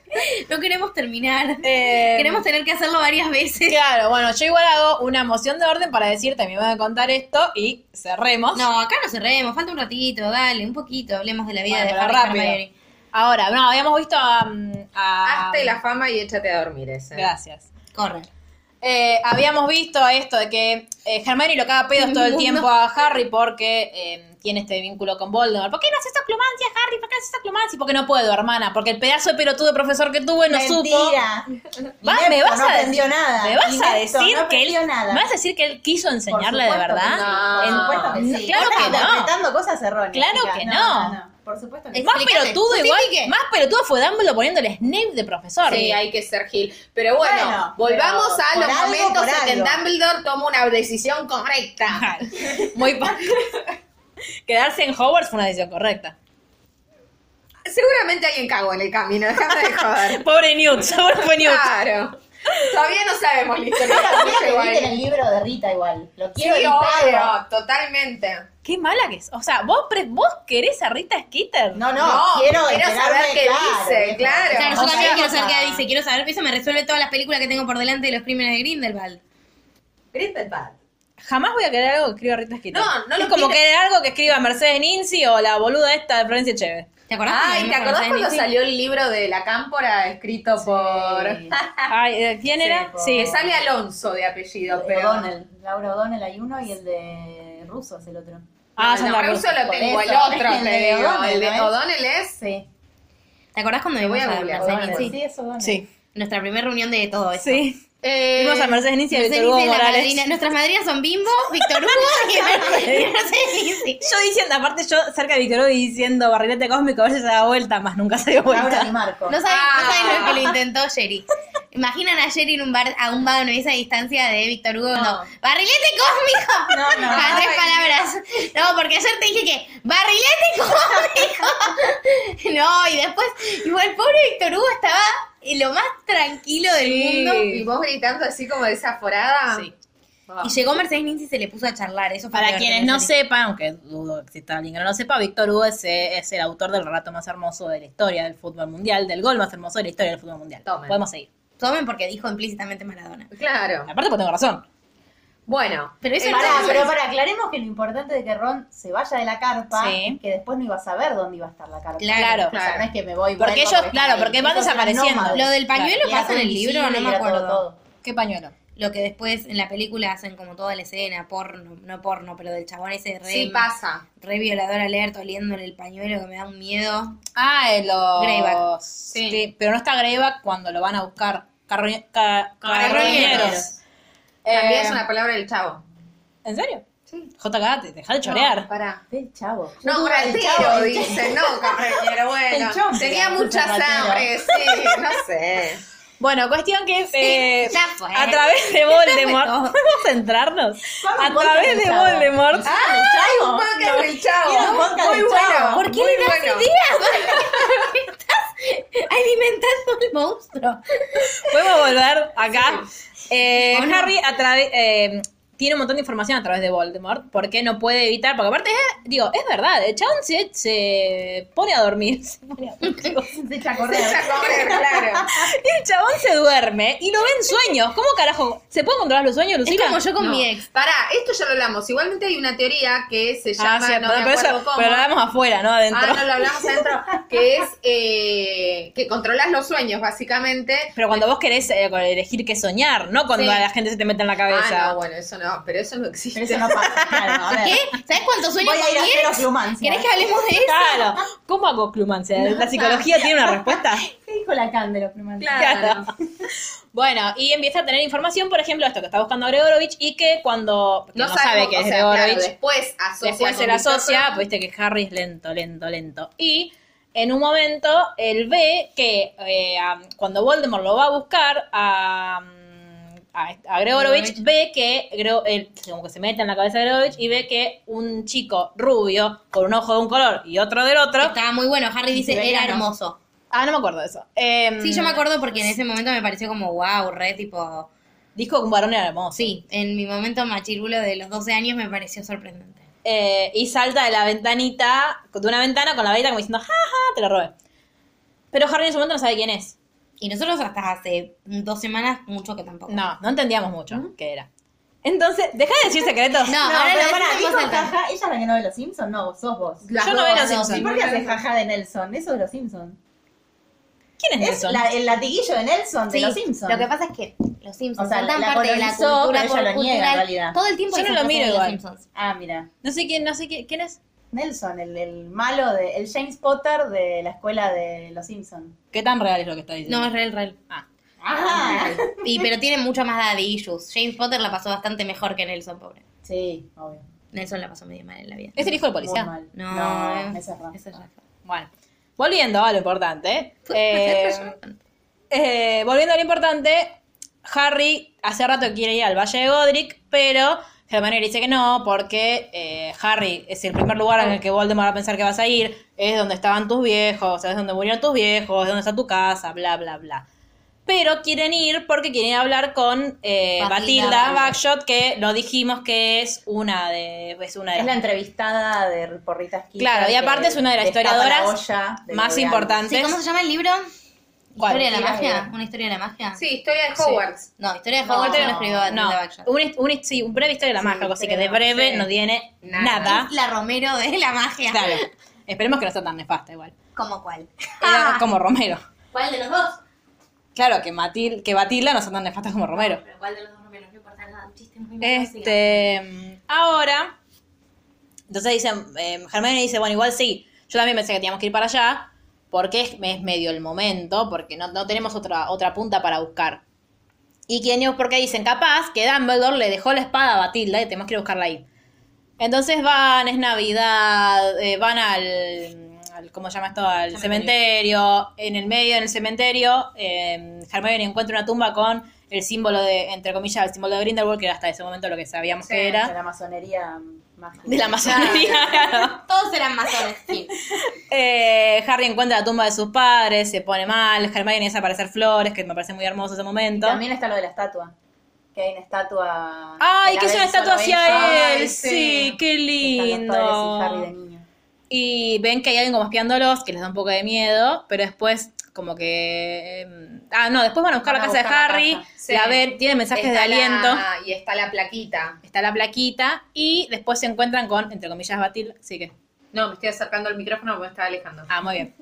B: No queremos terminar.
A: Eh,
B: Queremos tener que hacerlo varias veces.
A: Claro, bueno, yo igual hago una moción de orden para decirte, me van a contar esto y cerremos.
B: No, acá no cerremos, falta un ratito, dale, un poquito, hablemos de la vida
A: Bueno,
B: de
A: pero
B: Harry
A: rápido.
B: Hermione.
A: Ahora, no, habíamos visto a... mm, a-
C: Hazte la fama y échate a dormir ese.
A: Gracias.
B: Corre.
A: Eh, habíamos visto esto de que eh, Hermione lo caga pedos todo el tiempo a Harry porque eh, tiene este vínculo con Voldemort. ¿Por qué no haces esta clumancia, Harry? ¿Por qué no haces esta clumancia? Porque no puedo, hermana. Porque el pedazo de pelotudo profesor que tuve no supo. Va,
D: Mentira. Inepto,
A: me vas
D: no
A: a
D: aprendió nada.
A: ¿Me vas a
D: Inepto,
A: decir
D: no
A: que
D: aprendió
A: él,
D: nada.
A: ¿me vas a decir que él quiso enseñarle de
D: supuesto que
A: verdad?
D: sí,
A: En-
D: Por supuesto que sí.
A: Claro
D: Estás
A: que no.
D: interpretando cosas erróneas.
A: Claro
D: chica.
A: que no.
D: no. no, Por supuesto que
B: Es-
D: no.
A: Más
B: Explícate,
A: pelotudo igual,
B: justifique.
A: más pelotudo fue Dumbledore poniéndole Snape de profesor.
C: Sí, hay que ser Gil. Pero bueno,
D: Bueno,
C: volvamos
D: pero
C: a los
D: por algo,
C: momentos
D: por
C: en que
D: algo.
C: Dumbledore toma una decisión correcta.
A: Muy poco. Quedarse en Hogwarts fue una decisión correcta.
C: Seguramente alguien cagó en el camino, déjame de joder.
A: Pobre Newt, seguro fue Newt.
C: Claro. Todavía no sabemos la historia.
D: Quiero que
C: Llegó
D: editen
C: ahí.
D: el libro de Rita igual. Lo
C: Sí,
D: quiero editado.
C: obvio, totalmente.
A: Qué mala que es. O sea, vos, pre- vos querés a Rita Skeeter.
D: No, no, quiero,
C: quiero
D: enterarme,
C: saber qué
D: claro,
C: dice,
D: viejo.
C: claro.
B: Claro, yo
D: o
B: también
D: sea,
B: quiero
D: o
B: saber
D: sea-
B: qué dice, quiero saber, eso me resuelve todas las películas que tengo por delante de los crímenes de Grindelwald.
D: Grindelwald.
A: Jamás voy a querer algo que escriba Rita Skeeter.
C: No, no
A: Es
C: lo
A: como
C: quiero.
A: querer algo que escriba Mercedes Ninzi o la boluda esta de Florencia Cheve.
B: ¿Te acordás?
C: Ay,
B: Cuando
C: ¿te
B: me
C: acordás
B: conocés,
C: cuando
B: Nico?
C: salió el libro de La Cámpora escrito por...
A: Ay, eh, ¿quién
D: Sí,
A: era?
D: por-
A: Sí.
C: Que sale Alonso de apellido, pero...
D: O'Donnell. Laura O'Donnell hay uno y el de Russo es el otro.
A: Ah,
C: no,
A: Sandra
C: pero
A: Cruz.
C: yo lo
D: Por
C: tengo, el
D: eso,
C: otro
D: es el
C: te
D: de
C: digo.
D: O'Donnell,
C: El de
D: ¿no es?
C: O'Donnell es...
D: Sí.
B: ¿Te acordás cuando
C: Te voy
B: vimos
C: a
B: a
C: googlear,
B: Mercedes
D: O'Donnell.
B: Ninzi?
D: Sí, es O'Donnell.
A: Sí.
B: Nuestra primera reunión de todo esto.
A: Sí.
C: Eh,
A: Vimos a Mercedes Ninzi y a
B: Mercedes
A: Víctor Hugo
B: Ninzi es la
A: Morales.
B: madrina. Nuestras madrinas son Bimbo, Víctor Hugo y Mercedes Ninzi.
A: Yo diciendo, aparte yo cerca de Víctor Hugo y diciendo barrilete cósmico, a ver si se da vuelta, más nunca se dio
D: Laura Di
A: vuelta.
D: Marco.
B: No saben, no
C: Ah.
B: saben lo que lo intentó Jerry. Imaginan a Jerry en un bar, a un vano a esa distancia de Víctor Hugo. No. ¡Barrilete cósmico!
D: No, no.
B: Cada tres palabras. No, porque ayer te dije que ¡Barrilete cósmico! No, y después, igual pobre Víctor Hugo estaba en lo más tranquilo del mundo.
C: Y vos gritando así como desaforada.
A: Sí.
C: Ah.
B: Y llegó Mercedes Ninzi y se le puso a charlar. Eso fue
A: Para
B: peor,
A: quienes no
B: Mercedes.
A: sepan, aunque dudo que exista alguien que no lo sepa, Víctor Hugo es, eh, es el autor del relato más hermoso de la historia del fútbol mundial, del gol más hermoso de la historia del fútbol mundial.
C: Tomen.
A: Podemos seguir.
B: Tomen porque dijo implícitamente Maradona.
C: Claro.
A: Aparte, pues tengo razón.
C: Bueno,
B: Pero eso
C: Entonces-
B: no
D: Pará, pero para aclaremos que lo importante de que Ron se vaya de la carpa
A: Sí.
D: es que después no iba a saber dónde iba a estar la carpa.
B: Claro,
D: o sea,
C: claro.
D: no es que me voy.
A: Porque
D: vuelvo,
A: ellos-
D: voy
A: claro,
D: ahí.
A: porque van
D: Ellos eran
A: desapareciendo.
D: nómades.
B: Lo del pañuelo
D: Claro,
B: pasa en el
D: y
B: libro,
D: era
B: no me
D: todo,
B: acuerdo.
D: todo.
H: ¿Qué pañuelo?
B: Lo que después en la película hacen como toda la escena, porno, no porno, pero del chabón ese re,
C: sí pasa.
B: re violador alerta, oliéndole el pañuelo que me da un miedo.
H: Ah,
A: eh,
H: en los...
B: Greyback.
H: Sí. Pero no está Greyback cuando lo van a buscar. Carro- ca-
C: Carroñeros.
H: Carroñeros.
C: También
H: Eh,
C: es una palabra del chavo.
H: ¿En serio? Sí. JK, te- deja de chorear.
C: Para.
D: Del chavo.
C: No, carretero, dice, no, carretero, bueno.
D: El chompe,
C: Tenía
D: la
C: mucha
D: puta ratera.
C: hambre, sí, no sé.
A: Bueno, cuestión que eh,
B: ya fue.
A: a través de Voldemort, ¿podemos centrarnos?
D: ¿Cuándo
A: A
D: Voldemort
A: través de
D: estaba?
A: Voldemort,
C: Ah,
D: chavo?
C: un podcast del chavo.
D: Era un podcast
C: muy
D: del
C: bueno.
D: chavo.
B: ¿Por qué
C: muy
B: le das
C: bueno.
B: Estás alimentando el monstruo.
A: podemos volver acá. Eh,
B: ¿O no?
A: Harry a través eh, tiene un montón de información a través de Voldemort, porque no puede evitar, porque aparte, eh, digo, es verdad, el chabón se, se pone a dormir, se pone a dormir, digo,
D: Se echa a
C: Se
D: correr.
C: echa a correr, claro.
A: y el chabón se duerme y lo ven sueños. ¿Cómo carajo? ¿Se puede controlar los sueños,
B: Es
A: Lucila?
B: como yo con
C: No.
B: mi ex.
C: Pará, esto ya lo hablamos. Igualmente hay una teoría que se llama,
A: Ah, cierto,
C: no me
A: pero, eso-
C: acuerdo cómo.
A: pero lo hablamos afuera, no adentro.
C: Ah, no lo hablamos adentro. Que es eh, que controlas los sueños, básicamente.
A: Pero cuando vos querés eh, elegir qué soñar, no cuando
B: Sí.
A: la gente se te mete en la cabeza.
C: Ah, no, bueno, eso no, pero eso no existe.
D: Pero eso no pasa. Claro, a ver.
B: ¿Qué? ¿Sabes cuántos sueños
D: Voy a ir a
B: con mi
D: hacer
B: ex?
D: oclumancia.
B: ¿Querés que hablemos de eso?
A: Claro. ¿Cómo hago clumancia? ¿La psicología tiene una respuesta?
D: ¿Qué dijo la Can de los plumancia?
A: Claro. Bueno, y empieza a tener información, por ejemplo, esto que está buscando Gregorovich y que cuando que no, sabe
C: sabemos,
A: que es
C: o sea,
A: Gregorovich,
C: claro, después asocia.
A: después se
C: con
A: la
C: Victor
A: asocia, pues.
C: Frank.
A: viste que Harry es lento, lento, lento. Y en un momento él ve que eh, a- cuando Voldemort lo va a buscar a, a, a Gregorovich, ve que Gre- él, como que se mete en la cabeza de Gregorovich y ve que un chico rubio con un ojo de un color y otro del otro.
B: Estaba muy bueno. Harry dice, era hermoso.
A: Ah, no me acuerdo de eso. Em,
B: Sí, yo me
D: Mm.
B: acuerdo porque en ese momento me pareció como, wow, re tipo...
A: Dijo que un varón era hermoso.
B: Sí, en mi momento machirulo de los 12 años me pareció sorprendente.
A: Eh, y salta de la ventanita, de una ventana con la varita como diciendo, jaja, te lo robé. Pero Harry en su momento no sabe quién es.
B: Y nosotros hasta hace dos semanas, mucho que tampoco.
A: No, no entendíamos mucho qué era. Entonces, deja de decir secretos.
B: No,
D: No,
B: ahora
D: pero
B: lo
D: pará,
B: decimos
D: dijo
B: al tanto.
D: jaja, ella es la que no ve los Simpsons, no, vos sos vos.
C: Las
A: Yo no
C: dos,
A: veo los
C: dos,
A: Simpsons.
D: ¿Y por qué haces jaja de Nelson? Eso de los Simpsons.
A: ¿Quién es
D: Es
A: Nelson?
D: la- el latiguillo de Nelson de
B: Sí,
D: los Simpsons.
B: Lo que pasa es que los Simpsons
D: O sea,
B: son tan
D: la
B: parte de la
D: colonizó, pero ella
B: cultura
D: lo niega, en
B: cultural.
D: realidad.
B: Todo el tiempo
A: Yo no
B: dicen
A: lo
B: cosas
A: miro
B: de los
A: igual.
B: Simpsons.
D: Ah, mira.
A: No sé quién, no sé quién, quién es.
D: Nelson, el, el malo, de, el James Potter de la escuela de los Simpsons.
A: ¿Qué tan real es lo que está diciendo?
B: No, es real, real.
A: Ah.
D: Ah,
B: Y, pero tiene mucho más daddy issues. James Potter la pasó bastante mejor que Nelson, pobre.
D: sí, obvio.
B: Nelson la pasó medio mal en la vida.
A: Es el hijo del
D: Muy
A: policía.
D: mal.
B: No,
D: no
B: es-
D: ese es Rafa.
B: Eso es Rafa.
A: Bueno, volviendo a lo importante. eh, eh, volviendo a lo importante, Harry hace rato que quiere ir al Valle de Godric, pero Hermione le dice que no, porque eh, Harry es el primer lugar en el que Voldemort va a pensar que vas a ir, es donde estaban tus viejos, es donde murieron tus viejos, es donde está tu casa, bla, bla, bla. Pero quieren ir porque quieren ir a hablar con eh,
B: Batilda
A: Batilda
B: Backshot.
A: Backshot, que lo dijimos que es una de... Es una de
D: Es la
A: las
D: entrevistada de Porritas Quita.
A: Claro, y
D: que
A: aparte es una de las
D: destapa la
A: historiadoras
D: olla de
A: más
D: lo de
A: importantes.
B: Sí, ¿Cómo se llama el libro?
A: ¿Cuál?
B: ¿Historia de la
D: Tira
B: magia?
D: bien.
B: ¿Una historia de la magia?
C: Sí, historia de Hogwarts.
B: No, historia de
D: No,
B: Hogwarts no, la
D: no,
B: escribió Batilda
A: No,
B: Bagshot.
A: un, un- sí, un breve historia de la magia, cosa que de breve no tiene nada.
B: Es la Romero de la magia.
A: Claro. Esperemos que no sea tan nefasta igual.
B: ¿Cómo cuál?
A: Era como Romero.
B: ¿Cuál de los dos?
A: Claro, que, Matil, que Batilda no sea tan nefasta como Romero.
B: Pero ¿Cuál de los dos Romero? No importa nada. Un chiste muy malo, siga.
A: Este, ahora, entonces dicen, eh, Germán dice, bueno, igual sí, yo también pensé que teníamos que ir para allá, porque es, es medio el momento, porque no, no tenemos otra, otra punta para buscar. Y quién es porque dicen, capaz que Dumbledore le dejó la espada a Batilda y tenemos que ir a buscarla ahí. Entonces van, es Navidad, eh, van al, al- ¿cómo se llama esto? Al cementerio. En el medio del cementerio, eh, Hermione encuentra una tumba con el símbolo de, entre comillas, el símbolo de Grindelwald, que era hasta ese momento lo que sabíamos que
D: De
A: era.
D: la masonería mágica.
A: De la masonería, claro.
B: Todos eran masones, sí.
A: Eh, Harry encuentra la tumba de sus padres, se pone mal, Hermione empieza a aparecer flores, que me parece muy hermoso ese
D: Y
A: momento.
D: también está lo de la estatua. Que hay una estatua.
A: Ay,
D: la
A: que es una
D: ven
A: estatua
D: solo
A: hacia
D: ella.
A: él, sí, qué
D: Están los padres y Harry de
A: lindo.
D: niño.
A: Y ven que hay alguien como espiándolos, que les da un poco de miedo, pero después como que... eh, ah, no, después van a buscar
D: Van
A: la
D: a
A: casa de
D: buscar la
A: Harry,
D: casa.
C: Sí.
A: la ven, tiene mensajes de
C: Está la-
A: aliento,
C: y está la plaquita.
A: está la plaquita y después se encuentran con, entre comillas, Batil, así que...
C: No, me estoy acercando al micrófono porque me estaba alejando.
A: Ah, muy bien.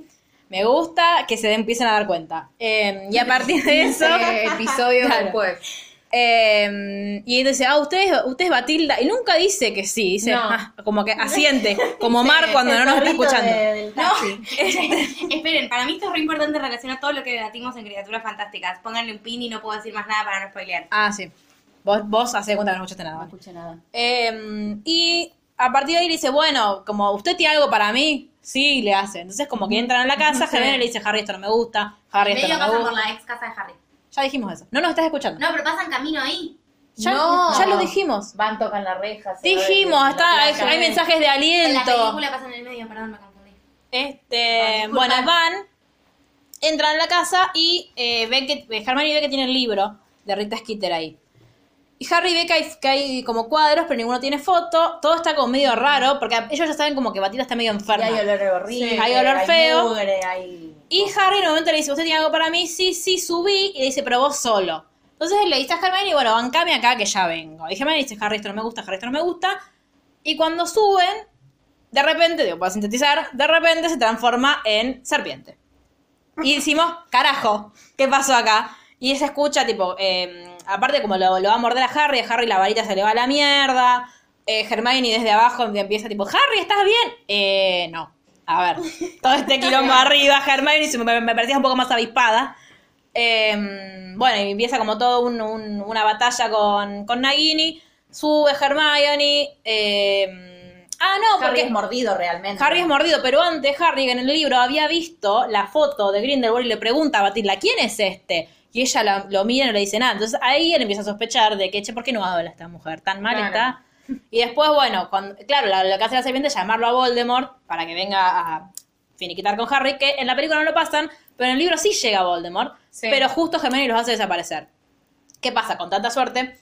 A: Me gusta que se empiecen a dar cuenta. Eh, y a partir de eso...
C: Eh, episodio
A: Claro.
C: después.
A: Eh, y dice, ah, usted es, usted es Batilda. Y nunca dice que sí, dice,
C: No.
A: "Ah", como que asiente, como Mar cuando no nos está escuchando.
B: No, esperen, para mí esto es re importante en relación a todo lo que debatimos en Criaturas Fantásticas. Pónganle un pin y no puedo decir más nada para no spoilear.
A: Ah, sí. Vos, vos hacés de cuenta que no escuchaste nada.
D: No
A: vale.
D: escuché nada.
A: Eh, y a partir de ahí le dice, bueno, como usted tiene algo para mí, sí, le hace. Entonces como que entran a la casa, se ven y le dice, Harry, esto no me gusta, Harry, esto
B: Medio
A: no me
B: pasan por
A: gusta.
B: la ex casa de Harry.
A: Ya dijimos eso. No nos estás escuchando.
B: No, pero pasan camino ahí.
A: ya,
C: No.
A: ya lo dijimos.
D: Van, tocan la reja. se
A: Dijimos,
D: abren,
A: está, hay,
D: la placa.
A: hay mensajes de
B: En la
A: aliento.
B: película pasan en el medio, perdón, me confundí.
A: Este,
B: disculpa.
A: bueno, van, entran a la casa y eh, ven que eh, Hermione ve que tiene el libro de Rita Skeeter ahí. Y Harry ve que hay, que hay como cuadros, pero ninguno tiene foto. Todo está como medio raro, porque ellos ya saben como que Batita está medio
D: Y
A: enferma.
D: hay olor horrible.
A: Sí. Hay olor feo.
D: mugre, hay-
A: Y Harry en un momento le dice, ¿usted tiene algo para mí? Sí, sí, subí. Y le dice, pero vos solo. Entonces le dice a Hermione, bueno, bancame acá que ya vengo. Y Hermione dice, Harry, esto no me gusta, Harry, esto no me gusta. Y cuando suben, de repente, digo, para sintetizar, de repente se transforma en serpiente. Y decimos, carajo, ¿qué pasó acá? Y se escucha, tipo, eh, aparte como lo, lo va a morder a Harry, a Harry la varita se le va a la mierda. Eh, Hermione desde abajo empieza tipo, Harry, ¿estás bien? Eh, no. A ver, todo este quilombo arriba, Hermione se me, me parecía un poco más avispada. Eh, bueno, y empieza como todo un- un- una batalla con, con Nagini. Sube Hermione. eh, ah, no,
D: Harry
A: porque
D: es mordido realmente.
A: Harry es mordido, pero antes Harry, que en el libro había visto la foto de Grindelwald y le pregunta a Batilda, ¿quién es este? Y ella la- lo mira y no le dice nada. Entonces ahí él empieza a sospechar de que, che, ¿por qué no habla esta mujer? Tan mal está. Y después, bueno, cuando- claro, la- lo que hace la serpiente es llamarlo a Voldemort para que venga a finiquitar con Harry, que en la película no lo pasan, pero en el libro sí llega Voldemort,
C: Sí.
A: pero justo Gemini los hace desaparecer. ¿Qué pasa? Con tanta suerte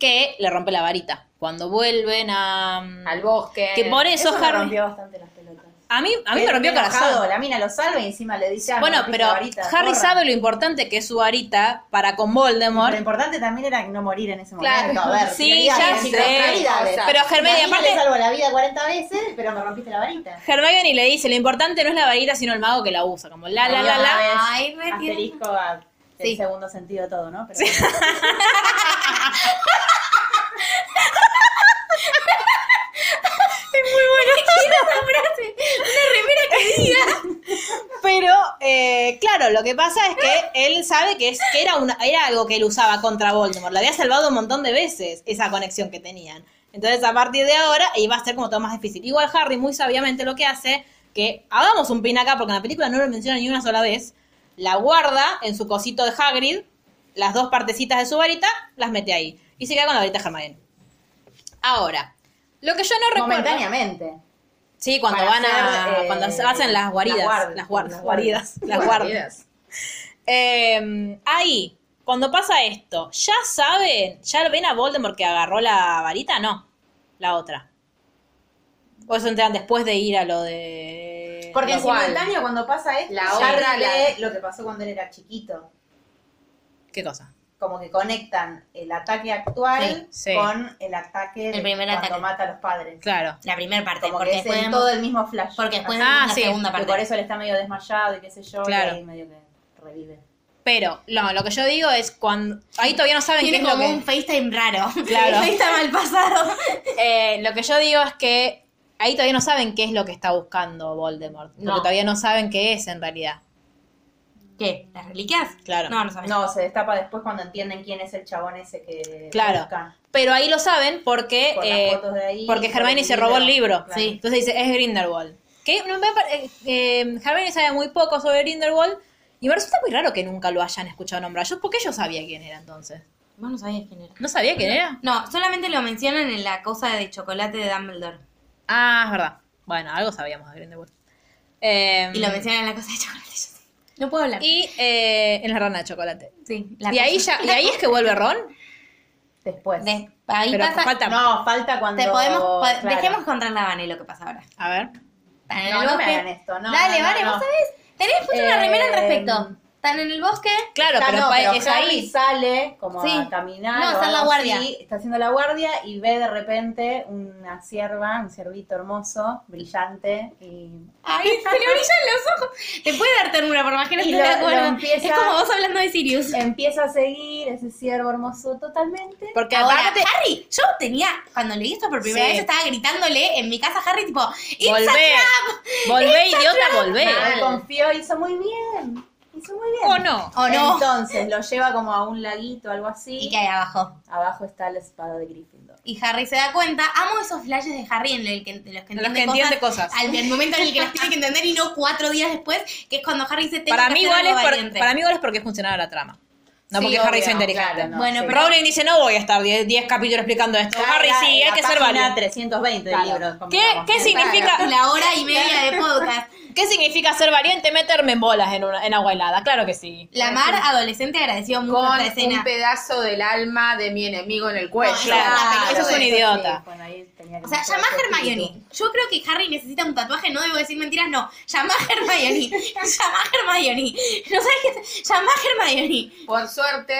A: que le rompe la varita. Cuando vuelven a...
C: Al bosque.
A: que por eso,
D: me
A: Harry...
D: rompió bastante las pelotas.
A: A mí, a mí me
D: Pero
A: rompió el
D: enojado,
A: corazón.
D: La mina lo salva y encima le dice ah, me
A: Bueno,
D: rompiste
A: pero
D: la varita,
A: Harry
D: porra.
A: sabe lo importante que es su varita para con
D: Lo
A: Voldemort.
D: importante también era no morir en ese
C: Claro.
D: momento. A ver,
A: Sí,
D: prioridades,
A: ya
D: chicos,
A: sé.
D: prioridades.
A: Pero Hermione,
D: La mina
A: aparte-
D: le salvó la vida 40 veces, pero me rompiste la varita.
A: Hermione le dice, lo importante no es la varita, sino el mago que la usa. Como la,
D: Ah,
A: la, la, la.
B: Ay, re tierno.
D: Asterisco a
B: Sí.
D: el segundo sentido todo, ¿no? Pero
A: Pero, eh, claro, lo que pasa es que él sabe que, es, que era, una, era algo que él usaba contra Voldemort. La había salvado un montón de veces esa conexión que tenían. Entonces, a partir de ahora, iba a ser como todo más difícil. Igual Harry, muy sabiamente, lo que hace, que hagamos un pin acá, porque en la película no lo menciona ni una sola vez, la guarda en su cosito de Hagrid, las dos partecitas de su varita, las mete ahí. Y se queda con la varita de Hermione. Ahora, lo que yo no recuerdo...
D: momentáneamente.
A: Sí, cuando
D: Para
A: van a.
D: hacer, eh,
A: cuando hacen las guaridas.
D: las guardas.
A: Las guardas.
D: Las
A: guaridas. Las guardas. Eh, ahí, cuando pasa esto, ¿ya saben? ¿Ya ven a Voldemort que agarró la varita? No. La otra. O eso enteran después de ir a lo de.
D: Porque en
C: Lo cual-
D: simultáneo cuando pasa esto,
C: La
D: ya
C: otra,
D: lee lo que pasó cuando él era chiquito.
A: ¿Qué cosa?
D: Como que conectan el ataque actual
A: Sí, sí.
D: con el ataque
B: El
D: de
B: primer
D: cuando
B: ataque.
D: mata a los padres.
A: Claro.
B: La primera parte,
D: Como
B: porque
D: que es
B: después
D: en
B: vemos-
D: todo el mismo flash.
B: porque después
A: Ah,
B: vemos la
A: sí,
B: segunda
D: Y
B: parte.
D: por eso él está medio desmayado y qué sé yo,
A: Claro.
D: y ahí medio que revive.
A: Pero, no, lo que yo digo es cuando. Ahí todavía no saben qué
B: Tiene
A: es lo
B: como
A: que.
B: un FaceTime raro.
A: Claro.
B: FaceTime mal pasado.
A: Eh, lo que yo digo es que ahí todavía no saben qué es lo que está buscando Voldemort.
B: No.
A: Porque todavía no saben qué es en realidad.
B: ¿Qué? ¿Las reliquias?
A: Claro.
B: No, no sabes.
D: No, se destapa después cuando entienden quién es el chabón ese que
A: Claro.
D: busca.
A: Pero ahí lo saben porque,
D: Por las
A: eh,
D: fotos de ahí,
A: porque
D: por
A: Hermione
D: el
A: se robó el
D: libro.
A: libro.
D: Claro.
A: Sí. Entonces dice, es Grindelwald. Que no me pare- eh, eh, Hermione sabe muy poco sobre Grindelwald y me resulta muy raro que nunca lo hayan escuchado nombrar. Yo, porque yo sabía quién era entonces.
B: Vos no sabías quién era.
A: ¿No sabía quién era?
B: No, solamente lo mencionan en la cosa de chocolate de Dumbledore.
A: Ah, es verdad. Bueno, algo sabíamos de Grindelwald. Eh,
B: Y lo mencionan en la cosa de chocolate. yo sé. No puedo hablar.
A: y, eh, en la rana de chocolate.
B: sí, la
A: Y ahí,
B: cosa.
A: ya, y ahí es que vuelve Ron.
D: Después.
B: De- ahí
A: Pero
B: pasa.
A: falta-
D: No, falta cuando.
B: te podemos. po-
D: claro.
B: Dejemos contar la Vane lo que pasa ahora.
A: A ver.
B: Están en
D: No,
B: el
D: no me
B: bosque.
D: hagan esto, no,
B: Dale,
D: no,
B: Vane,
D: no,
B: vos
D: no.
B: sabés. Tenés puesto una
D: Eh,
B: remera al respecto. Están en el bosque.
A: Claro,
D: Está-
A: pero,
D: no,
A: pa-
D: pero
A: es
D: Harry
A: ahí.
D: sale como
B: Sí.
D: a caminar.
B: No,
D: o
B: está en la
D: algo así,
B: guardia.
D: está haciendo la guardia y ve de repente una cierva, un ciervito hermoso, brillante. Y
B: Ay, se le brillan los ojos. Te puede dar ternura, por más que no
D: Y
B: estés
D: lo-
B: de acuerdo.
D: lo empieza-
B: Es como vos hablando de Sirius.
D: empieza a seguir ese ciervo hermoso totalmente.
A: Porque
B: Ahora,
A: aparte,
B: Harry, yo tenía, cuando leí esto por primera
A: Sí.
B: vez, estaba gritándole en mi casa Harry, tipo, "It's a
A: volvé. Volvé, idiota, volvé.
D: Mal, confió, hizo muy bien. Hizo muy bien.
A: ¿O Oh, no?
B: ¿O no?
D: Entonces lo lleva como a un laguito, algo así.
B: ¿Y qué hay abajo?
D: Abajo está la espada de Gryffindor.
B: Y Harry se da cuenta. Amo esos flashes de Harry en el que- en los que
A: En
B: entiende,
A: los que entiende cosas.
B: Al el momento en el que las tiene que entender y no cuatro días después, que es cuando Harry se tenga
A: Para
B: que
A: mí,
B: hacer
A: igual es
B: algo
A: por-
B: valiente.
A: para mí igual es porque funcionaba la trama. No
D: Sí,
A: porque Harry
D: obvio,
A: sea inteligente.
D: claro, no,
B: Bueno,
D: sí.
B: pero-
A: Rowling dice, no voy a estar 10 10 capítulos explicando esto. Harry,
D: Está
A: sí,
D: en
A: hay
D: la
A: que ser
D: página
A: valiente.
D: 320 del
A: Claro.
D: libro. como
A: ¿Qué-
D: digamos.
A: qué significa?
B: La hora y media de podcast.
A: ¿Qué significa ser valiente? Meterme en bolas en, una, en agua helada. Claro que sí.
B: La Mar, adolescente, agradeció mucho
C: Con
B: esta escena.
C: un pedazo del alma de mi enemigo en el cuello.
B: No,
A: Claro,
B: Claro,
A: eso es un
B: eso
A: idiota.
D: Sí, bueno, ahí tenía que
B: O sea,
D: mostrar
B: llama
D: su
B: a
D: espíritu.
B: Hermione. Yo creo que Harry necesita un tatuaje, no debo decir mentiras, no. Llama a Hermione. Llama a Hermione. No sabes qué. es? Llama a Hermione.
C: Por suerte,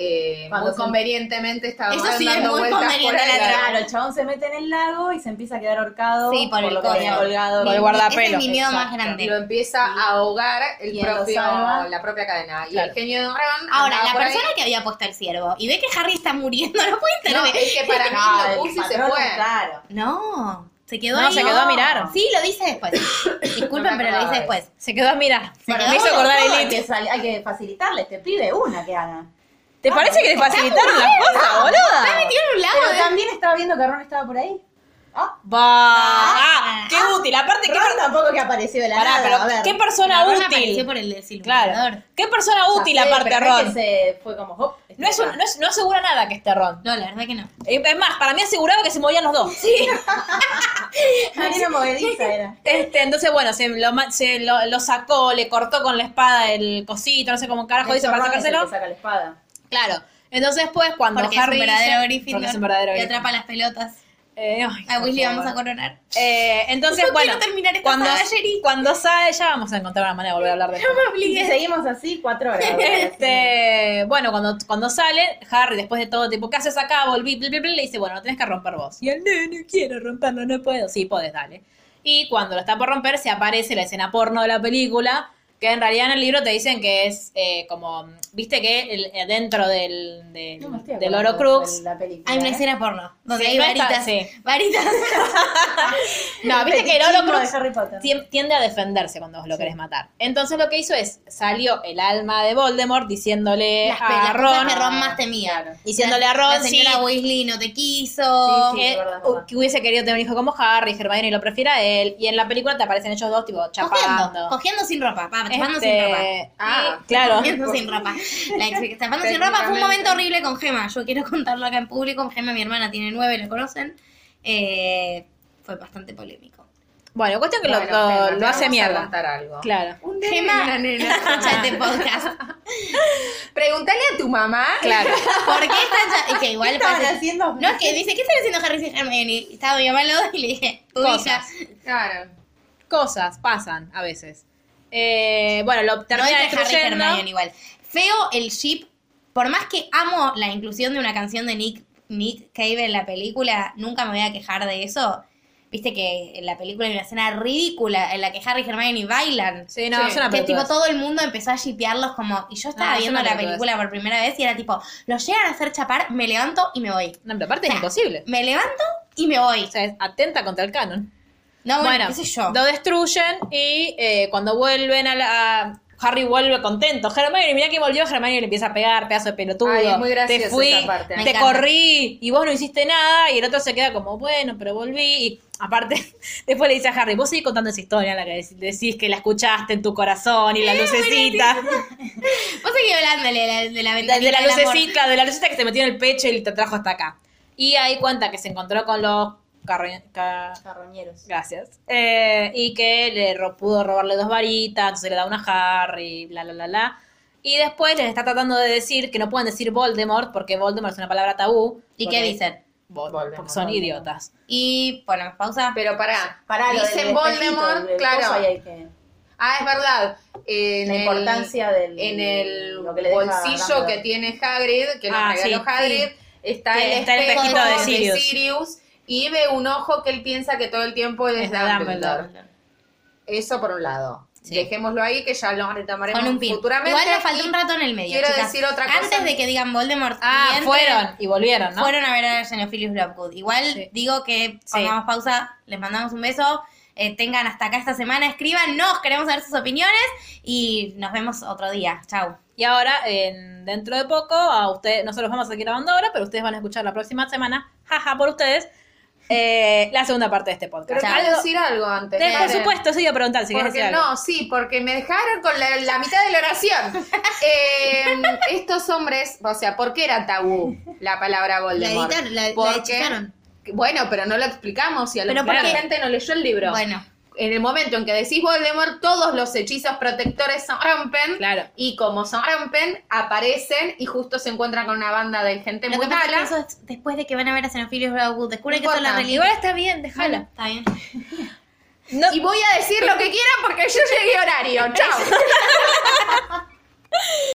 C: eh,
D: Cuando
C: muy
D: se-
C: convenientemente estaba
B: Eso sí es
C: dando
B: muy
C: vueltas
B: conveniente
C: por ahí.
B: la trama.
D: Claro, el chabón se mete en el lago y se empieza a quedar ahorcado.
B: Sí, por el
D: lo que había
B: codo.
D: colgado.
A: Por el guardapelo.
B: Ese es mi miedo más
D: Exacto.
C: Y lo
B: grande.
C: empieza a ahogar el
D: Y él lo
C: propio,
D: salva.
C: la propia cadena. Y
A: Claro.
C: el genio de Dragón
B: Ahora,
A: Ah,
C: andaba
B: la
C: por ahí.
B: persona que había puesto el ciervo y ve que Harry está muriendo, no puede
C: No,
B: intervenir.
C: es que para mí
D: Ah,
C: lo
D: el
C: puse y se
D: patrón,
C: fue.
D: Claro.
B: No, se quedó
A: No,
B: ahí.
A: se quedó a mirar.
B: Sí, lo dice después.
D: No
B: Disculpen,
D: me
B: pero lo
D: acordaba
B: dice
D: de
B: después.
A: Se quedó a mirar.
B: Bueno,
A: me hizo
B: vamos
A: acordar
D: Todo
A: el Ah,
D: hay, que
A: Elite.
D: sal- hay que facilitarle a este pibe una que haga.
A: ¿Te parece que le facilitaron las cosas,
B: Está
A: boluda?
B: metido en un lago.
D: Pero
B: de-
D: también estaba viendo que Ron estaba por ahí. Ah,
A: Va. Ah, qué útil. Aparte, qué,
D: Ron
A: per-
D: tampoco que apareció de la
A: pará,
D: nada.
A: pero
D: a ver.
A: qué persona
B: Ron apareció
A: útil.
B: por el desiluminador.
A: Claro. Qué persona útil,
D: Ya sé,
A: aparte,
D: pero no es
A: Ron.
D: que se fue como, hop,
A: No, es un- no, es- no asegura nada que esté Ron.
B: No, la verdad que no.
A: Eh, Es más, para mí aseguraba que se movían los dos.
D: Marina movediza era.
A: Este, entonces, bueno, se, lo, ma- se lo, lo sacó, le cortó con la espada el cosito, no sé cómo carajo
D: De
A: hizo
D: hecho,
A: para
D: Ron es el
A: sacárselo.
D: que saca la espada.
A: Claro. Entonces, pues, cuando
B: Porque
A: Harry
B: es un verdadero
A: dice-
B: Gryffindor.
A: porque es un verdadero
B: Y
A: Gryffindor.
B: atrapa las pelotas.
A: Eh, ay,
B: A
A: por
B: Weasley
A: favor.
B: vamos a coronar.
A: Eh, entonces,
B: No
A: bueno,
B: quiero terminar esta
A: cuando,
B: saga, Jerry.
A: cuando sale, ya vamos a encontrar una manera de volver a hablar de esto.
D: Y si seguimos así, cuatro horas.
A: Este, bueno, cuando, cuando sale, Harry, después de todo, tipo, ¿qué haces acá? Volví, bla, bla, bla, le dice, bueno, lo tenés que romper vos. Y él, no, no quiero romperlo, no puedo. Sí, podés, dale. Y cuando lo está por romper, se aparece la escena porno de la película, que en realidad en el libro te dicen que es eh, como, viste que el- eh, dentro del, del,
D: No me estoy
A: del
D: acordando
A: Horocrux...
D: de La película,
B: Hay una
D: ¿eh?
B: escena porno. Donde
A: Sí,
B: hay
A: no está-
B: varitas.
A: sí.
B: Varitas.
A: No, viste que el
D: Fetichismo de
A: Horocrux
D: Harry Potter.
A: tien- tiende a defenderse cuando vos lo querés matar. Entonces lo que hizo es, salió el alma de Voldemort diciéndole
B: las
A: Eh, a
B: las cosas
A: Ron...
B: que Ron más temía.
A: Diciéndole a Ron,
B: La señora
A: sí,
B: Weasley no te quiso.
D: Sí, sí.
A: que,
D: es verdad, es verdad.
A: que hubiese querido tener un hijo como Harry, Hermione lo prefiere a él, y en la película te aparecen ellos dos, tipo,
B: Cogiendo,
A: chapando.
B: cogiendo sin ropa, pa, chapando sin ropa.
A: Este,
C: Ah,
A: y- claro.
B: Cogiendo sin ropa. La ex- Chapando sin ropa fue un momento horrible con Gema. Yo quiero contarlo acá en público. Gema, mi hermana, tiene nueve, la conocen. Eh, fue bastante polémico.
A: Bueno, cuestión que lo-
C: Bueno,
A: lo,
C: Gemma,
A: lo
C: te vamos
A: hace
C: a
A: mierda.
C: contar algo.
A: Claro.
C: Un nene y
B: Gema,
C: una nena.
B: escucha este podcast.
C: Pregúntale a tu mamá.
A: Claro.
B: ¿Por qué están ya- Que igual
D: Estaban
B: pasa-
D: haciendo.
B: No, es que dice, ¿qué están haciendo Harry y Hermione? Y Estaba mi mamá al lado y le dije, tu hija.
A: Cosas.
C: Claro.
A: Cosas pasan a veces. Eh, bueno, lo
B: No
A: termina
B: entre Harry y
A: destruyendo.
B: Hermione igual. Feo el ship. Por más que amo la inclusión de una canción de Nick, Nick Cave en la película, nunca me voy a quejar de eso. Viste que en la película hay una escena ridícula en la que Harry y Hermione bailan.
A: Sí, no,
C: Sí.
A: es una
B: Que tipo
A: pelotudez.
B: todo el mundo empezó a shipearlos como... Y yo estaba
A: No, es
B: viendo
A: una
B: la
A: pelotudez.
B: película por primera vez y era tipo, los llegan a hacer chapar, me levanto y me voy.
A: No, pero aparte
B: O sea,
A: es imposible.
B: Me levanto y me voy.
A: O sea, es atenta contra el canon.
B: No, Ah, bueno,
A: Bueno,
B: qué sé yo.
A: lo destruyen y eh, cuando vuelven a, la, a- Harry vuelve contento. Hermione, mirá que volvió, Hermione le empieza a pegar, pedazo de pelotudo.
C: Ay, es muy graciosa
A: te fui,
C: esa parte.
B: Me
A: te
B: encanta.
A: corrí y vos no hiciste nada y el otro se queda como, bueno, pero volví. Y aparte, después le dice a Harry, vos seguís contando esa historia en la que dec- decís que la escuchaste en tu corazón y la lucecita.
B: Vos seguís hablando de la, de la
A: De,
B: ventanita
A: de la
B: del amor.
A: lucecita, de la lucecita que te metió en el pecho y te trajo hasta acá. Y ahí cuenta que se encontró con los carro- ca-
D: Carroñeros.
A: Gracias. Eh, y que le ro- pudo robarle dos varitas, entonces le da una a Harry, bla, bla, bla, bla. Y después les está tratando de decir que no pueden decir Voldemort porque Voldemort es una palabra tabú.
B: ¿Y
A: Porque-
B: qué dicen?
A: Vol-
C: Voldemort,
A: porque son
D: Voldemort.
A: idiotas.
B: Y ponemos pausa.
C: Pero pará.
D: Pará, lo del
C: Dicen
D: espejito,
C: Voldemort,
D: el- el
C: claro.
D: coso ahí hay que-
C: Ah, es verdad. En
D: La
C: el-
D: importancia del-
C: En el
D: lo que le deja
C: bolsillo
D: Dumbledore.
C: que tiene Hagrid, que lo
A: Ah,
C: regaló
A: sí,
C: Hagrid, está,
A: Que
C: el
A: está el
C: espejo
A: espejito de Sirius.
C: y ve un ojo que él piensa que todo el tiempo es,
A: Es de
C: Dumbledore.
A: Dumbledore.
C: Eso por un lado.
A: Sí.
C: Dejémoslo ahí que ya lo retomaremos
B: Con un pin.
C: futuramente.
B: Igual nos faltó
C: Y
B: un rato en el medio.
C: Quiero
B: chicas.
C: decir otra cosa.
B: Antes de que digan Voldemort.
A: Ah,
B: y entren,
A: fueron y volvieron, ¿no?
B: Fueron a ver a Xenophilius Lovegood. Igual digo que pongamos pausa, les mandamos un beso. eh, tengan hasta acá esta semana, escríbanos, queremos saber sus opiniones y nos vemos otro día. Chau.
A: Y ahora, en- dentro de poco, a ustedes, nosotros vamos a seguir grabando ahora, pero ustedes van a escuchar la próxima semana, jaja, por ustedes, eh, la segunda parte de este
C: Pero
A: podcast.
C: quiero
A: Algo-
C: decir algo antes.
A: Te- por
C: Karen.
A: supuesto, sí, iba a preguntar si querés decir
C: Porque
A: algo.
C: no, sí, porque me dejaron con la, la mitad de la oración. Eh, estos hombres, o sea, ¿por qué era tabú la palabra Voldemort?
B: La editaron, la- la hechizaron.
C: Bueno, pero no lo explicamos y a lo
B: Pero
C: mejor la
B: porque-
C: gente no leyó el libro.
B: Bueno,
C: En el momento en que decís Voldemort, todos los hechizos protectores se rompen.
A: Claro.
C: Y como se rompen, aparecen y justo se encuentran con una banda de gente
B: lo
C: muy
B: que pasa es que
C: mala.
B: eso es después de que van a ver a Xenophilius Lovegood, descubren
C: No
B: que son la
C: importa.
B: religión.
A: Igual está bien, déjala.
B: Está bien.
A: No,
C: Y voy a decir lo que quieran porque yo llegué a horario. Chao.